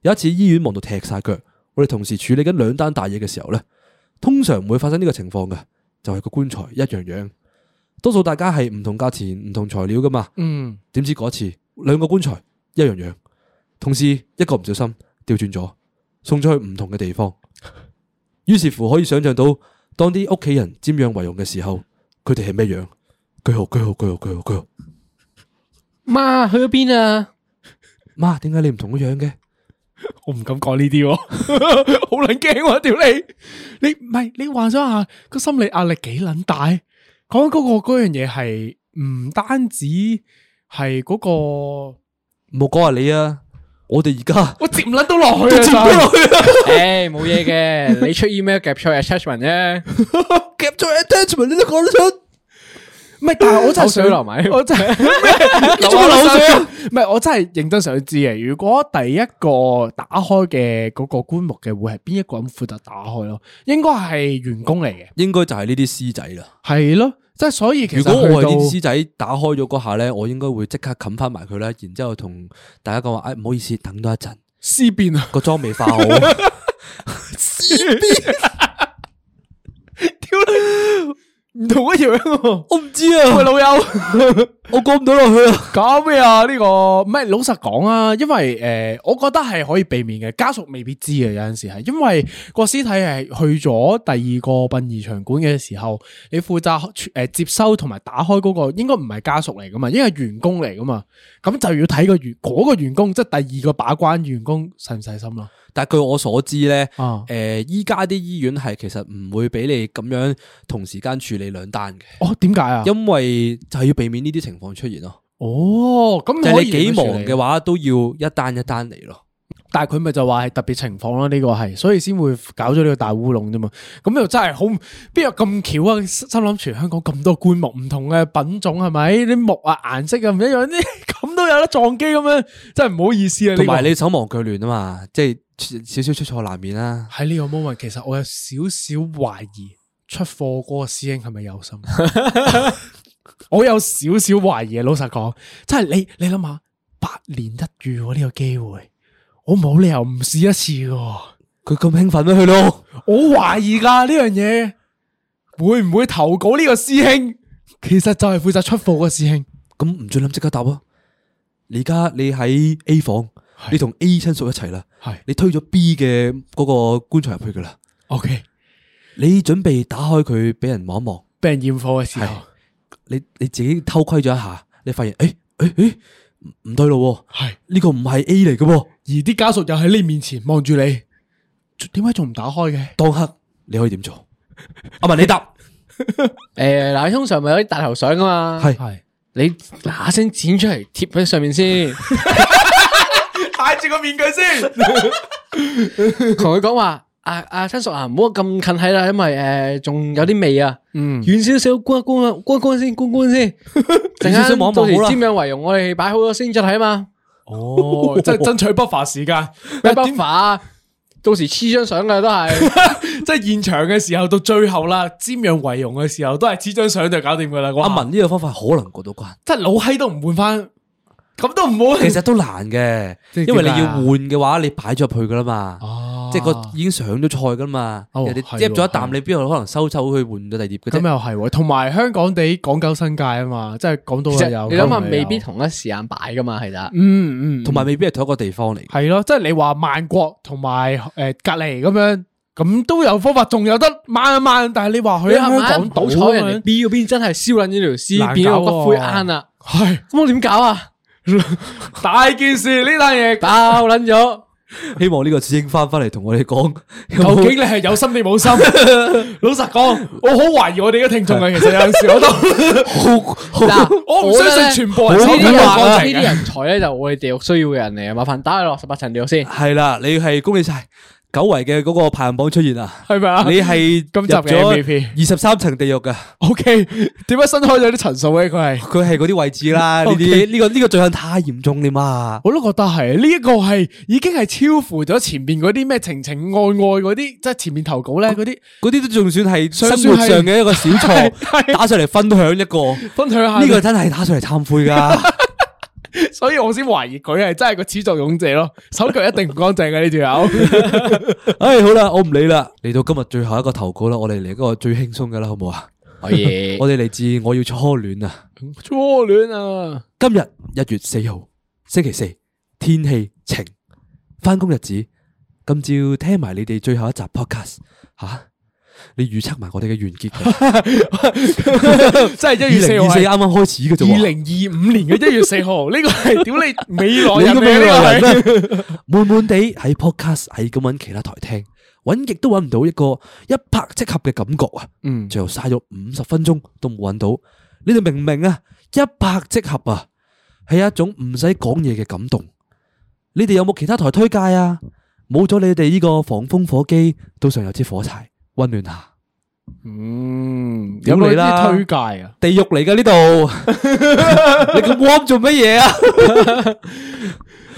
Speaker 1: 有一次醫院忙到踢晒腳，我哋同時處理緊兩單大嘢嘅時候咧。通常唔會發生呢個情況嘅，就係、個棺材一樣樣。多數大家係唔同價錢、唔同材料噶嘛。
Speaker 3: 嗯，
Speaker 1: 點知嗰次兩個棺材一樣樣，同時一個唔小心調轉咗，送咗去唔同嘅地方。於是乎可以想象到，當啲屋企人瞻仰遺容嘅時候，佢哋係咩樣？句號句號句號句號句號。
Speaker 2: 媽去咗邊 [LAUGHS] 啊？
Speaker 1: 媽，點解你唔同個樣嘅？
Speaker 3: 我唔敢講呢啲喎， [LAUGHS] 好撚驚喎！屌你，你唔係你幻想下個心理壓力幾撚大？講嗰、個嗰樣嘢係唔單止係嗰、個，
Speaker 1: 冇講下你啊！我哋而家
Speaker 3: 我接唔撚到落去啊！
Speaker 2: 诶，冇嘢嘅，你出 email 夾錯 attachment 啫。
Speaker 1: 夾咗 attachment，你都講得出。
Speaker 3: 唔係，但係我真係
Speaker 2: 口水
Speaker 3: 想
Speaker 2: 流埋
Speaker 3: 我真 [LAUGHS] 係
Speaker 1: 做乜流水啊
Speaker 3: 唔係，我真係認真想知嘅。如果第一個打開嘅嗰個棺木嘅會係邊一個人負責打開咯？應該係員工嚟嘅，
Speaker 1: 應該就係呢啲師仔啦。
Speaker 3: 係咯。即係所以其實
Speaker 1: 如果我係
Speaker 3: 去到
Speaker 1: 啲師仔打開咗嗰下咧，我應該會即刻冚翻埋佢啦，然之後同大家講話，哎，唔好意思，等多一陣，
Speaker 3: 屍變啊！
Speaker 1: 個妝未化好。
Speaker 3: 屌你，唔同一樣喎。
Speaker 1: [LAUGHS] 我唔知啊
Speaker 3: 喂，，老友，
Speaker 1: [LAUGHS] 我過唔到落去啊。
Speaker 3: 搞咩啊？呢個唔係老實講啊，因為诶、呃我覺得係可以避免嘅，家屬未必知嘅。有阵時係因為個屍體係去咗第二個殯儀場館嘅時候，你負責诶接收同埋打開嗰、個應該唔係家屬嚟噶嘛，應該係員工嚟噶嘛，咁就要睇個員嗰、個員工，即係第二個把關員工細唔細心啦。
Speaker 1: 但係據我所知咧，
Speaker 3: 啊
Speaker 1: 誒依家啲醫院係其實唔會俾你咁樣同時間處理兩單嘅，
Speaker 3: 哦，點解啊？
Speaker 1: 因為就係要避免呢啲情況出現咯。
Speaker 3: 哦，咁
Speaker 1: 就係
Speaker 3: 可
Speaker 1: 你
Speaker 3: 以
Speaker 1: 幾忙
Speaker 3: 點樣處理
Speaker 1: 嘅話，都要一單一單嚟咯。
Speaker 3: 但系佢咪就話係特別情況咯，呢、個係，所以先會搞咗呢個大烏龍啫嘛。咁又真係好，邊有咁巧啊？心諗全香港咁多棺木，唔同嘅品種係咪？啲木啊、顏色啊唔一樣，啲 [LAUGHS] 咁都有得撞機咁樣，真係唔好意思啊！
Speaker 1: 同埋
Speaker 3: 呢
Speaker 1: 你手忙腳亂啊嘛，即係少少出錯難免啦。
Speaker 3: 個喺呢個 moment，其實我有少少懷疑出貨嗰個師兄係咪有 [LAUGHS] 啊心？我有少少懷疑，老實講，真係你你諗下，百年一遇喎呢個機會，我冇理由唔試一次噶。
Speaker 1: 佢咁興奮咩？去到
Speaker 3: 我懷疑噶呢樣嘢會唔會投稿呢個師兄，其實就係負責出貨嘅師兄。
Speaker 1: 咁唔准諗，即刻答啊！你而家你喺 A 房，你同 A 親屬一齊啦，
Speaker 3: 係
Speaker 1: 你推咗 B 嘅嗰個棺材入去噶啦，
Speaker 3: OK，
Speaker 1: 你準備打開佢俾人望一望，
Speaker 3: 俾人驗貨嘅時
Speaker 1: 係
Speaker 3: 候，
Speaker 1: 你你自己偷窺咗一下，你發現誒誒誒唔唔對路喎，
Speaker 3: 係
Speaker 1: 呢個唔係 A 嚟嘅喎，
Speaker 3: 而啲家屬又喺你面前望住你，點解仲唔打開嘅？
Speaker 1: 當刻你可以點做？阿文你答，
Speaker 2: 诶，嗱，通常咪有啲大頭相噶嘛，
Speaker 1: 係
Speaker 3: 係
Speaker 2: 你嗱聲剪出嚟貼喺上面先，
Speaker 3: 戴住個面具先。
Speaker 2: 同佢講話。啊啊，親屬啊，唔好咁近睇啦，因為诶仲有啲味啊，
Speaker 3: 嗯
Speaker 2: 遠少少，觀一觀啊，觀一觀先，觀一觀
Speaker 3: [LAUGHS]
Speaker 2: 先，陣
Speaker 1: 少少望
Speaker 2: 間
Speaker 1: 一望
Speaker 2: 到時
Speaker 1: 好啦
Speaker 2: 瞻仰為容，我哋擺好咗先再睇啊嘛。
Speaker 3: [LAUGHS] 哦，即係爭取 buffer 時間， [LAUGHS]
Speaker 2: 咩 buffer 啊？到時黐張相嘅都係，
Speaker 3: 即係現場嘅時候到最後啦，瞻仰遺容嘅時候都係黐張相就搞掂噶啦。
Speaker 1: 阿
Speaker 3: 阿
Speaker 1: 文呢個方法可能過到
Speaker 3: [LAUGHS]
Speaker 1: 關。
Speaker 3: 即係老閪都唔換翻，咁都唔好。
Speaker 1: 其
Speaker 3: [LAUGHS]
Speaker 1: 實都難嘅，
Speaker 3: 即係
Speaker 1: 因為你
Speaker 3: 點解
Speaker 1: 要
Speaker 3: 啊
Speaker 1: 換嘅話，你擺咗入去噶啦嘛，
Speaker 3: 哦
Speaker 1: 啊即係個已經上咗菜噶啦嘛，
Speaker 3: 哦
Speaker 1: 人哋
Speaker 3: 係喎
Speaker 1: 嗒咗一啖
Speaker 3: 係，喎
Speaker 1: 你邊有可能收走去換咗第二碟嘅
Speaker 3: 咁
Speaker 1: 啫？
Speaker 3: 又係喎，同埋香港地講究新界啊嘛，即係港島
Speaker 2: 其實
Speaker 3: 又有，
Speaker 2: 你諗下
Speaker 3: 九龍又有
Speaker 2: 未必，同一時間擺噶嘛，係啦。
Speaker 3: 嗯嗯，
Speaker 1: 同埋未必係同一個地方嚟。
Speaker 3: 係咯，即係你話萬國同埋诶隔離咁樣，咁都有方法，仲有得掹一掹，但係你話
Speaker 2: 你
Speaker 3: 佢喺
Speaker 2: 係咪
Speaker 3: 香港
Speaker 2: 倒
Speaker 3: 島
Speaker 2: 彩人哋
Speaker 3: 咁
Speaker 2: B 嗰邊真係燒撚呢條
Speaker 3: 難搞
Speaker 2: 屍，
Speaker 3: 喎
Speaker 2: 變咗個骨灰罌啦。
Speaker 3: 樣，系
Speaker 2: 咁我點搞啊？
Speaker 3: 大件事呢單嘢，
Speaker 2: 爆撚咗，
Speaker 1: 希望呢個師兄翻翻嚟同我哋講， [LAUGHS] 有冇
Speaker 3: 究竟你係有心定冇心？老實講，我好懷疑我哋嘅聽眾啊，其實有阵时我都，
Speaker 2: 嗱，
Speaker 3: [LAUGHS] 我唔
Speaker 2: 覺得
Speaker 3: 相信
Speaker 2: 呢
Speaker 3: 全部人
Speaker 2: 呢
Speaker 3: 都
Speaker 2: 啲人
Speaker 3: 咁乾淨
Speaker 2: 呢
Speaker 3: 嘅
Speaker 2: 啲人啊才咧，就我哋地獄需要嘅人嚟啊！麻煩打佢落十八層地獄先。
Speaker 1: 係啦，你係恭喜晒久違嘅嗰個排行榜出現啊！
Speaker 3: 係咪啊？
Speaker 1: 你係入
Speaker 3: 今集嘅
Speaker 1: 咗
Speaker 3: MVP
Speaker 1: 二十三層地獄噶，
Speaker 3: O K，點解新開咗啲層數咧？佢係。
Speaker 1: 佢係嗰啲位置啦，呢
Speaker 3: OK
Speaker 1: 啲呢個呢個罪行太嚴重啦嘛。
Speaker 3: 我都覺得係呢一個係已經係超乎咗前面嗰啲咩情情愛愛嗰啲，即係前面投稿
Speaker 1: 哦
Speaker 3: 咧嗰啲
Speaker 1: 嗰啲都仲算係生
Speaker 3: 尚
Speaker 1: 活
Speaker 3: 算係
Speaker 1: 上嘅一個小錯，
Speaker 3: 係
Speaker 1: [LAUGHS] 打上嚟分享一個，
Speaker 3: 分享下
Speaker 1: 呢個真係打上嚟懺悔噶。
Speaker 3: 所以我先懷疑佢係真係個始作俑者咯，手腳一定唔啊乾淨嘅呢條友。
Speaker 1: [LAUGHS] 唉，好啦，我唔理啦。嚟到今日最後一個投稿啦，我哋嚟一個最輕鬆嘅啦，好唔好啊？
Speaker 2: 可以，
Speaker 1: [LAUGHS] 我哋嚟自我要初戀啊！
Speaker 2: 初戀
Speaker 1: [LAUGHS]
Speaker 2: 啊，
Speaker 1: 今日一月四號，星期四，天氣晴，翻工日子。今朝聽埋你哋最後一集 podcast，吓、你預測埋我哋嘅完結㗎，二
Speaker 3: 真係一月四
Speaker 1: 零
Speaker 3: 號
Speaker 1: 二四
Speaker 3: 係，
Speaker 1: 啱啱開始嘅啫
Speaker 3: 二
Speaker 1: 喎。
Speaker 3: 零二五年嘅一月四號，呢個係屌你未來
Speaker 1: 你
Speaker 3: 人嚟
Speaker 1: 咁樣
Speaker 3: 嘅呢個係。
Speaker 1: 人咩？悶悶地喺 podcast 係咁揾其他台聽，揾亦都揾唔到一個一拍即合嘅感覺啊！
Speaker 3: 嗯
Speaker 1: 最後嘥咗五十分鐘都冇揾到，你哋明唔明啊？一拍即合啊，係一種唔使講嘢嘅感動。你哋有冇其他台推介啊？冇咗你哋呢個防風火機，都尚有支火柴温暖下。
Speaker 3: 嗯，
Speaker 1: 屌你
Speaker 3: 有冇
Speaker 1: 啦
Speaker 3: 啲推介啊？
Speaker 1: 地獄嚟噶呢
Speaker 3: [LAUGHS]
Speaker 1: 度，你咁 warm 做乜嘢啊？
Speaker 3: 呢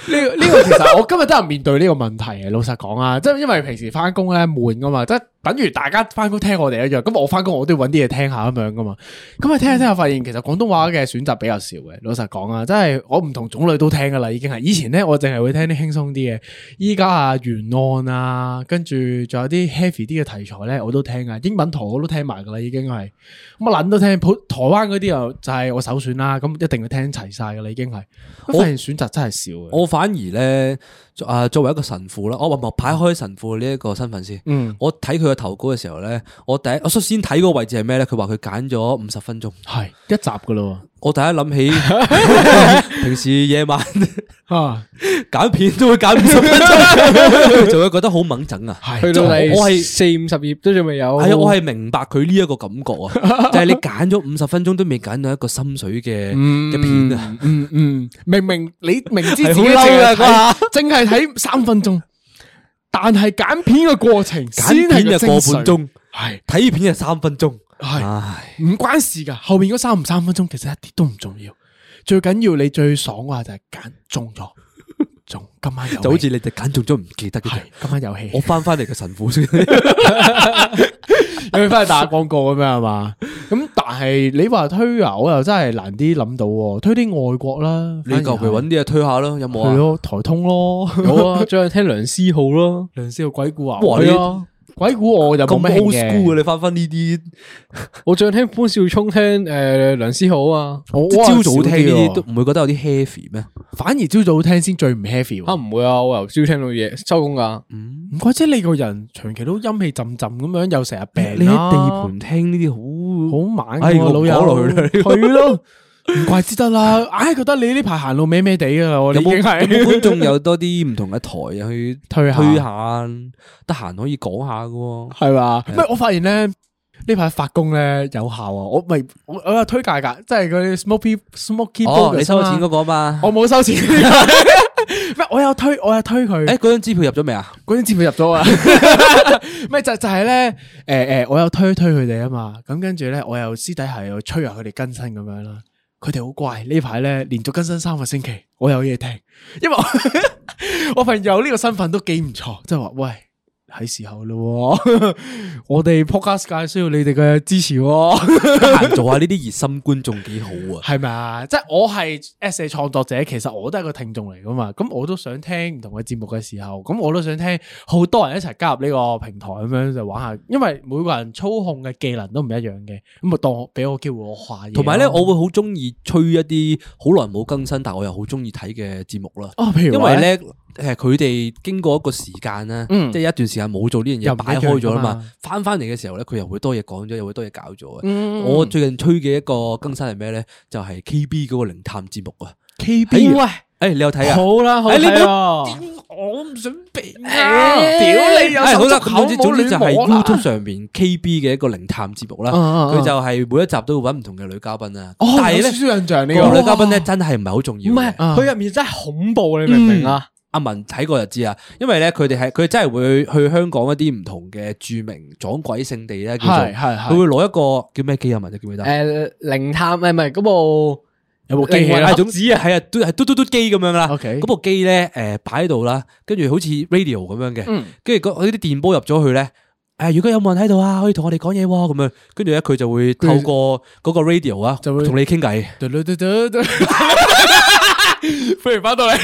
Speaker 3: 個呢個其實我今日都有面對呢個問題嘅，老實講啊，即係因為平時翻工咧悶噶嘛，即係等於大家翻工聽我哋一樣，咁我翻工我都要揾啲嘢聽下咁樣噶嘛，咁啊聽下聽下發現其實廣東話嘅選擇比較少嘅，老實講啊，真係我唔同種類都聽噶啦，已經係以前咧我淨係會聽啲輕鬆啲嘅，依家啊原案啊，跟住仲有啲 heavy 啲嘅題材咧我都聽啊，英文台我都聽埋噶啦，已經係乜撚都聽，普台灣嗰啲又就係我首選啦，咁一定要聽齊晒噶啦，已經係，咁發現選擇真係少嘅。
Speaker 1: 我反而咧，作啊作為一個神父啦，我話唔排開神父呢一個身份先。
Speaker 3: 嗯
Speaker 1: 我睇佢嘅投稿嘅時候咧，我第一我首先睇嗰個位置係咩咧？佢話佢揀咗五十分鐘。
Speaker 3: 系一集噶咯
Speaker 1: 我第一諗
Speaker 3: [LAUGHS]
Speaker 1: 起平時夜晚 [LAUGHS] Ờ.
Speaker 3: 喎，啊，
Speaker 1: 揀片都會揀五十分
Speaker 3: [LAUGHS]
Speaker 1: 鐘，就會覺得好猛整啊！
Speaker 3: 系
Speaker 2: 去到
Speaker 1: 我我
Speaker 2: 第
Speaker 1: 係
Speaker 2: 四五十頁都仲未
Speaker 3: 哦
Speaker 2: 有。
Speaker 1: 係啊，我係明白佢呢一個感覺
Speaker 3: [LAUGHS]
Speaker 1: 啊，就係你揀咗五十分鐘都未揀到一個心水嘅嘅片啊！
Speaker 3: 嗯嗯，明明你明知自己
Speaker 1: 係好
Speaker 3: 淨
Speaker 1: 嬲㗎嗰
Speaker 3: 係
Speaker 1: 下
Speaker 3: 睇，净系睇三分鐘，但係揀片嘅過程
Speaker 1: 揀
Speaker 3: 先
Speaker 1: 片
Speaker 3: 係
Speaker 1: 就
Speaker 3: 個
Speaker 1: 個
Speaker 3: 精髓
Speaker 1: 半鐘，
Speaker 3: 係
Speaker 1: 睇片就三分鐘，
Speaker 3: 係
Speaker 1: 唉，
Speaker 3: 唔關事噶。後面嗰三唔三分鐘其實一啲都唔重要，最緊要你最爽嘅話就係揀中
Speaker 1: [LAUGHS]
Speaker 3: 咗，中今晚有戲
Speaker 1: 就好似你哋揀中咗唔記得嘅
Speaker 3: 係
Speaker 1: 樣。
Speaker 3: 今晚有戲，
Speaker 1: 我翻翻嚟嘅神父先。
Speaker 3: 你去翻去打廣告咁樣係嘛？咁但系你话推啊，我又真系难啲谂到喎，推啲外国啦，
Speaker 1: 你求其揾啲嘢推下咯，有冇
Speaker 3: 系
Speaker 1: 啊？
Speaker 3: 咯，台通咯，
Speaker 2: 有啊，最近聽梁思浩咯，
Speaker 3: 梁思浩鬼故啊，
Speaker 1: 哇
Speaker 3: 係
Speaker 1: 你
Speaker 3: 啊鬼故我就
Speaker 1: 咁
Speaker 3: 冇咩
Speaker 1: old
Speaker 3: 興
Speaker 1: school
Speaker 3: 嘅
Speaker 1: 嘅，你翻翻呢啲，
Speaker 2: 我最近聽潘少聰聽诶梁思浩啊，
Speaker 3: 我
Speaker 1: 即係
Speaker 3: 我
Speaker 1: 朝
Speaker 3: 又
Speaker 1: 早
Speaker 3: 少
Speaker 1: 聽呢
Speaker 3: 喎
Speaker 1: 啲都唔會覺得有啲 heavy 咩？
Speaker 3: 反而朝早聽先最唔 heavy
Speaker 2: 啊
Speaker 3: 喎。
Speaker 2: 唔會啊，我由朝聽到夜收工噶，
Speaker 3: 唔怪之你個人長期都陰氣浸浸咁樣，又成日病
Speaker 1: 你喺
Speaker 3: 啦
Speaker 1: 地盤聽呢啲好
Speaker 3: 啊好猛
Speaker 1: 唉
Speaker 3: 嘅
Speaker 1: 我
Speaker 3: 喎
Speaker 1: 唔
Speaker 3: 老
Speaker 1: 講落
Speaker 3: 友，
Speaker 1: 去啦呢個
Speaker 3: 係咯，唔怪之
Speaker 1: [LAUGHS]
Speaker 3: 得啦。唉，覺得你呢排行路咩咩地噶啦，我哋
Speaker 1: 有
Speaker 3: 已經
Speaker 1: 冇有冇
Speaker 3: 係
Speaker 1: 觀眾有多啲唔同嘅台啊去
Speaker 3: 推下
Speaker 1: 推
Speaker 3: 啊
Speaker 1: 下，得閒可以講下嘅喎。
Speaker 3: 係嘛？唔係我發現咧。呢排發功咧有效啊！我咪我我有推介㗎，即係嗰啲 smoky smoky
Speaker 1: 哦，你
Speaker 3: Bogus
Speaker 1: 收
Speaker 3: 啊
Speaker 1: 錢嗰個啊嘛？
Speaker 3: 我冇收 [LAUGHS] 錢，唔係我有推我有推佢。
Speaker 1: 誒，嗰張支票入咗未啊？
Speaker 3: 嗰張支票入咗 [LAUGHS] 啊！咩就就係咧，诶诶，我有推推佢哋啊嘛，咁跟住咧，我又私底下又催下佢哋更新咁樣啦。佢哋好乖，呢排咧連續更新三個星期，我有嘢聽，因為我我 [LAUGHS] 朋友呢個身份都幾唔錯，即係話喂。喺時候咯喎， [LAUGHS] 我哋 podcast 界需要你哋嘅支持喎，
Speaker 1: 得閒做下呢啲熱心觀眾幾好
Speaker 3: [LAUGHS]
Speaker 1: 啊！
Speaker 3: 係咪啊？即係我係 S 嘅創作者，其實我都係個聽眾嚟噶嘛，咁我都想聽唔同嘅節目嘅時候，咁我都想聽好多人一齊加入呢個平台咁樣就玩下，因為每個人操控嘅技能都唔一樣嘅，咁咪當我俾我機會我下嘢咯。
Speaker 1: 同埋咧，我會好中意吹一啲好耐冇更新，但我又好中意睇嘅節目啦。
Speaker 3: 哦，譬如
Speaker 1: 因
Speaker 3: 話
Speaker 1: 為，咧，誒佢哋經過一個時間咧，
Speaker 3: 嗯
Speaker 1: 即係一段時間冇做呢樣
Speaker 3: 又
Speaker 1: 嘢，
Speaker 3: 唔
Speaker 1: 擺
Speaker 3: 一樣
Speaker 1: 開咗啦嘛
Speaker 3: 㗎嘛。嗯
Speaker 1: 翻翻嚟嘅時候咧，佢又會多嘢講咗，又會多嘢搞咗啊。我最近吹嘅一個更新係咩咧？就係 KB 嗰個靈探節目啊。
Speaker 3: KB
Speaker 1: 啊誒，你有睇啊？
Speaker 2: 好啦，好
Speaker 1: 哎你
Speaker 2: 睇
Speaker 1: 冇
Speaker 2: 啊，
Speaker 3: 我唔想俾
Speaker 2: 屌你有
Speaker 1: 哎好啦，
Speaker 2: 手足口
Speaker 1: 總之總之就係
Speaker 2: 冇亂摸啦
Speaker 1: YouTube 上面 KB 嘅一個靈探節目啦。
Speaker 3: 啊啊啊
Speaker 1: 佢就係每一集都會揾唔同嘅女嘉賓啊。
Speaker 3: 哦，
Speaker 1: 但係
Speaker 3: 有
Speaker 1: 咧
Speaker 3: 少。少印象呢
Speaker 1: 呢個
Speaker 3: 個
Speaker 1: 女嘉賓咧真係唔係好重要
Speaker 2: 唔
Speaker 1: 嘅。
Speaker 2: 係
Speaker 3: 啊
Speaker 2: 佢入面真係恐怖，你明唔明啊？
Speaker 1: 阿文睇過就知啊，因為咧佢哋係佢真係會去香港一啲唔同嘅著名撞鬼聖地咧，叫做
Speaker 3: 係係係
Speaker 1: 嗯佢會攞一個叫咩機啊？文你記唔記得？
Speaker 2: 诶，靈探誒唔係嗰部
Speaker 3: 有部機
Speaker 2: 靈
Speaker 3: 器
Speaker 2: 魂
Speaker 3: 啦
Speaker 1: 係
Speaker 2: 盒
Speaker 1: 總
Speaker 2: 子啊，
Speaker 1: 係啊，嘟係嘟嘟嘟機咁樣啦。
Speaker 3: OK
Speaker 1: 嗰部機咧，誒擺喺度啦，跟住好似 radio 咁樣嘅
Speaker 2: 嗯，
Speaker 1: 跟住嗰嗰啲電波入咗去咧。誒，如果有冇人喺度啊，可以同我哋講嘢喎，咁樣，跟住咧佢就會透過嗰個 radio 啊，
Speaker 3: 就會
Speaker 1: 同你傾
Speaker 3: [LAUGHS]
Speaker 1: 偈，
Speaker 3: 不如翻到嚟，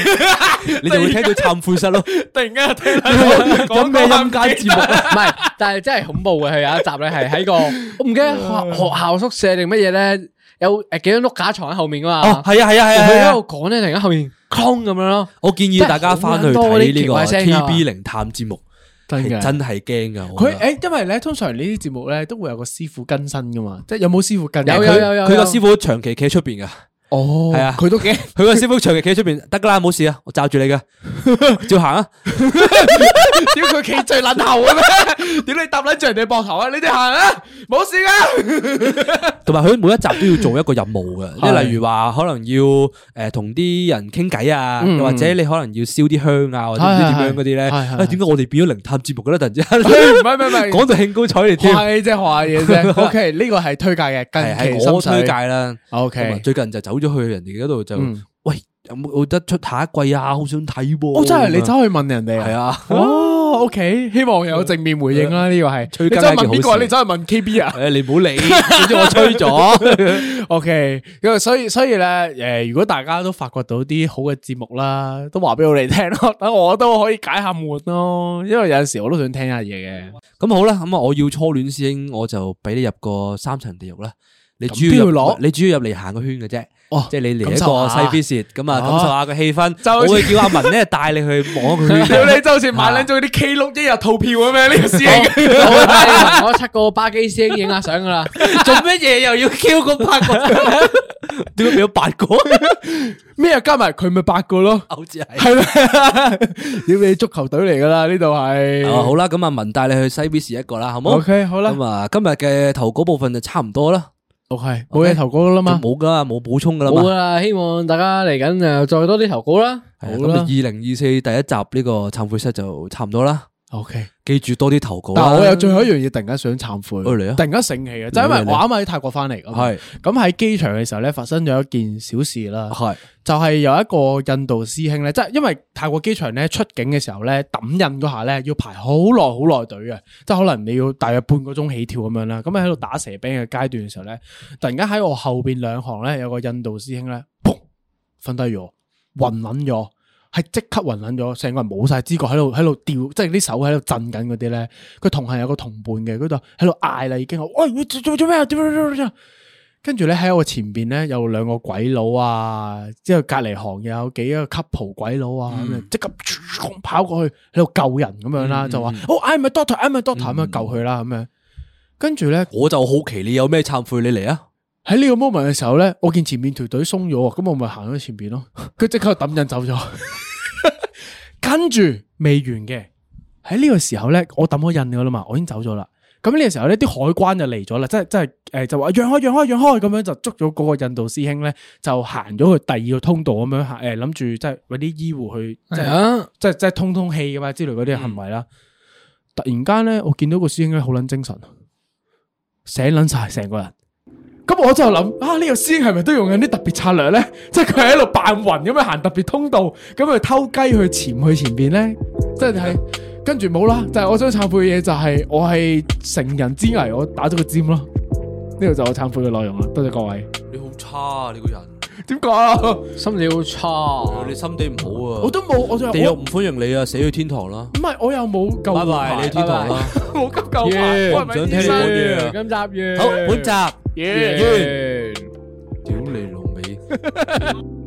Speaker 1: 你就會聽到懺悔室咯。
Speaker 3: [LAUGHS] 突然間又
Speaker 1: [LAUGHS]
Speaker 3: 聽到
Speaker 1: 有咩陰間節 [LAUGHS]
Speaker 3: [LAUGHS]
Speaker 1: 目啊？
Speaker 2: 唔係，但係真係恐怖嘅。佢有一集咧係喺個，我唔記得學學校宿舍定乜嘢咧，有誒幾張碌架床喺後面噶
Speaker 1: 哦
Speaker 2: 嘛，。
Speaker 1: 係啊，係啊，係啊，
Speaker 2: 佢
Speaker 1: 係啊
Speaker 2: 喺度講咧，突然間後面 clong 咁樣咯。
Speaker 1: 我建議大家翻去睇呢個
Speaker 2: 真係好撚多呢
Speaker 1: KB
Speaker 2: 啲奇怪聲㗎
Speaker 1: 靈探節目，
Speaker 3: 真
Speaker 1: 係
Speaker 3: 嘅
Speaker 1: 真係驚噶。我覺
Speaker 3: 佢
Speaker 1: 得
Speaker 3: 诶，因為咧通常呢啲節目咧都會有個師傅更新噶嘛，即係有冇師傅更新？
Speaker 2: 有有有有
Speaker 1: 佢個師傅長期企喺出邊噶，
Speaker 3: 哦，
Speaker 1: 係啊
Speaker 3: 佢都驚。 [LAUGHS]
Speaker 1: 佢個師傅長期企喺出邊，得噶啦，冇事啊，我罩住你噶，照行啊。
Speaker 3: 屌佢企最撚後嘅 [LAUGHS] 咩？屌你搭撚住人哋膊頭啊！你哋行啊，冇事噶。
Speaker 1: 同埋佢每一集都要做一個任務嘅，即係例如話可能要誒同啲人傾偈啊，又或者你可能要燒啲香啊，或者唔知點樣嗰啲咧。
Speaker 3: 嗯係係係
Speaker 1: 啊，點解我哋變咗靈探節目嘅咧？突然之間，
Speaker 3: [LAUGHS] 唔係唔係唔係
Speaker 1: 講到興高采烈添，
Speaker 3: 係啫，學下嘢啫。OK，呢個係推介
Speaker 1: 係
Speaker 3: 嘅，近期
Speaker 1: 係我
Speaker 3: 心
Speaker 1: 推
Speaker 3: 水
Speaker 1: 介。啦。同埋
Speaker 3: OK，
Speaker 1: 最近就走咗去人哋嗰度就
Speaker 3: 嗯，
Speaker 1: 喂有冇得出下一季啊？好想睇喎。
Speaker 3: 哦，真係你
Speaker 1: 咁 [LAUGHS] 樣
Speaker 3: 走去問人哋
Speaker 1: 係。啊。
Speaker 3: 哦，OK，希望有正面回應啦。呢個係
Speaker 1: 吹
Speaker 3: 你
Speaker 1: 雞
Speaker 3: 走
Speaker 1: 係
Speaker 3: 去
Speaker 1: 一件
Speaker 3: 問
Speaker 1: 好
Speaker 3: 邊個啊？
Speaker 1: 事
Speaker 3: 你走去問 KB 啊？
Speaker 1: 诶，你唔好理， [LAUGHS] 总之我吹咗。
Speaker 3: [LAUGHS] O K，因啊為所以所以咧，诶、如果大家都發掘到啲好嘅節目啦，都話俾我哋聽咯， [LAUGHS] 等我都可以解下悶咯。因為有阵时我都想聽下嘢嘅。
Speaker 1: 咁好啦，咁啊，我要初戀師兄，我就俾你入個三層地獄啦。你主
Speaker 3: 咁
Speaker 1: 要
Speaker 3: 都
Speaker 1: 入
Speaker 3: 要攞
Speaker 1: 你主要入嚟行個圈嘅啫。
Speaker 3: 哦
Speaker 1: 即係你嚟一
Speaker 3: 感受下
Speaker 1: 個西非舌，咁啊，
Speaker 3: 哦
Speaker 1: 感受下個氣氛。
Speaker 3: 就好
Speaker 1: 我
Speaker 3: 似
Speaker 1: 會叫阿文咧帶你去望一個圈嘅。
Speaker 3: [LAUGHS] 屌你，就好似
Speaker 2: 啊
Speaker 3: 買捻咗啲 K 碌一日套票咁樣呢個師兄。
Speaker 2: 我七個巴基師兄影下相噶
Speaker 3: [LAUGHS]
Speaker 2: 啦，
Speaker 1: 做乜嘢又要 Q 個八個？點解變咗八個？ [LAUGHS]
Speaker 3: 咩啊？加埋佢咪八個咯，
Speaker 1: 好似係。
Speaker 3: 係啦。 [LAUGHS] 屌你足球隊嚟噶啦，呢度係。
Speaker 1: 啊好啦，咁啊，文帶你去西非舌一個啦，好冇
Speaker 3: OK，好啦
Speaker 1: 咁啊，今日嘅投稿部分就差唔多啦，
Speaker 3: ，O K，冇嘢投稿啦
Speaker 1: 就
Speaker 3: 嘛。
Speaker 1: 冇噶啦，冇補充噶啦
Speaker 3: 啊
Speaker 1: 嘛
Speaker 2: 好。啦，希望大家嚟緊誒再多啲投稿啦。
Speaker 1: 係啊咁啊，二零二四第一集呢個忏悔室就差唔多啦。
Speaker 3: O K，
Speaker 1: 記住多啲投稿
Speaker 3: 但我有
Speaker 1: 啦。
Speaker 3: 最後一樣嘢突然間想懺悔，
Speaker 1: 哎啊嚟啊啊
Speaker 3: 突然間醒起嘅，就係因為我啱啱喺泰國翻嚟㗎嘛，
Speaker 1: 係啊
Speaker 3: 咁喺機場嘅時候咧發生咗一件小事啦，
Speaker 1: 係
Speaker 3: 就係有一個印度師兄咧，即係因為泰國機場咧出境嘅時候咧抌印嗰下咧要排好耐好耐隊嘅，即係可能你要大約半個鐘起跳咁樣啦，咁喺度打蛇餅嘅階段嘅時候咧，突然間喺我後邊兩行咧有個印度師兄咧，砰瞓低咗，暈撚咗。係即刻暈撚咗，成個人冇晒知覺，喺度喺度吊，即係啲手喺度震緊嗰啲咧。佢同行有個同伴嘅，佢就喺度嗌啦，已經話喂做做做咩啊？點點點點跟住咧喺我前邊咧有兩個鬼佬啊，之後隔離行又有幾個 couple 鬼佬啊，咁樣即刻跑過去喺度救人咁樣啦，就話哦，I'm a doctor，I'm a doctor 咁樣救佢啦，咁樣。跟住咧
Speaker 1: 我就好奇你有咩懺悔，你嚟啊！
Speaker 3: 喺呢個 moment 嘅時候咧，我見前面條隊鬆咗，咁我咪行咗前邊咯。佢即刻抌印走咗， [LAUGHS] 跟住未完嘅。喺呢個時候咧，我抌咗印噶啦嘛，我已經走咗啦。咁呢個時候咧，啲海關就嚟咗啦，即係即係誒就話讓開讓開讓開咁樣就捉咗嗰個印度師兄咧，就行咗去第二個通道咁樣行，誒諗住即係搵啲醫護去即
Speaker 2: 係
Speaker 3: 係
Speaker 2: 啊，
Speaker 3: 即係即係通通氣咁嘛之類嗰
Speaker 1: 嗯
Speaker 3: 啲行為啦。突然間咧，我見到個師兄咧好撚精神，醒撚晒成個人。咁我就諗啊，呢、個師兄係咪都用緊啲特別策略咧？ [LAUGHS] 即係佢喺度扮暈咁樣行特別通道，咁去偷雞去潛去前邊咧？即係係跟住冇啦。就係、我想懺悔嘅嘢就係我係成人之危，我打咗個尖咯。呢個就係我懺悔嘅內容啦。多謝各位。
Speaker 1: 你好差啊！你個人，
Speaker 3: 點講
Speaker 1: 哦
Speaker 3: 啊？
Speaker 2: 心理好差。
Speaker 1: 你心地唔好啊！
Speaker 3: 我都冇，我就
Speaker 1: 地獄
Speaker 3: 我
Speaker 1: 唔歡迎你啊！死去天堂啦！
Speaker 3: 唔係我又冇救
Speaker 1: 拜
Speaker 3: 護
Speaker 1: 拜，
Speaker 3: 牌
Speaker 1: 你去天堂啦！
Speaker 3: 冇急救牌，
Speaker 2: Yeah，
Speaker 3: 我係咪
Speaker 1: 唔想聽
Speaker 3: 醫
Speaker 1: 你
Speaker 3: 生
Speaker 1: 講嘢啊
Speaker 2: 今集完，
Speaker 1: 好，本集完，
Speaker 2: 集完。
Speaker 1: 屌你老味！